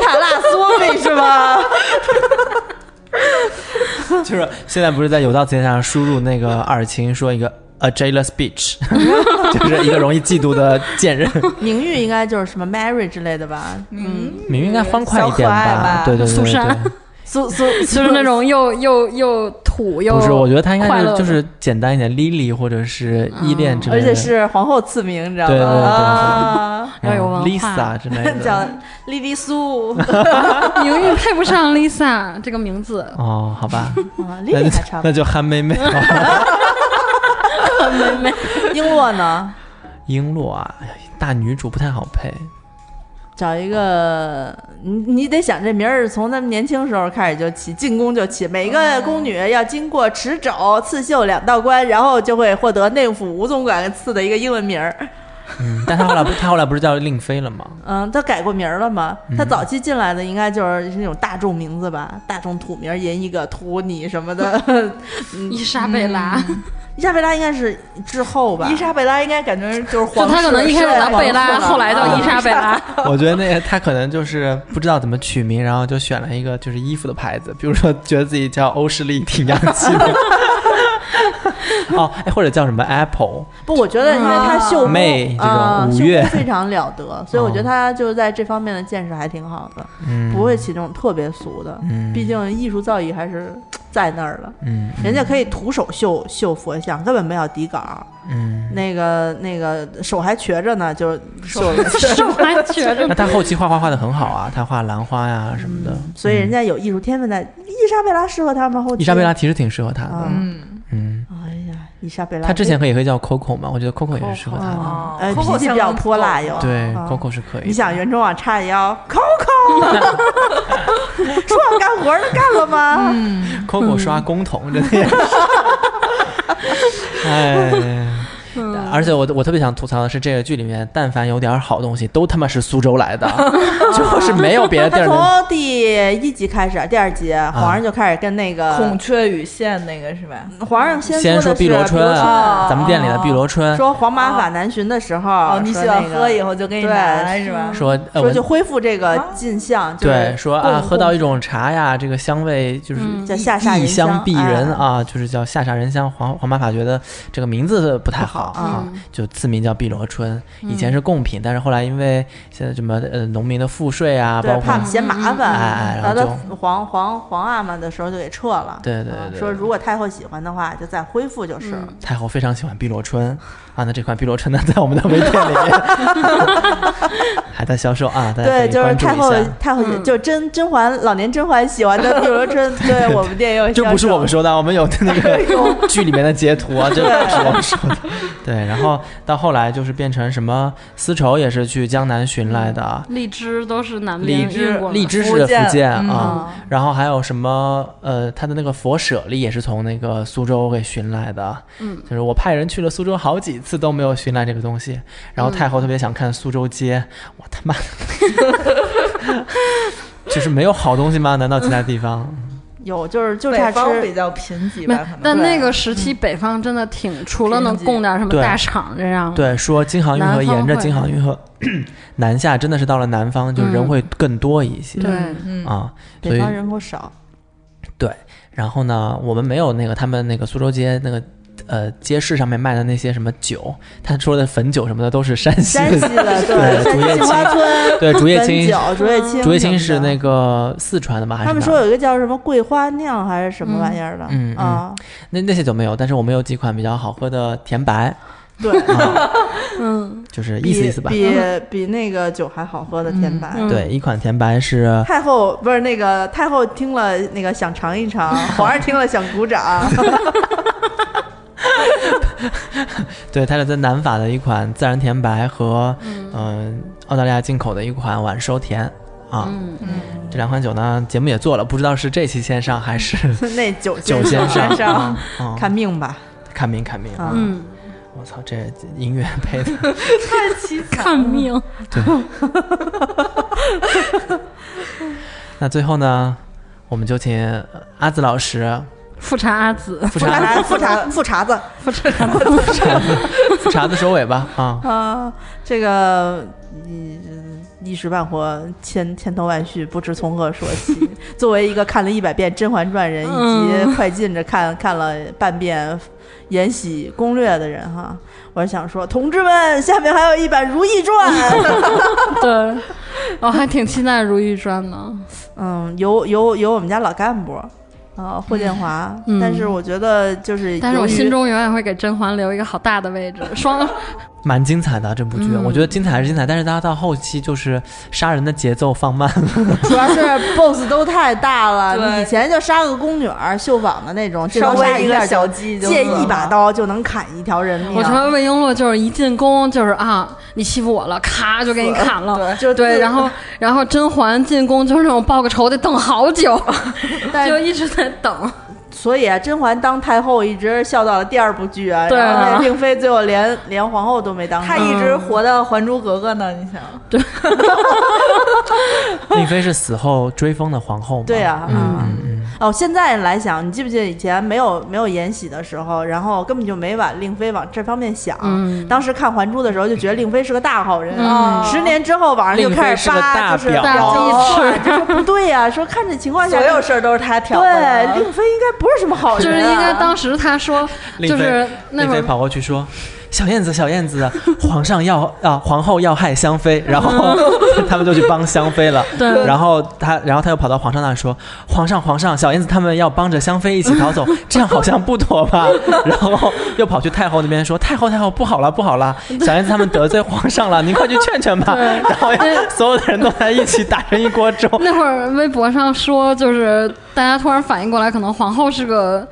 塔纳苏菲是吧？ 就是现在不是在有道词典上输入那个尔晴说一个 a jealous bitch，就是一个容易嫉妒的贱人。名誉应该就是什么 Mary 之类的吧？嗯，明明应该方块一小点可爱吧对对对苏对珊对。苏苏就是那种又又又土又不是，我觉得她应该快是乐的就是简单一点，Lily 或者是依恋之嗯类而的，且是皇后赐名，你知道对对对对吗？啊，嗯要有文化 Lisa 之 类叫的。莉莉 苏，名誉配不上 Lisa 这个名字，哦，好吧，啊，莉那莉就还差不那就憨妹 妹。 多。璎珞呢？璎珞啊，哎呀大女主不太好配。找一个，你你得想这名儿是从咱们年轻时候开始就起，进宫就起，每个宫女要经过持肘、刺绣两道关，然后就会获得内府吴总管赐的一个英文名儿。嗯，但她后来不，她后来不是叫令妃了吗？嗯，他改过名儿了吗？嗯他早期进来的应该就是那种大众名字吧，大众土名儿，银一个图你什么的。 嗯伊莎贝拉，伊莎贝拉应该是之后吧？伊莎贝拉应该感觉就是就皇室，她可能一开始是叫贝拉，皇室后来叫伊莎贝拉， 我觉得那个他可能就是不知道怎么取名，然后就选了一个就是衣服的牌子，比如说觉得自己叫欧诗丽挺洋 气的，哦，哎，或者叫什么 Apple，不，我觉得因为他绣工嗯妹这种啊五绣月工非常了得，所以我觉得他就在这方面的见识还挺好的。嗯，不会起那种特别俗的，嗯毕竟艺术造诣还是在那儿了。嗯，嗯人家可以徒手绣绣佛像，根本没有底稿儿，嗯，那个那个手还瘸着呢，就绣了。 手还瘸着那他后期画画画的很好啊，他画兰花呀什么的，所以人家有艺术天分在。伊莎贝拉适合他吗？后期嗯伊莎贝拉，其实挺适合他的，嗯嗯，嗯，哎呀，伊莎贝拉，他之前可以可以叫 Coco 嘛，我觉得 Coco 也是适合他的，哦呃 Coco 脾气比较泼辣又像对啊，Coco 是可以的。你想袁中网叉着腰，Coco，说要干活儿的干了吗？嗯嗯 Coco 刷工桶， 真的也是。嗯哎，而且我我特别想吐槽的是，这个剧里面但凡有点好东西，都他妈是苏州 来的，就是没有别的地他儿能。从第一集开始，第二集皇上就开始跟那个孔雀羽线那个是吧？皇上先啊先说说的是碧螺春，啊咱们店里的碧螺春，哦说黄马法南巡的时候，哦，你喜欢喝以后，后就啊给你对拿是吧？说呃说文就恢复这个进项，就是对说啊，喝到一种茶呀，这个香味就是叫嗯异下煞人异香香避人哎啊，就是叫下煞人香。黄黄马法觉得这个名字不太啊好啊，就次名叫碧螺春，以前是贡品，但是后来因为现在什么呃农民的赋税啊，对包，括怕嫌麻哎哎烦，然然后后他皇皇皇阿玛的时候就给撤了。对对啊对说如果太后喜欢的话，就再恢复就是嗯了。太后非常喜欢碧螺春啊，那这款碧螺春呢，在我们的微店里 面还在销售啊，大家可对，以就是关注太一后下。，太后就甄甄嬛老年甄嬛喜欢的碧螺 春，对我们店也有销售。这不是我们说的，啊我们有那个 剧里面的截图啊，这不是我们说的。对，然后到后来就是变成什么丝绸也是去江南寻来的，啊嗯荔枝都是南荔边枝运过，来荔的。枝福是建福建嗯啊，然后还有什么呃，他的那个佛舍利也是从那个苏州给寻来的，嗯，就是我派人去了苏州好几次都没有寻来这个东西，然后太后特别想看苏州街，我他妈 的就是没有好东西吗？难道其他地方？有，就是就差北方比吃。较贫瘠没吧，可能，但那个时期北方真的挺，除了能供点什么对大厂这嗯样，对，说京杭运河南方沿着会京杭运河南下，真的是到了南方，就人嗯会更多一些，对，嗯，啊，所北以方人口少，对，然后呢，我们没有那个他们那个苏州街那个呃街市上面卖的那些什么酒，他说的汾酒什么的都是山西山西的， 的对对，山竹叶西杏花村、对，竹叶青汾，酒、竹叶青、竹叶青是那。个四川的吧？还是他们哪说儿有一个叫什么桂花酿还是什么玩意儿的，嗯嗯嗯啊，那那些酒没有，但是我们有几款比较好喝的甜白，啊对， 嗯，就是比意思意思吧。比比那个酒还好喝的甜白。嗯对，一款甜白是太后不是那个太后听了那个想尝一 尝，皇上听了想鼓掌，对，它是在南法的一款自然甜白和嗯、澳大利亚进口的一款晚收甜啊。嗯嗯，这两款酒呢，节目也做了，不知道是这期线上还是那酒酒先先上。嗯上啊啊看命吧。看命看命啊！嗯，我操，这音乐配的， 看命。那最后呢，我们就请呃阿紫老师富察阿 紫，复查复查复查子复查的收尾吧啊！啊，这个一一时半会儿千千头万绪，不知从何说起。 作为一个看了一百遍《甄嬛传》人，以嗯及快进着看看了半遍《延禧攻略》的人哈，我是想说，同志们，下面还有一版《如懿传》。 对，我还挺期待《如懿传》呢。嗯，有有有我们家老干部，呃，霍建华，嗯但是我觉得就是，但是我心，中永远会给甄嬛留一个好大的位置，双蛮精彩的这部剧，嗯我觉得精彩还是精彩，但是大家到后期就是杀人的节奏放慢了，主要是 BOSS 都太大了， 对以前就杀个宫女儿、绣坊的那种，这稍刀杀微一下个就小计就借死了一把，刀就能砍一条人命，我觉得魏璎珞就是一进宫就是啊，你欺负我了，咔就给你砍了。就对，然后然后甄嬛进宫就是那种报个仇得等好久，但就一直在等。所以啊，甄嬛当太后一直笑到了第二部剧啊，对然啊后那并妃最后连连皇后都没当她上，一直活到《还珠格格》呢，你想，令妃是死后追风的皇后嘛？对啊，嗯嗯嗯嗯，哦，现在来想，你记不记得以前没有没有延禧的时候，然后根本就没往令妃往这方面想。嗯当时看《还珠》的时候，就觉得令妃是个大好人。啊嗯十年之后，网上就令开妃始是个扒，大就是婊大婊地啊就说不对呀、说看这情况下，所有事儿都是她挑拨对的。令妃应该不是什么好人、啊就是应该。当时他说，令就妃是那令会妃儿跑过去说：“小燕子，小燕子，皇上要啊，皇后要害香妃。”然后 他们就去帮香妃了。嗯对然后他，然后他又跑到皇上那说：“皇上，皇上，小燕子他们要帮着香妃一起逃走，这样好像不妥吧？” 然后又跑去太后那边说：“太后，太后，不好了，不好了，小燕子他们得罪皇上了，您快去劝劝吧。”然后哎所有的人都在一起打成一锅粥。那会儿微博上说，就是大家突然反应过来，可能皇后是个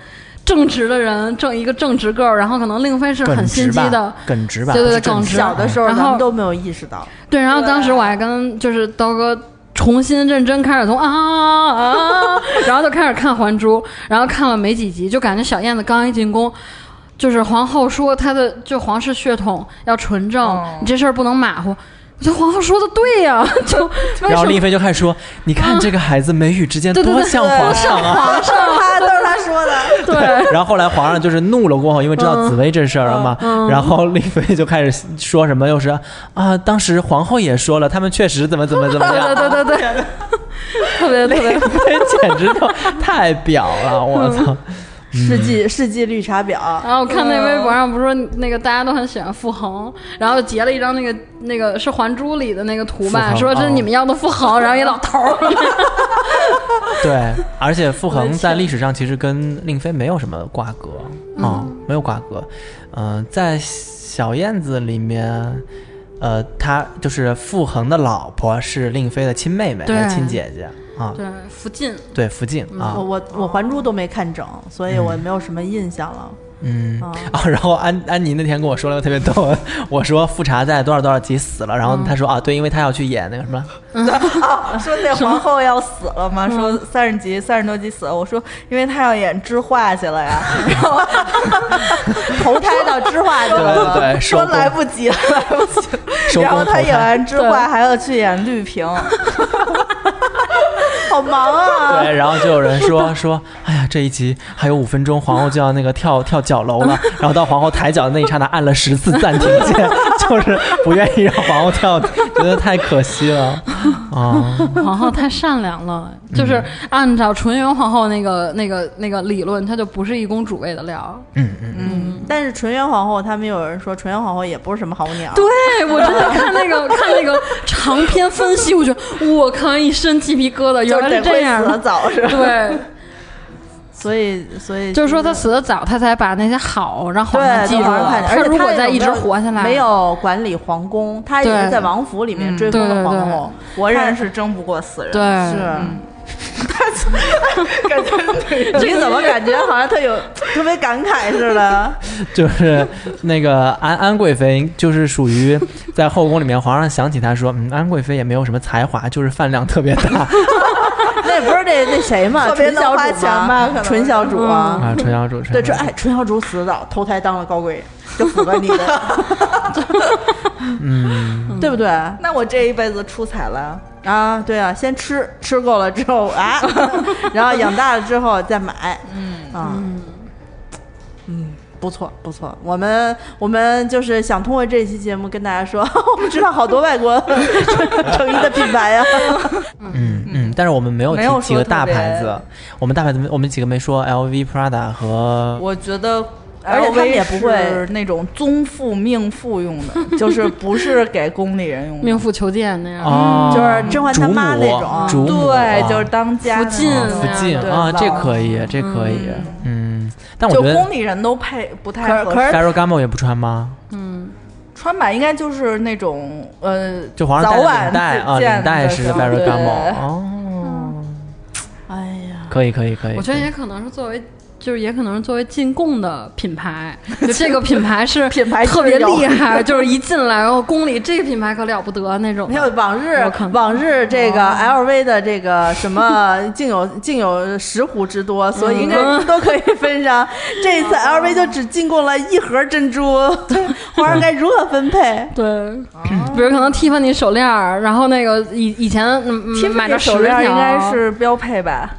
正直的人，正一个正直 girl，然后可能令妃是耿很心直机的吧，，耿直吧，对对对不是正耿直直小的时候，然咱后们都没有意识到，对，然后当时我还跟就是刀哥重新认真开始从啊啊啊，啊然后就开始看《还珠》，然后看了没几集，就感觉小燕子刚一进宫。就是皇后说她的就皇室血统要纯正，你这事儿不能马虎。我觉得皇后说的对呀、就为然什后么令妃就开始说：“你看这个孩子眉宇之间对对多对像皇上啊！”皇上他都是他说的。对？ 嗯然后后来皇上就是怒了过后，因为知道紫薇这事儿了嘛，然后令妃就开始说什么，又是啊，当时皇后也说了，他们确实怎么怎么怎么样， 对对对对 对，特别特别 令妃简直就太婊了，我操！嗯世纪世纪绿茶婊，然后我看那微博上不是说那个大家都很喜欢傅恒，然后截了一张那个那个是《还珠》里的那个图傅吧，恒说这哦是你们要的傅 恒，然后一老头儿，对，而且傅恒在历史上其实跟令妃没有什么瓜葛，嗯，没有瓜葛。嗯、在小燕子里面，呃，她就是傅恒的老婆是令妃的亲妹妹，对还是亲姐姐啊？对，福晋，对，福晋啊嗯我，我我《还珠》都没看整，所嗯以我没有什么印象了。嗯啊，然后安安妮那天跟我说了个特别逗， 我说富察在多少多少集死了，然后嗯她说啊，对，因为她要去演那个什 么，说那皇后要死了嗯嘛，说三十集、三十多集死了。我说，因为她要演知画去了呀，然后投胎到知画 去对对了。 对，收说工来不及了，来不及了。收然后工投她演胎，完知画还要去演绿 萍，好忙 啊！对，然后就有人说说，哎呀，这一集还有五分钟，皇后就要那个跳跳脚楼了，然后到皇后抬脚的那一刹那按了十次暂停键，就是不愿意让皇后跳，觉得太可惜了 啊，皇后太善良了，就是按照纯元皇后那个那个那个理论，她就不是一公主位的料。嗯嗯嗯，但是纯元皇后，他们有人说纯元皇后也不是什么好鸟。对我真的看那个 看那个长篇分析，我觉得我看完一身鸡皮疙瘩，原来得是这样会死得的。早是吧？对，所以所以就是说她死的早，她才把那些好让皇对上记住都皇上了看见。她而且如果也再一没直有活下来，嗯没有管理皇宫，他也是在王府里面追风对的对皇对嗯后。活人是争不过死人。对， 是， 感觉你怎么感觉 好像特有特别感慨似的？就是那个安安贵妃，就是属于在后宫里面，皇上想起她说，嗯，安贵妃也没有什么才华，就是饭量特别大 那不是那那谁嘛，特别纯小能花主钱吧可嘛，能纯小主啊。啊。纯小主，对，纯这小主哎，纯小主死早，投胎当了高贵人，就符合你的， 嗯，对不对？那我这一辈子出彩了，啊，对啊，先吃，吃够了之后 啊，然后养大了之后再买，嗯啊，嗯，不错不错，我们我们就是想通过这期节目跟大家说， 我们知道好多外国 成衣的品牌啊，嗯嗯，但是我们没有没有提几说个大特别牌子，我们大牌子没，我们几个没说 LV、Prada 和我觉得。而且他们也不会那种宗父命妇用的，就是不是给宫里人用的。命妇求见那样。哦，就是甄嬛她妈那种主母，对，啊就是当家福晋啊福晋对啊，老这可以，这可以，嗯，但我就觉得宫里人都配不太可合可适，是 Ferragamo 也不穿吗？穿吧应该就是那种呃，就皇上戴早的晚领带啊，自荐领带的是时候 Ferragamo 嗯对嗯哦，哎呀，可以可以可以，我觉得也可能是作为。就是也可能是作为进贡的 品牌，就这个品牌是品牌特别之友厉害，就是一进来然后宫里这个品牌可了不得那种的。还有往日我哦看往日这个 LV 的这个什么竟有竟有十壶之多，所以应该嗯都可以分上。这一次哦 LV 就只进贡了一盒珍 珠，皇上该如何分配？对，哦比如可能 Tiffany 手链儿，然后那个以以前嗯嗯 Tiffany 买的手链儿10条应该是标配吧？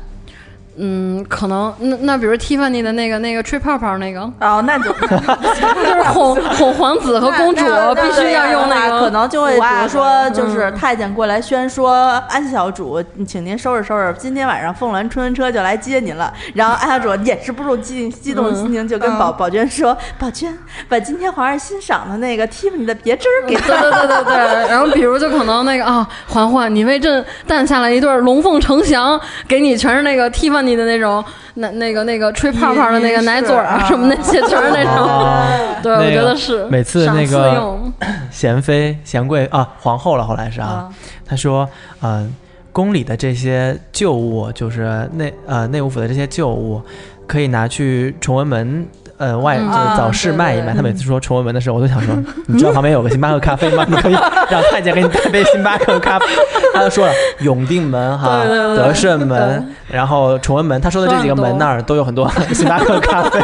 嗯，可能那那比如 Tiffany 的那个那个吹泡泡那个，哦，那 就就是哄哄皇子和 公主哦那必须要用那个，可能就会五比啊如说嗯就是太监过来宣说安小主，请您收拾收拾，今天晚上凤鸾春车就来接您了。然后安小主掩饰不住激激嗯动的心情，就跟宝宝娟说：“宝娟，把今天皇上欣赏的那个 Tiffany 的别针儿给对对对对对，然后比如就可能那个啊，嬛嬛，你为朕诞下了一对龙凤呈祥，给你全是那个 Tiffany 的那种那那个那个吹泡泡的那个奶嘴儿啊什么那些，全是那种。哦对，那我觉个得是每次赏那赐个用贤妃、贤贵啊，皇后了，后来是啊，她说，嗯、宫里的这些旧物，就是内呃内务府的这些旧物，可以拿去崇文门。呃，外就是啊早市对卖一对卖。她每次说崇文门的时候，我都想说，你知道旁边有个星巴克咖啡吗？你可以让太监给你带杯星巴克咖啡。她就说了，永定门 哈，德胜门，然后崇文门。她说的这几个门那儿都有很多 星巴克咖啡。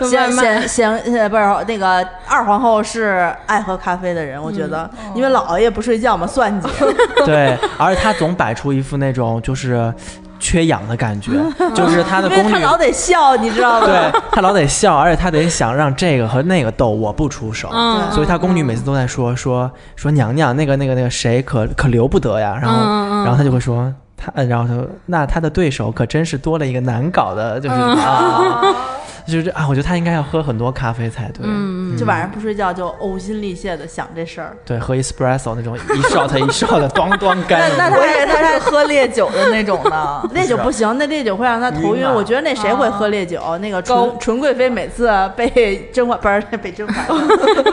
就外显卖。显显呃不是那个二皇后是爱喝咖啡的人，我觉得，嗯因为老熬夜不睡觉嘛，算计。哦对，而且他总摆出一副那种就是缺氧的感觉，就是他的因为宫他女，老得笑，你知道吗？对他老得笑，而且他得想让这个和那个斗，我不出手。嗯所以他宫女每次都在说说说娘娘那个那个那个谁可可留不得呀，然后、嗯嗯嗯然后他就会说他，呃然后他说，那他的对手可真是多了一个难搞的，就是、啊，就是啊，我觉得他应该要喝很多咖啡才对，嗯就晚上不睡觉就呕心沥血的想这事儿。，对，喝 espresso 那种一 shot 一 shot 的，咣咣干。那他也他是喝烈酒的那种的 烈酒不行，那烈酒会让他头晕晕。啊我觉得那谁会喝烈哦酒？那个高纯纯贵妃每次被甄嬛不是被甄 嬛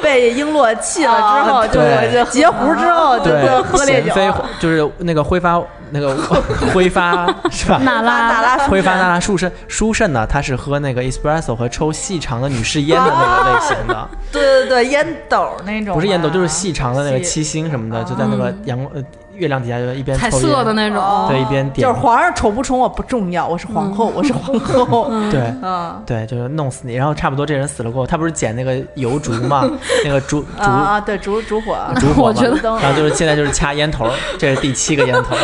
被璎珞气了之哦后，就对是截胡之后就对，喝烈酒。贤妃就是那个挥发那个 挥发是吧？达娜拉，拉挥发那拉舒肾，舒肾呢，他是喝那个 espresso 和抽细长的女士烟的那个类型 的，对对对，烟斗那种啊，不是烟斗，就是细长的那个七细星什么的，就在那个阳光、呃、月亮底下，就一边嗯彩抽色烟的那种，哦对，一边点，就是皇上宠不宠我不重要，我是皇后，我是皇后。对。嗯对，就是弄死你，然后差不多这人死了过后，他不是捡那个油烛 嘛，那个烛啊烛啊，对，烛烛火，烛火我嘛觉得，然后就是现在就是掐烟头，这是第七个烟头，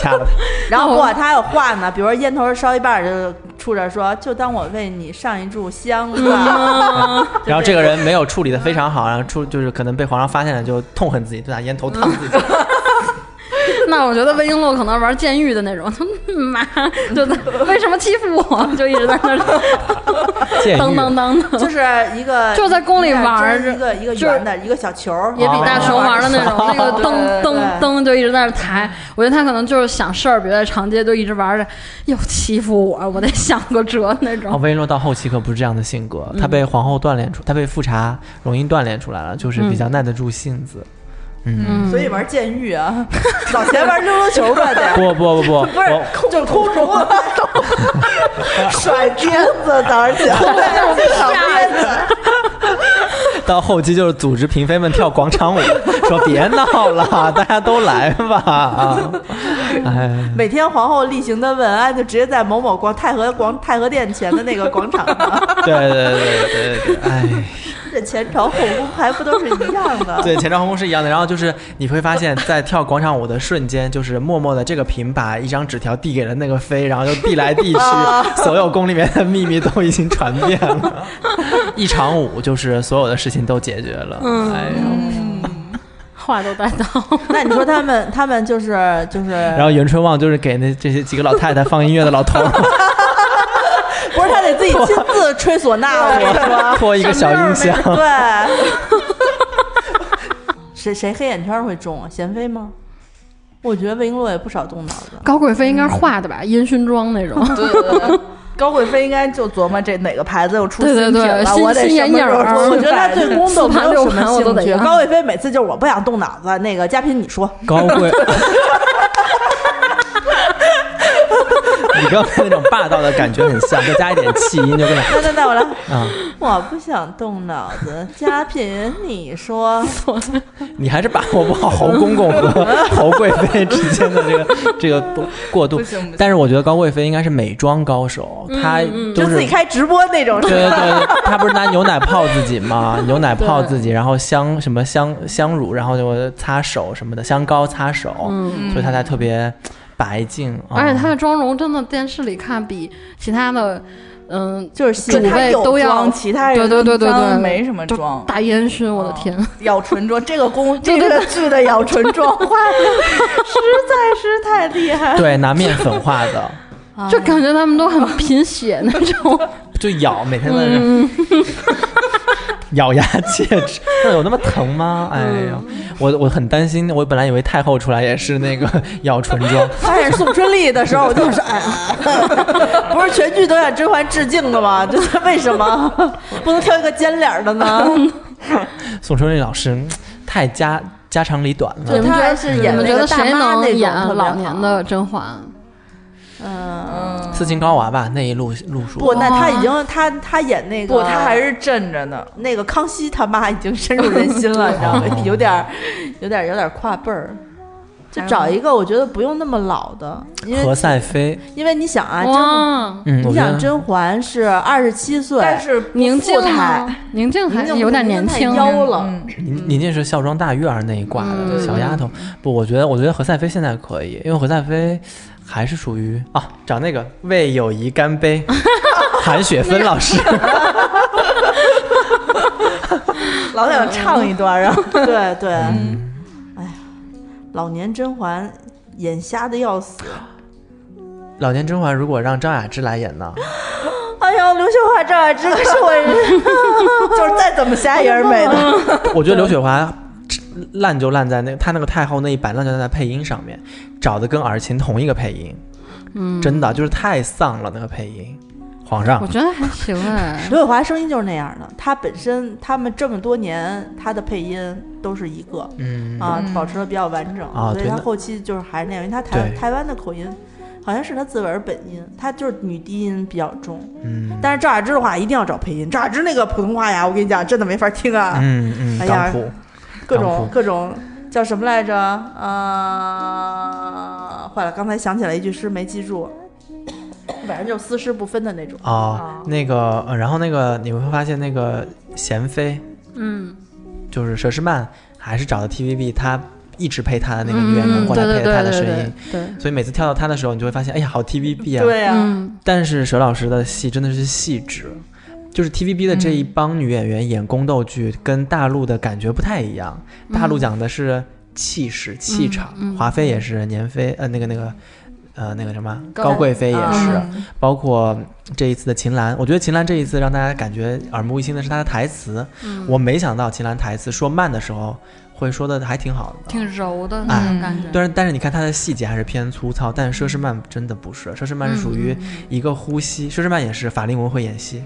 掐了然后不，他还有话呢，比如说烟头烧一半儿，就处着说，就当我为你上一炷香嗯吧。他，然后这个人没有处理的非常好，然后处就是可能被皇上发现了，就痛恨自己，就拿烟头烫自嗯己，那我觉得魏璎珞可能玩监狱的那种， 嗯妈，就在为什么欺负我，就一直在那儿监当狱当当的，就是一个就在宫里玩儿一个一个就是圆的一个小球儿，也比大熊玩的那种，啊那个对噔对噔噔就一直在那抬。我觉得他可能就是想事儿，比如在长街就一直玩着，又欺负我，我得想个辙那哦，种。魏珞到后期可不是这样的性嗯格，她被皇后锻炼出，她被富察容音锻炼出来了，就是比较耐得住性子。嗯，所以玩监狱啊， 早前玩溜溜球吧， 得不不不不， 不是我就空中甩鞭子，当然讲甩鞭子，到后期就是组织嫔妃们跳广场舞，说别闹了，大家都来吧。 啊，哎， 每天皇后例行的问安就直接在某某广太和广太和殿前的那个广场 上，对对对对对对，哎，这前朝后宫还不都是一样 的？对，前朝皇宫是一样的。然后就是你会发现，在跳广场舞的瞬间，就是默默的这个嫔把一张纸条递给了那个妃，然后就递来递去，所有宫里面的秘密都已经传遍了。一场舞就是所有的事情都解决了。嗯，哎呦。话都带到，那你说他们他们就是就是，然后袁春望就是给那这些几个老太太放音乐的老头儿不是他得自己亲自吹唢呐，我跟你说。拖一个小音箱。 啊对， 谁谁黑眼圈会中啊？贤妃吗？我觉得魏璎珞也不少动脑子。高贵妃应该是画的吧，烟熏妆那种。对对对。 高贵妃应该就琢磨这哪个牌子又出对对新品对了，心我得心什么眼时候儿 出 我觉得新她牌子对宫斗没有什么四盘六盘我都兴得趣。要高贵妃每次就是我不想动脑子，那个嘉宾你说，高贵。你刚才那种霸道的感觉很像，再加一点气音就更那那那 我来，啊、我不想动脑子，嘉宾你 说，你还是把握不好侯公公和侯贵妃之间的这个这个过过渡不行不行。但是我觉得高贵妃应该是美妆高手，她就都是自己开直播那种对。对对，她不是拿牛奶泡自己吗？牛奶泡自己，然后香什么香香乳，然后就擦手什么的，香膏擦手，所以她才特别白净。啊而且她的妆容真的电视里看比其他的，嗯，就是主新，位都有要妆其他人对对对对一对，般没什么 妆大烟熏，我的天，咬唇妆，这个宫这个剧的咬唇 妆画的实在是太厉害了。对拿面粉画的。就感觉他们都很贫血那种。就咬，每天在那、嗯咬牙切齿， 那有那么疼吗？嗯哎呦，我我很担心，我本来以为太后出来也是那个 咬唇妆，发现宋春丽的时候，我就说，哎呀， 不是全剧都向甄嬛致敬的吗？就是为什么 不能挑一个尖脸儿的 呢？宋春丽老师嗯太家家长里短对你了。们觉她得还是你演们那觉个得大谁妈那能种演特别老年好的甄嬛？嗯，斯琴高娃吧，那一路路数，不，那他已经他他演那个，不，他还是镇着呢。那个康熙他妈已经深入人心 了，你知道吗哦？有点儿有点儿有点儿跨辈儿。就找一个我觉得不用那么老的，因何为赛妃，因为你想啊，甄哇，你嗯，我觉想得甄嬛是二十七岁，但是不宁静富态呢？宁静还宁静有点不是年太轻，妖啊了嗯您您这是孝庄大院儿那一挂的嗯小丫头，不，我觉得我觉得何赛妃现在可以，因为何赛妃还是属于啊，找那个为友谊干 杯，韩雪芬老师。老嗯想唱一段，然后嗯对对，哎呀，老年甄嬛眼瞎的要死。老年甄嬛如果让张雅芝来演呢？ 哎呦，刘雪华、赵雅芝可是 我人，就是再怎么瞎也是美 的。。我觉得刘雪华烂就烂在那她那个太后那一版烂就烂在配音上面，找的跟尔晴同一个配音，嗯，真的就是太丧了那个配音。皇上我，觉得还行哎 刘雪华声音就是那样的，她本身他们这么多年她的配音都是一个嗯，啊，保持的比较完整，啊所以对她那后期就是还是那样，因为她台对台湾的口音好像是她自个儿本音，她就是女低音比较重。嗯但是赵雅芝的话一定要找配音，赵雅芝那个普通话呀，我跟你讲，真的没法听啊，嗯嗯，哎呀港普各港种普哦各种叫什么来着？啊、坏了，刚才想起来一句诗没记住，反正就丝丝不分的那种。啊，那个，呃然后那个你会发现那个贤妃，嗯，就是佘诗曼，还是找的 TVB，她一直配她的那个音乐，嗯能过来对对配她对的对声对音，对，所以每次跳到她的时候，你就会发现，哎呀，好 TVB 啊，对呀、嗯，但是佘老师的戏真的是细致，就是 TVB 的这一嗯帮女演员演宫斗剧，跟大陆的感觉不太一样。大陆讲的是气势、气场，嗯华妃也是，年妃呃那个那个呃那个什么高高贵妃也是，嗯包括这一次的秦岚，我觉得秦岚这一次让大家感觉耳目一新的是她的台词，嗯我没想到秦岚台词说慢的时候会说的还挺好的，挺柔的那种哎感觉。但是但是你看它的细节还是偏粗糙，但嗯是佘诗曼真的不是，佘诗曼是属于一个呼吸，佘诗曼也是法令纹会 演戏，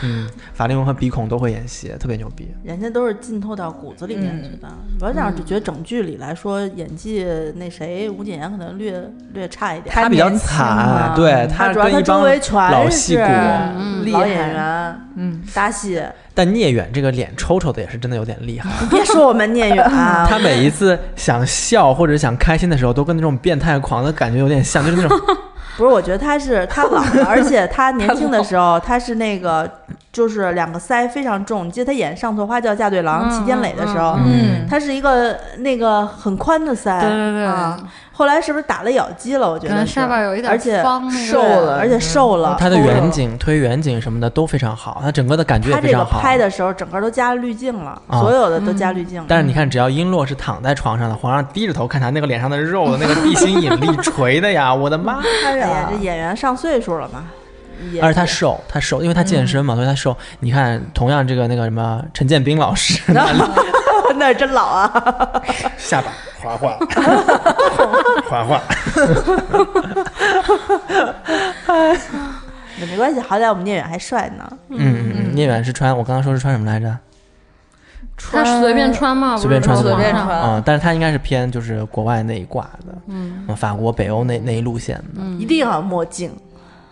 嗯，法令纹和鼻孔都会演戏，特别牛逼。人家都是浸透到骨子里面去的。嗯我想就觉得整剧里来说，演技那谁吴谨言可能略略差一点。她比较年轻惨，嘛对他主要跟他一帮周围全老戏是骨，厉老害演员嗯，搭戏，但聂远这个脸抽抽的也是真的有点厉害。别说我们聂远啊，嗯他每一次想笑或者想开心的时候，都跟那种变态狂的感觉有点像，就是 那种 不是，我觉得他是他老了，而且他年轻的时候他是那个就是两个腮非常重。你记得他演《上错花轿嫁对郎》齐天磊的时候，嗯他是一个那个很宽的腮，对对对啊。后来是不是打了咬肌了？我觉可能得是下巴有一点而且方那个瘦了，而且瘦了。嗯他的远景、推远景什么的都非常好，他整个的感觉也哦他非这个常好。拍的时候，整个都加滤镜了，啊所有的都加滤镜了。但是你看，只要璎珞是躺在床上的，皇上低着头看她那个脸上的肉的那个地 心引力垂的呀，我的妈！哎呀，这演员上岁数了嘛， 也而且她瘦，她瘦，因为她健身嘛，所以她瘦。你看，同样这个那个什么陈建斌老师，那真老啊，下巴滑滑，滑滑，没关系，好歹我们聂远还帅呢。嗯嗯嗯。聂远是穿，我刚刚说是穿什么来着？他随便穿吗？随便穿哦不是的说吗，随便皇上穿嗯，但是他应该是偏就是国外那一挂的，嗯，法国、北欧那那一路线的嗯一定要墨镜，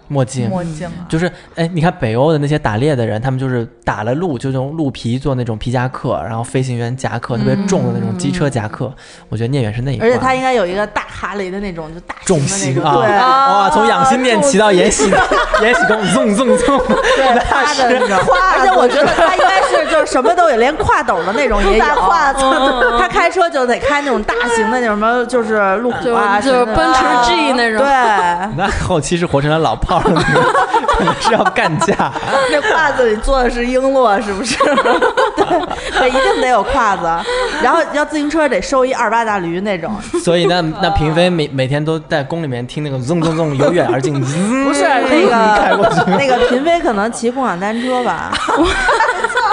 墨镜，墨镜啊，就是哎，你看北欧的那些打猎的人，他们就是打了鹿，就用鹿皮做那种皮夹克，然后飞行员夹克，特别重的那种机车夹克。我觉得聂远是那一而且他挂应该有一个大哈雷的那种，就大重型型的那啊，种，对哇，从养心殿骑到延禧， 延禧宫，纵纵纵，大的那种。而且我觉得他应该是就是什么都有，连挎斗的那种也有。挎嗯他开车就得开那种大型的那种什么，就是路虎啊，就就是奔驰 G 那种。 种，对，那后期是活成了老炮儿了， 可能是要干架。那胯子里坐的是璎珞，是不是？ 对，对，一定得有胯子。然后要自行车得收一二八大驴那种， 所以那那嫔妃每每天都在宫里面听那个纵纵纵由远而 近，不不是那个那个嫔妃可能骑共享单车吧？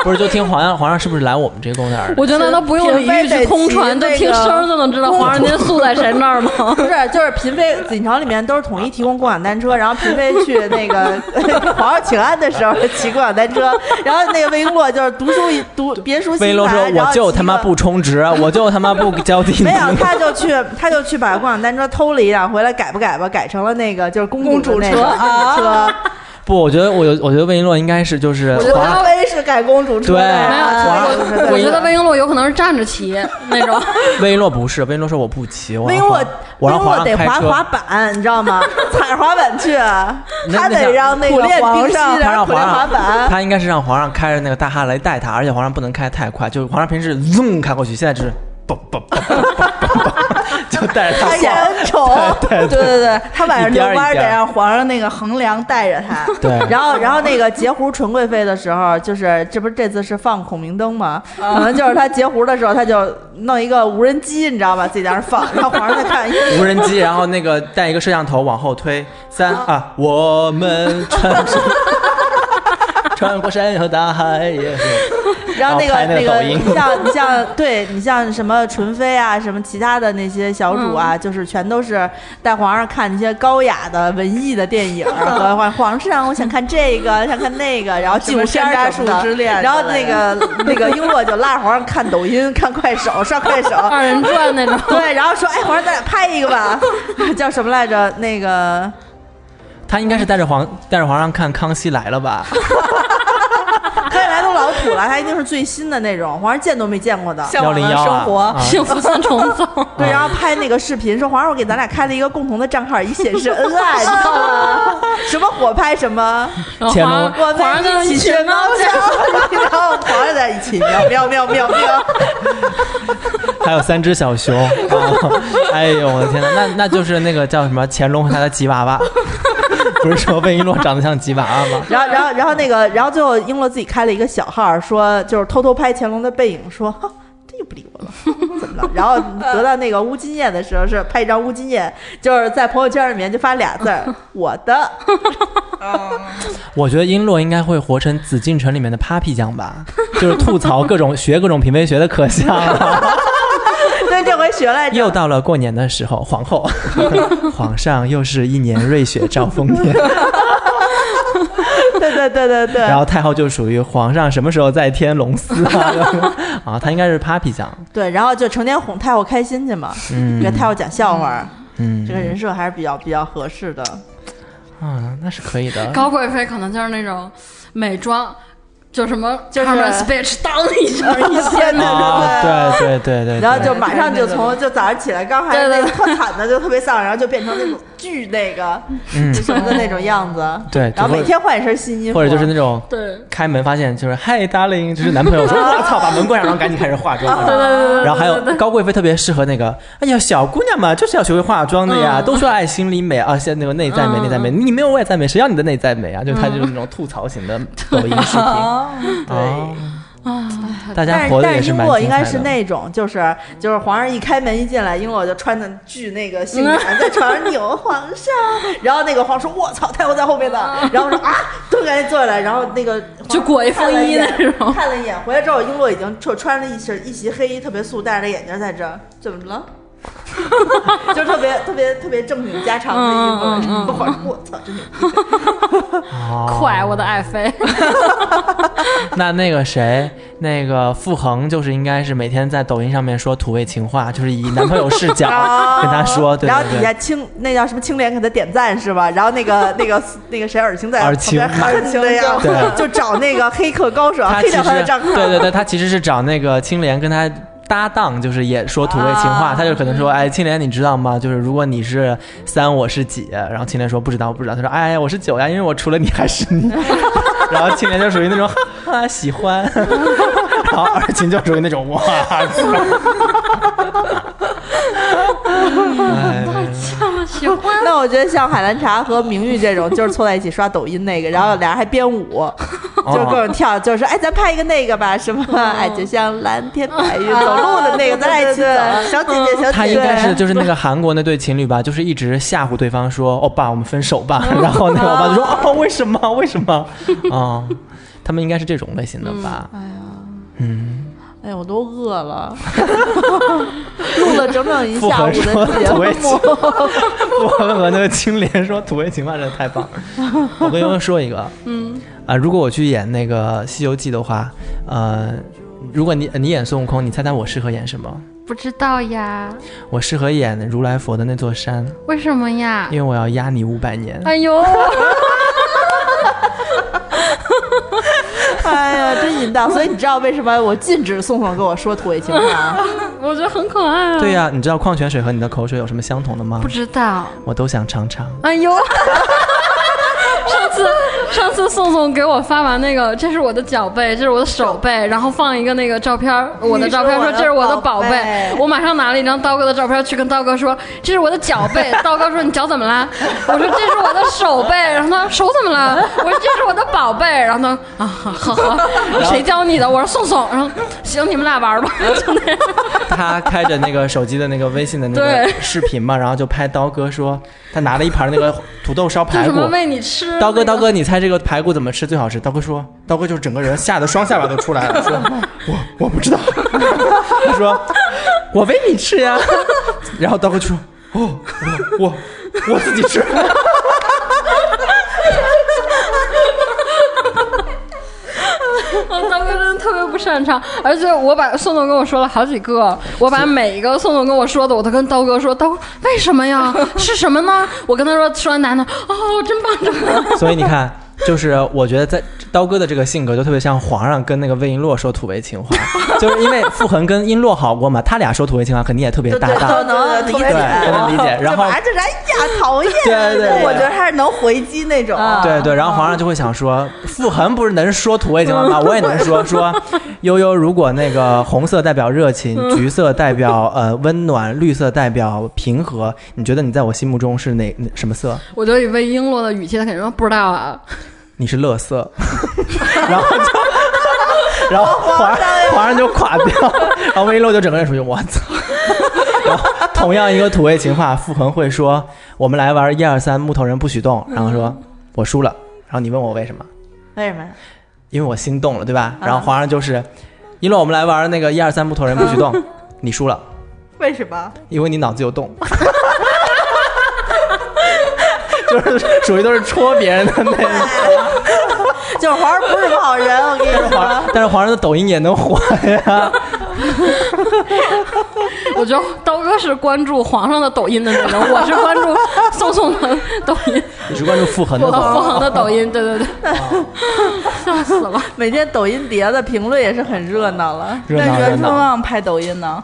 不是就听皇上皇上是不是 来我们这宫那儿的？我觉得难道不用是李嫔妃煜得去空骑传，就那听个声儿就能知道皇上您宿在谁那 儿吗？不是，就是嫔妃锦城里面都是统一提供共享单车，然后嫔妃去那个 皇上请安的时候骑共享单车，然后那个魏璎珞就是读书一读别书飞心龙烦，说：“然后我就骑他妈个不。充值，啊我就他妈不交定金。”没有，他就去，他就去把共享单车偷了一辆回来，改不改吧，改成了那个就是公主的那个啊公主车。 不，我觉得我有，我觉得魏璎珞应该是就是我觉得皇王上菲是改公主车对的，没有啊我对对对我觉得魏璎珞有可能是站着骑那 种，魏璎珏不是，魏璎珞说我不骑，我魏让璎珞皇，我让皇珎珞上得开滑车，滑板，你知道吗？踩着滑板去，啊他那得让那苦个练皇冰上，他让苦皇练滑上 板，。他应该是让皇上开着那个大哈雷带他，而且皇上不能开太快，就是皇上平时 zoom 开过去，现在就是。不不不不不不，就带着他哎哎他晃。眼瞅，对对对，他晚上一颠遛儿一弯儿得颠儿让皇上那个衡量带着 他。对， 然后，然后那个截胡纯贵妃的时候，就是这不是这次是放孔明灯吗？可能就是他截胡的时候，他就弄一个无人机，你知道吧？自己在那儿放，然后皇上在看，咦无人机，然后那个带一个摄像头往后推，三啊，我们穿穿过山和大海也是。然后那个然后拍那个抖音你像你像对你像什么纯妃啊，什么其他的那些小主啊，就是全都是带皇上看一些高雅的文艺的电影，和皇皇上我想看这个，想看那个，然后纪录片儿什么山楂树之的，恋然后那个那个璎珞就拉着皇上看抖音、看快手、刷快手，。二人转那种对，然后说哎，皇上咱俩拍一个吧， 叫什么来着？那个他应该是带着皇带着皇上看《康熙来了》 吧？看起来都老土了，他一定是最新的那种，皇上见都没见过的。向幺往零的幺生活啊，啊幸福三重奏， 对，然后拍那个视频，说皇上，我给咱俩开了一个共同的账号，以显示恩爱，你知道吗？什么火拍什么，然后乾皇 隆上我皇们上跟一起学猫叫， 然后皇上在一起喵喵喵喵喵，还有三只小熊。啊哎呦我的天呐，那那就是那个叫什么乾隆和他的吉娃娃， 不是说魏璎珞长得像吉娃娃吗？ 然后然后然后那个，然后最后璎珞自己开了一个小号，说就是偷偷拍乾隆的背影，说。哈这又不理我了，怎么了？然后得到那个乌金叶的时候，是拍一张乌金叶，就是在朋友圈里面就发俩字儿 “我的 我觉得璎珞应该会活成《紫禁城》里面的 Papi 酱吧，就是吐槽各种学各种品味学的可像了。”。 对，这回学来着。又到了过年的时候，皇后、 皇上又是一年瑞雪兆丰年，对对对对对。然后太后就属于皇上什么时候再添龙丝啊？ 啊，她应该是 Papi 酱，对，然后就成天哄太后开心去嘛，嗯给太后讲笑话儿，嗯这个人设还是比较比较合适的。啊，那是可以的。高贵妃可能就是那种美妆，就哦什么就是 Cameron speech 当一下一掀那种。啊，对对对对，然后就对马上就从就早上起来刚还对那对个特惨的就特别丧，然后就变成那种巨那个嗯什么的那种 样子，对，然后或每者天换一身新衣服，或者就是那种对，开门发现就是嗨 darling，就是男朋友说我操，把门关上，然后赶紧开始化妆。对对对对。然后还有高贵妃特别适合那个，哎呀，小姑娘嘛，就是要学会化妆的呀。都说爱心里美啊，现在那个内在美，内在美，你没有外在美，谁要你的内在美啊？就是她就是那种吐槽型的抖音视频。对。大但家是活的也但是璎蛮珞精应彩该的是那种，就是就是皇上一开门一进来，璎珞就穿的巨那个 性感，在床上扭皇上，然后那个皇上说：“我操，太后在后面呢。”嗯然后说：“啊，都赶紧坐下来。”然后那个皇上就裹一风衣 看了一眼那种看了一眼，回来之后，璎珞已经就穿了一身一袭黑衣，特别素，戴着眼镜在这儿，怎么 了？就特别特别特别正经家常的衣服，嗯嗯嗯然后皇上说我操，真牛逼！快，我的爱妃， 那那个谁，那个傅恒，就是应该是每天在抖音上面说土味情话，就是以男朋友视角跟他啊说，对哦然后对底对下。青那叫什么青莲给他点赞是吧？然后那 个那个那个谁尔晴在尔旁边晴喊对呀，对 就找那个黑客高手他黑其掉实他的账号。对对对，他其实是找那个青莲跟他。搭档就是也说土味情话，啊他就可能说，哎，青莲你知道吗？就是如果你是三，我是几？然后青莲说不知道，不知道。他说，哎，我是九呀，因为我除了你还是 你。 然后青莲就属于那种哈哈喜欢，然后尔晴就属于那种哇 操。哎喜欢那我觉得像海兰察和明玉这种，就是凑在一起刷抖音那个，然后俩人还编 舞，就是哦各种跳，就是说哎，咱拍一个那个吧，什么 哎，就像蓝天 白云走路的那个，咱俩一起 走，小姐姐，小姐姐。他应该是就是那个韩国那对情侣吧，就是一直吓唬对方说：“欧巴，我们分手吧。”然后那个欧巴就说：“哦，为什么？为什么？”啊，他们应该是这种类型的吧？哎呀，我都饿了，录了整整一复下午合说的节土味情，目。复合和那个青莲说土味情话，真的太棒了。我跟你们说一个，嗯啊，如果我去演那个《西游记》的话，呃，如果你你演孙悟空，你猜猜我适合演什么？不知道呀？我适合演如来佛的那座山，为什么呀因？为我要压你五百年。哎呦，哎呀，真淫荡！所以你知道为什么我禁止宋宋跟我说土味情话？啊我觉得很可爱啊。对呀、你知道矿泉水和你的口水有什么相同的吗？不知道。我都想尝尝。哎哎呦，上次上次宋宋给我发完那个，这是我的脚背，这是我的手背，然后放一个那个照片儿，我的照片儿说我的这是我的宝宝贝贝，我马上拿了一张刀哥的照片儿去跟刀哥说这是我的脚背，刀哥说你脚怎么啦？我说这是我的手背，然后他说手怎么了？我说这是我的宝贝，然后他说啊好好好，谁教你的？我说宋宋，然后行你们俩玩儿吧，就那样。 他开着那个手机的那个微信的那个对视频嘛，然后就拍刀哥说，他拿了一盘那个土豆烧就排什骨么。喂你吃，哎刀哥，那个刀哥，你猜这个排骨怎么吃最好吃？刀哥说，刀哥就是整个人吓得双下巴都出来了， 说，我我不知道。 他说，我喂你吃呀。然后刀哥就说，哦，我我我自己吃。 刀哥啊真的特别不擅长，而且我把宋总跟我说了好几个，我把每一个宋总跟我说的，我都跟刀哥说，刀哥为什么呀？是什么呢？我跟他说，说完男的，哦，真棒，真 棒。 所以你看，就是我觉得在刀哥的这个性格就特别像皇上跟那个魏璎珞说土味情话，就是因为傅恒跟璎珞好过嘛，他俩说土味情话肯定也特别搭都档。能理解，对都能理解然这后玩意儿这人哎呀讨厌，对对嗯对我觉得他是能回击那种，对对，然后皇上就会想说，傅恒不是能说土味情话吗？我也能说说，悠悠，如果那个红色代表热情，橘色代表呃温暖，绿色代表平和，你觉得你在我心目中是哪哪什么色？我就以为璎珞的语气，他肯定说不知道啊。 你是乐色， 然后就，然后皇上皇上就垮掉，然后魏珎珞就整个人属于我操。 然后同样一个土味情话，傅恒会说：“我们来玩一二三，木头人不许动。”然后说：“我输了。”然后你问我为什么？ 为什么呀？因为我心动了，对吧？然后皇上就是：“一珞，我们来玩那个一二三，木头人不许动。你输了，为什么？因为你脑子有洞。” 就是属于都是戳别人的那种。就是皇上不是个好人，我跟你但是说，皇 上，但是皇上的抖音也能火呀。我觉得刀哥是关注皇上的抖音的那种，我是关注宋宋的抖音，你是关注傅恒我的的吗？傅恒的抖音，对对对，哦 笑死了。每天抖音底下的评论也是很热闹了。热闹那热袁春闹。望拍抖音呢？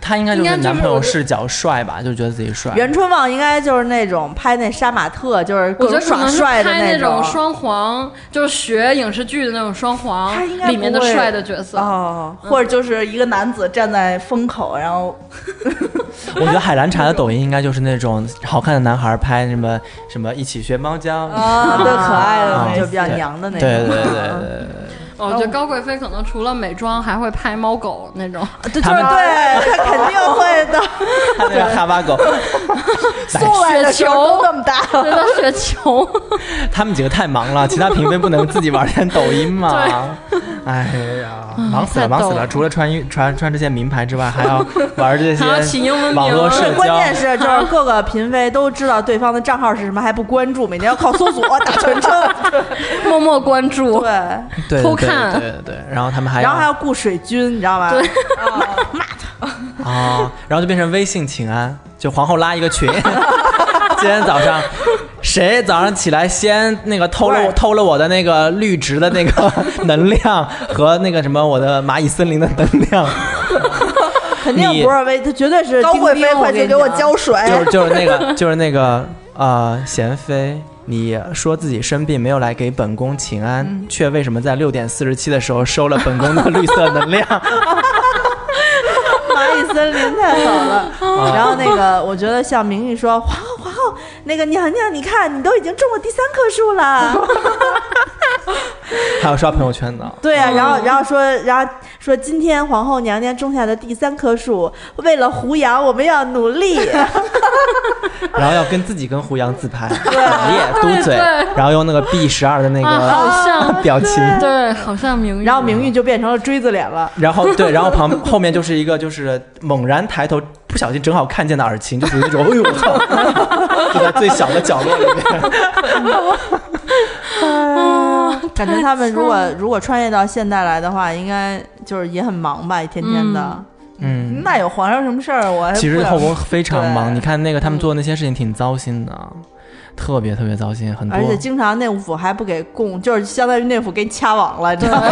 他应该就应是该就是男朋友我觉得视角帅吧，就觉得自己帅。袁春望应该就是那种拍那杀马特，就是我各觉得种可耍能是帅的拍那种。双黄，就是学影视剧的那种双黄他应该里面的不会帅的角色。哦，或者就是一个男子站在风口，然后我觉得海蓝茶的抖音应该就是那种好看的男孩拍什么什么一起学猫叫。啊，呃对，可爱的那啊种，就比较娘的那对种。对对对对我哦觉得哦高贵妃可能除了美妆，还会拍猫狗那 种。对，他们对他肯定会 的。他那个哈巴狗，送来的时雪球候都那么大了。对，到雪球，他们几个太忙了，其他嫔妃不能自己玩点抖音吗？哎呀，忙死了，太忙死逗了！了除了穿穿穿穿这些名牌之外，还要玩这些还要起英文名网络社对交。关键是就是各个嫔妃都知道对方的账号是什么，还不关注，每天要靠搜索打全称。 默默关注。啊对，对对偷对看对对对，然后他们还然后还要雇水军，你知道吧？对， 哦，然后就变成微信请安，就皇后拉一个群， 今天早上谁早上起来先那个偷了我偷了我的那个绿植的那个能量和那个什么我的蚂蚁森林的能量，肯定你不是为他，绝对是高贵丁妃，丁快去给我。浇水！就是就是那个就是那个呃贤妃。你说自己生病没有来给本宫请安，却为什么在六点四十七的时候收了本宫的绿色能量？ 我跟你讲蚂蚁森林太好 了。啊然后那个，我觉得像明玉说，皇后皇后，哦那个娘娘，你看你都已经种了第三棵树 了。还有刷朋友圈呢。对啊，然后然后说，然后说今天皇后娘娘种下的第三棵树，为了胡杨，我们要努力。 然后要跟自己跟胡杨自拍，你也嘟嘴，然后用那个 B 十二的那啊，个好像，表情，对，好像明玉。然后明玉就变成了锥子脸了。然后对，然后旁后面就是一个就是猛然抬头，不小心正好看见的尔晴，就属于那种哎呦我操，就在最小的角落里面。感觉他们如 果如果穿越到现代来的话，应该就是也很忙吧，一天天的。嗯，那有皇上什么事儿？我还 其实不想后宫非常忙，哎对你看那个他们做那些事情挺糟心的，啊特别特别糟心，很多而。且 经常内务府还不给供，就是相当于内务府给你掐网了，你知道吗？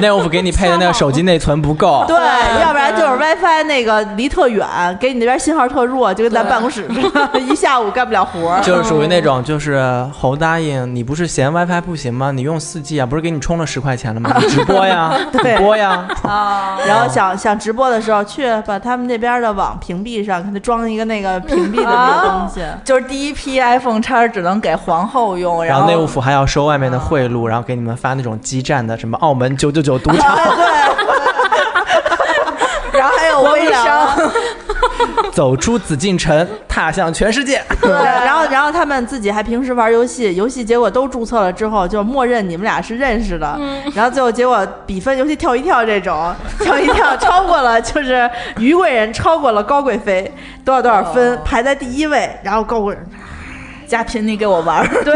内务府给你配的那个手机内存不够。对， 要不然就是 WiFi 那个离特远，给你那边信号特弱，就跟咱办公室似的，一下午干不了活儿。就是属于那种，就是侯答应你不是嫌 WiFi 不行吗？你用四 G 啊，不是给你充了十块钱了吗？你直播呀，对你播呀，然后想想直播的时候，去把他们那边的网屏蔽上，给他装一个那个屏蔽的那个东 西。就是第一批 iPhone 叉只能给皇后用，然后后内务府还要收外面的贿赂，然后给你们发那种基站的什么澳门九九九赌场然后还有微商，走出紫禁城，踏向全世界。对，然后然后他们自己还平时玩游戏，游戏结果都注册了之后，就默认你们俩是认识的，嗯然后最后结果比分游戏跳一跳这种， 跳一跳超过了就是于贵人超过了高贵妃多少多少分、哦排在第一位，然后高贵人佳频你给我玩儿， 对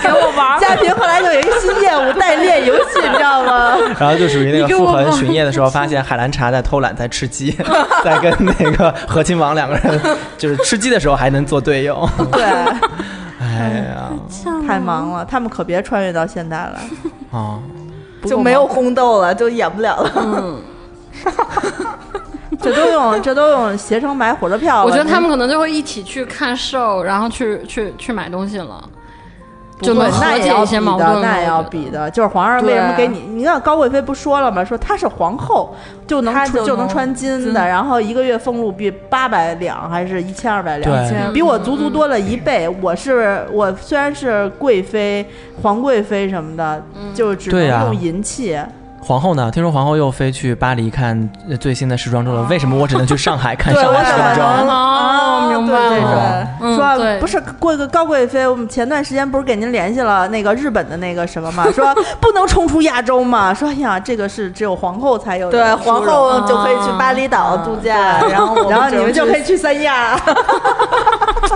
给我啊玩嘉平后来就有一个新业务代练游戏，你知道 吗？然后就属于那个傅恒巡夜的时候，发现海兰察在偷懒，在吃鸡，在跟那个和亲王两个人，就是吃鸡的时候还能做队友。对，哎呀，太忙了，他们可别穿越到现代 了。哦，就没有宫斗了，就演不了了。这都用这都用携程买火车票了。我觉得他们可能就会一起去看 show，然后去去去买东西了，就不会能那和也解要一些比矛的盾。那也要比的，就是皇上为什么对啊给你？你看高贵妃不说了吗？说她是皇后，就能她穿就就能能穿金的，然后一个月俸禄比八百两还是一千二百两，对，比我嗯足足多了一倍。我是我虽然是贵妃、皇贵妃什么的，嗯就只能对呀用银器。皇后呢？听说皇后又飞去巴黎看呃最新的时装周了，为什么我只能去上 海看对上我海怎时么装周？能哦明白对对了对嗯说对不是贵个高贵妃，我们前段时间不是给您联系了那个日本的那个什么嘛， 说不能冲出亚洲嘛，说哎呀这个是只有皇后才有的对，殊荣皇后就可以去巴厘岛度 假，然后我然后你们们就可以去三亚，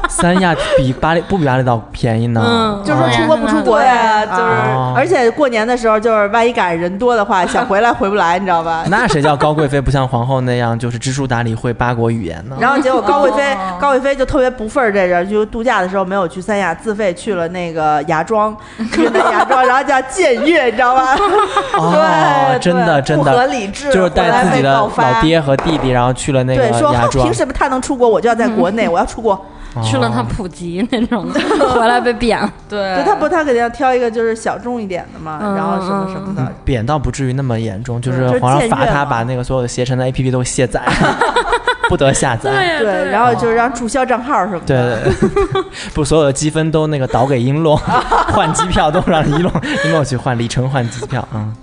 三亚比巴黎不比巴厘岛便宜呢？啊嗯就是嗯出国不出国对呀，啊，就是哦而且过年的时候，就是万一赶上人多的话，想回来回不来，你知道吧？那谁叫高贵妃不像皇后那样就是知书达理会八国语 言呢？然后结果高贵妃，高贵妃就特别不忿儿这人，就度假的时候没有去三亚，自费去了那个芽庄，云南芽庄，然后叫僭越，你知道吧？哦，真的真不合的，理智，就是带自己的回来被告发老爹和弟弟，然后去了那个对，说芽哼庄哦凭，什么他能出国，我就要在国内，我要出国。去了趟普吉那 种的，回来被贬了。对对他不，他肯定要挑一个就是小众一点的嘛，嗯然后什么什么的。贬倒不至于那么严重，就是就是皇上僭罚越嘛他把那个所有的携程的 APP 都卸载，不得下载。对对，然后就是让注销账号什么对的。对对， 不，所有的积分都那个倒 给璎珞，换机票都让璎珞璎珞去换里程换机票啊。嗯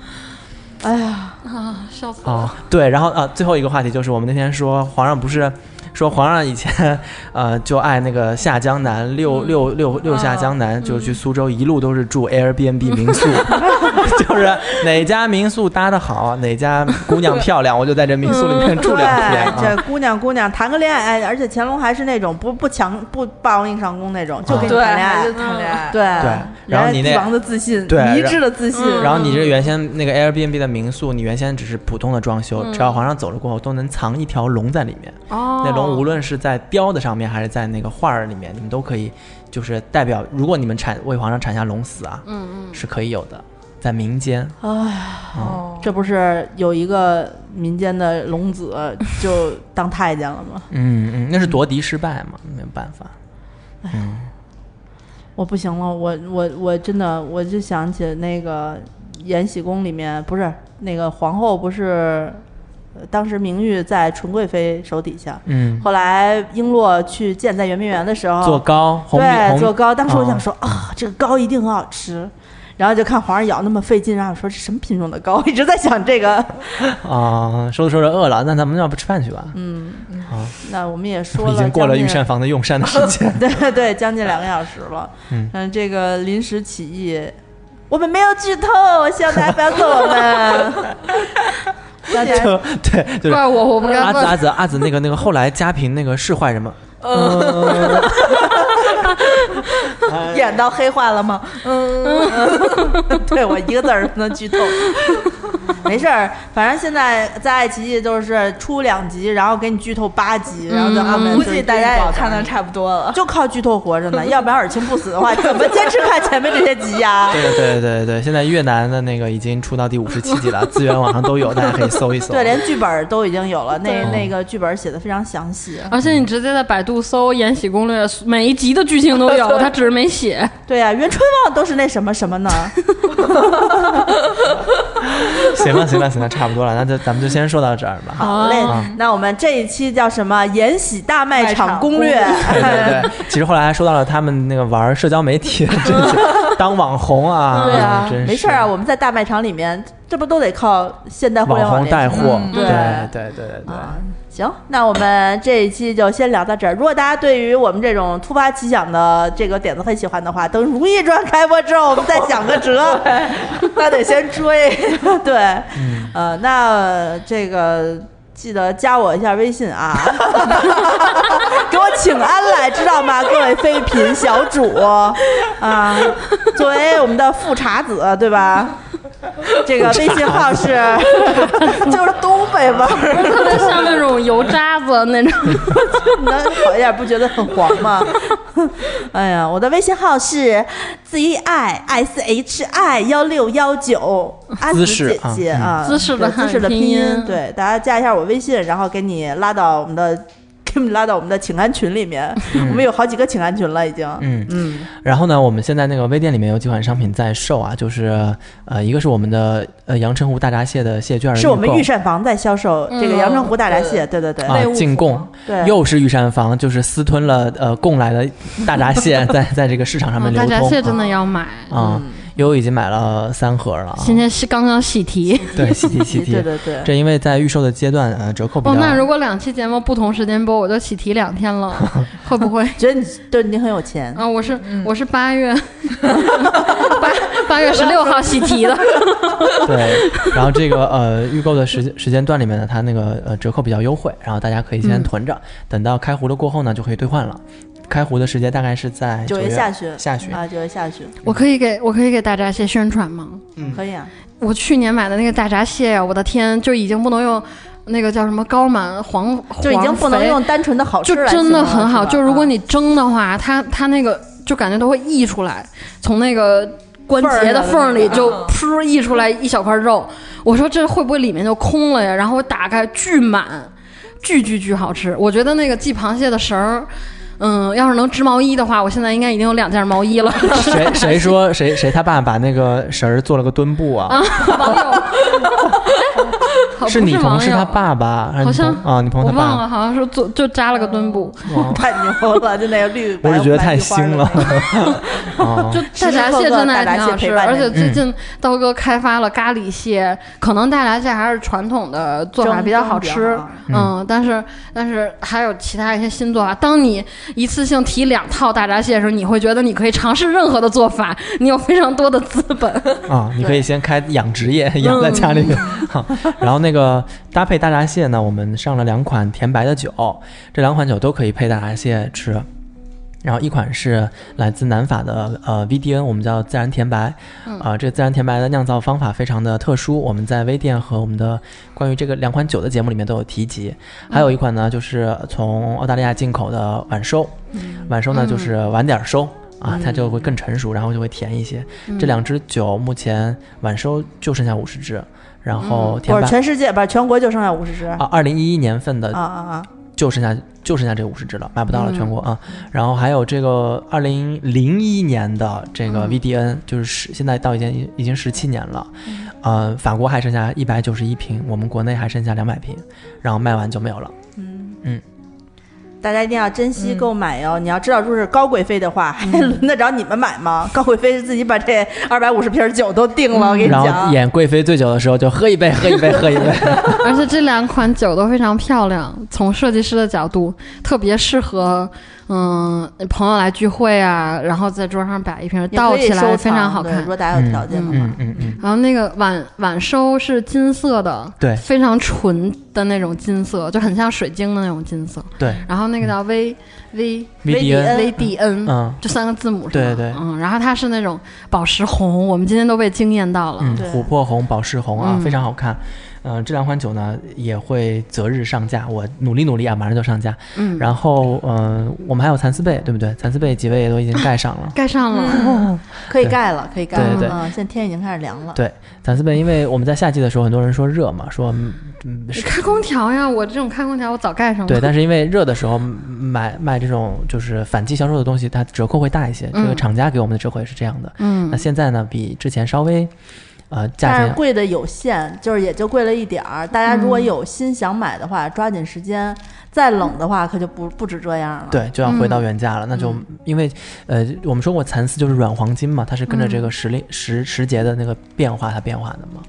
哎呀，啊笑死哦，对，然后啊，最后一个话题就是我们那天说皇上不是说皇上以前 呃就爱那个下江南，六嗯六六六下江啊南，就是去苏州一路都是住 Airbnb 民 宿， 就是哪家民宿搭的好，哪家姑 娘漂亮，我就在这民宿里面住对两天，啊。这姑娘姑娘谈个恋爱，而且乾隆还是那种不不强不霸王硬上弓那种，就给你对，谈恋还爱就。谈恋爱，对，啊然后你那帝王的自信，对迷之的自信，然后你这原先那个 Airbnb 的民宿，你原先只是普通的装修，嗯只要皇上走了过后，都能藏一条龙在里面。哦，那龙无论是在雕的上面，还是在那个画儿里面，你们都可以，就是代表，如果你们产为皇上产下龙死啊，嗯嗯，是可以有的，在民间，这不是有一个民间的龙子就当太监了吗？嗯嗯，那是夺嫡失败嘛，没有办法。我不行了，我我我真的我就想起那个《延禧宫》里面不是那个皇后不是，呃当时明玉在纯贵妃手底下，嗯，后来璎珞去见在圆明园的时候，做糕，红米哦对红做糕，当时我想哦说啊、这个糕一定很好吃。然后就看皇上咬那么费劲，然后我说这什么品种的糕，一 直在想这个。 啊，说着说着饿了，那咱们要不吃饭去吧？嗯，那我们也说了，已经过将了近。御膳房的用膳的时 间对对，将近两个小时了。嗯这个临时起意，我们没有剧透，希望大家不要揍我 们。那就对，就是怪我，我不啊该阿 紫问。阿紫阿紫那个那个后来嘉平那个是坏人吗？演 到黑化了吗？ 对我一个字儿不能剧透。没事儿，反正现在在爱奇艺就是出两集，然后给你剧透八集，然后再安排。嗯估计大家也看的差不多了。就靠剧透活着呢，要不然尔晴不死的话，怎么坚持看前面这些集啊呀、对对对对对，现在越南的那个已经出到第五十七集了，资源网上都有，大家可以搜一搜。对，连剧本都已经有了，那那个剧本写的非常详细。而且你直接在百度搜《延禧攻略》，每一集的剧情都 有，他只是没写。对呀、袁春望都是那什么什 么呢？ 行了行了行了，差不多了，那就咱们就先说到这儿 吧。好嘞，啊那我们这一期叫什么？《延禧大卖场攻略》对对对，其实后来还说到了他们那个玩社交媒体的这些当网红啊， 对啊嗯真，是没事儿啊，我们在大卖场里面，这不都得靠现代互联网网红带联系吗货，嗯对对对对对对。啊，行，那我们这一期就先聊到这儿。如果大家对于我们这种突发奇想的这个点子很喜欢的话，等《如懿传》开播之后，我们再想个辙。 那得先追。对，呃，那这个记得加我一下微信啊， 给我请安来，知道吗？各位妃嫔小主啊，作为我们的富察子，对吧？这个微信号是，就是 东北味儿。 特别像那种油渣子那种。那 好一点哎不觉得很黄吗？ 哎呀，我的微信号是 z i s h i 幺六幺九，阿紫姿势姐姐啊，嗯姿势的对姿势的汉语拼拼音音，对，大家加一下我微信，然后给你拉到我们的。 给你拉到我们的请安群里面，我们有好几个请安群了，已经。嗯嗯，然后呢，我们现在那个微店里面有几款商品在售啊，就是呃，一个是我们的呃阳澄湖大闸蟹的蟹券儿预购，是我们御膳房在销售这个嗯阳澄湖大闸蟹，对对对，啊进贡，对又是御膳房，就是私吞了呃供来的大闸 蟹在在这个市场上面流哦大通，闸蟹真的嗯要买，啊啊，悠悠已经买了三盒了啊，今天是刚刚喜提。对，喜提喜对 提，对对对。这因为在预售的阶段，呃，折扣比较哦，那如果两期节目不同时间播，我就喜提两天 了，会不会？觉得你对你很有钱，嗯啊，我是我是八月八八月十六号喜提 的，对，然后这个呃预购的时间时间段里面呢，它那个呃折扣比较优惠，然后大家可以先囤嗯着，等到开壶了过后呢，就可以兑换了。开壶的时间大概是在九月月下旬，下旬，啊，九月下旬，我可以给我可以给大闸蟹宣传吗？嗯可以啊。我去年买的那个大闸蟹呀、我的天，就已经不能用那个叫什么高满黄，就已经不能啊黄肥用单纯的好吃就来真的形容了很好。是吧就如果啊你蒸的话，它它那个就感觉都会溢出来，从那个关节的嗯缝儿里就噗溢出来一小块肉。我说这会不会里面就空了呀？然后我打开巨满，巨巨巨好吃。我觉得那个系螃蟹的绳儿。嗯，要是能织毛衣的话，我现在应该已经有两件毛衣了。谁谁说谁谁他爸把那个绳儿做了个墩布啊？网友， 好是不你同网事他友爸爸，还是好你像同啊，你朋友我他爸忘了，好像是做就扎了个墩布， 哦太牛了，就那个绿白， 我只觉得白太菊花腥的了那个 啊就大闸蟹真的还挺时时刻刻大闸好蟹陪吃，伴着而且最近刀哥开发了咖喱蟹，可能大闸蟹还是传统的做法蒸比较好蒸比吃较好，嗯，但是但是还有其他一些新做法。当你一次性提两套大闸蟹的时候，你会觉得你可以尝试任何的做法，你有非常多的资本。 啊！你可以先开养殖业，养在家里嗯面。好然后那个搭配大闸蟹呢，我们上了两款甜白的酒，这两款酒都可以配大闸蟹吃。然后一款是来自南法的呃 VDN，我们叫自然甜白，啊、这自然甜白的酿造方法非常的特殊，我们在微店和我们的关于这个两款酒的节目里面都有提及。还有一款呢，就是从澳大利亚进口的晚收，晚收呢就是晚点儿收。啊，它就会更成熟，然后就会甜一些。这两支酒目前晚收就剩下五十支，然后甜不是白、全世界，不是全国就剩下五十只啊啊，二零一一年份的啊啊！就剩下就剩下这五十只了，买不嗯到了全国啊。然后还有这个二零零一年的这嗯个 VDN，、就是十现在到已经已经十七年了，嗯呃，法国还剩下一百九十一瓶，我们国内还剩下两百瓶，然后卖完就没有了。大家一定要珍惜购买嗯哟！你要知道，如果是高贵妃的话，还轮得着你们买吗？高贵妃是自己把这二百五十瓶酒都定嗯了，我跟你然后讲。演贵妃醉酒的时候就喝一杯，喝一杯，喝一 杯。而且这两款酒都非常漂亮，从设计师的角度特别适合嗯朋友来聚会啊，然后在桌上把一瓶也可倒以起来，收非常藏好对看如。果大家有条件的话，嗯嗯嗯，然后那个碗碗收是金色的，对非常纯的那种金色，就很像水晶的那种金色。对然后那个叫 V、V ，VDN， V D N，嗯就三个字母是吧？对对嗯，然后它是那种宝石红，我们今天都被惊艳到了。嗯，对琥珀红、宝石红啊，啊嗯非常好看。嗯，这两款酒呢也会择日上架，我努力努力啊，马上就上架。嗯，然后，嗯，我们还有蚕丝被，对不对？蚕丝被几位也都已经盖上了。盖上了，嗯可以对盖了，可以盖对了。对对嗯，现在天已经开始凉了。对，嗯蚕丝被，因为我们在夏季的时候，很多人说热嘛，说嗯嗯，你 开空调呀！我这种开空调，我早盖上了。对，但是因为热的时候买卖这种就是反季销售的东西，它折扣会大一些。这个嗯厂家给我们的折扣也是这样的。嗯那现在呢，比之前稍微呃价但是钱贵的有限，就是也就贵了一点儿。大家如嗯果有心想买的话，抓紧时间。再冷的话，可就不不止这样了。嗯对就要回到原价了。那就因为呃我们说过蚕丝就是软黄金嘛，它是跟着这个时令时时节的那个变化它变化的嘛。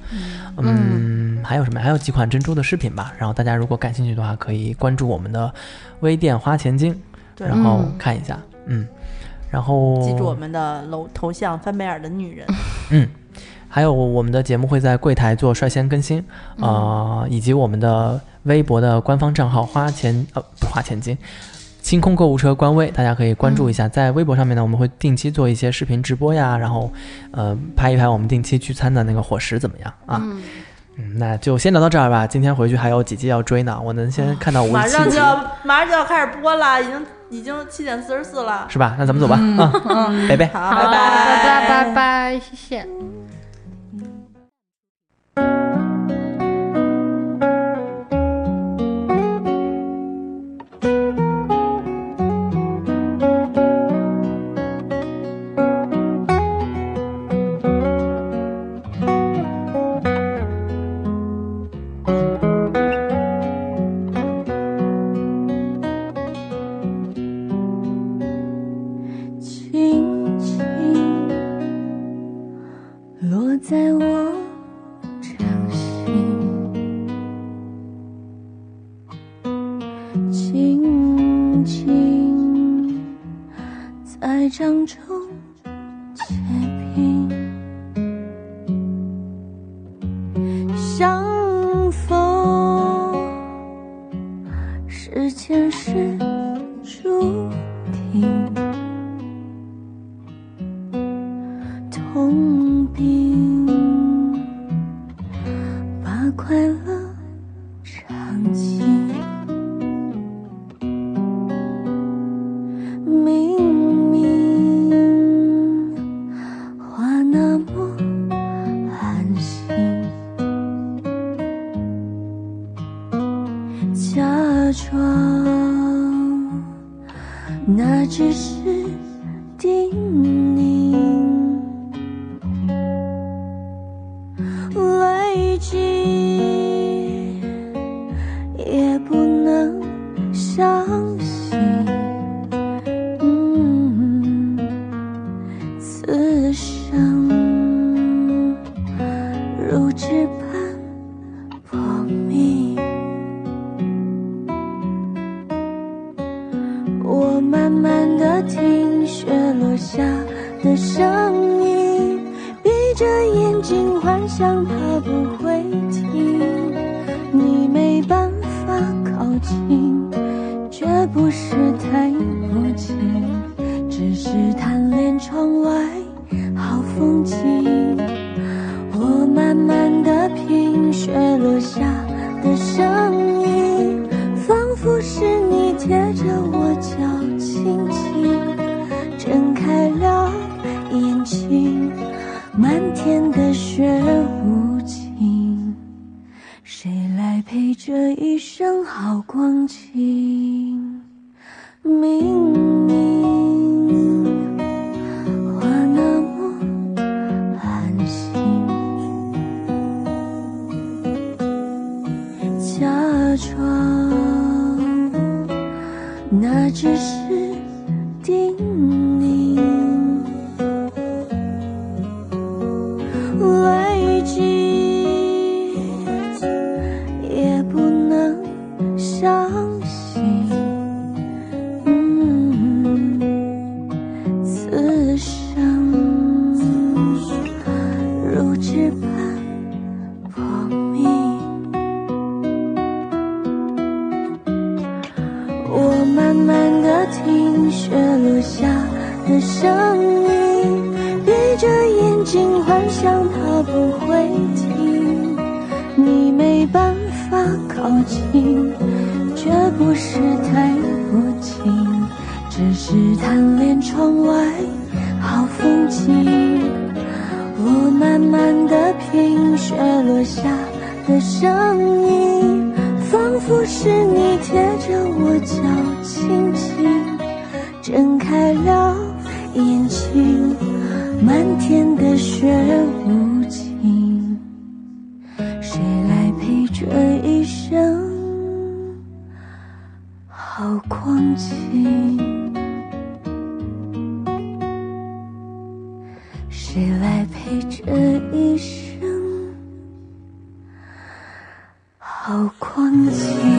嗯，还有什么？还有几款珍珠的饰品吧。然后大家如果感兴趣的话，可以关注我们的微店花钱精，对然后嗯看一下。嗯，然后记住我们的楼头像翻白眼儿的女人，还有我们的节目会在柜台做率先更新，嗯呃，以及我们的微博的官方账号“花钱”呃，不是“花钱金”，清空购物车官微，大家可以关注一下。嗯在微博上面呢，我们会定期做一些视频直播呀，然后呃，拍一拍我们定期聚餐的那个伙食怎么样啊？嗯那就先聊到这儿吧。今天回去还有几季要追呢，我能先看到五啊马十七上就集要马上就要开始播了，已经已经七点四十四了。是吧？那咱们走吧，嗯，拜拜。好，拜好了，拜拜拜拜拜，谢谢。轻轻落在我掌心，静静在掌中结冰。相逢是前世注定。痛并把快乐尝尽。明明话那么安心，假装那只是叮咛。累积，也不能相信。嗯，此生如纸般薄命，我慢慢的听雪落下的声音。闭着眼睛幻想它不会停，你没办法靠近，绝不是太薄情，只是贪恋窗外好风景。我慢慢的品雪落下的声音，仿佛是你贴着我脚轻轻睁开了眼睛。漫天的雪无情，谁来陪这一生好光景？明明话那么安心，假装那只是叮咛。累积，也不能相信。的声音，闭着眼睛幻想它不会停，你没办法靠近，绝不是太不近，只是贪恋窗外好风景。我慢慢地品雪落下的声音，仿佛是你贴着我脚轻轻睁开了眼睛，漫天的雪无情，谁来陪这一生好光景？谁来陪这一生好光景？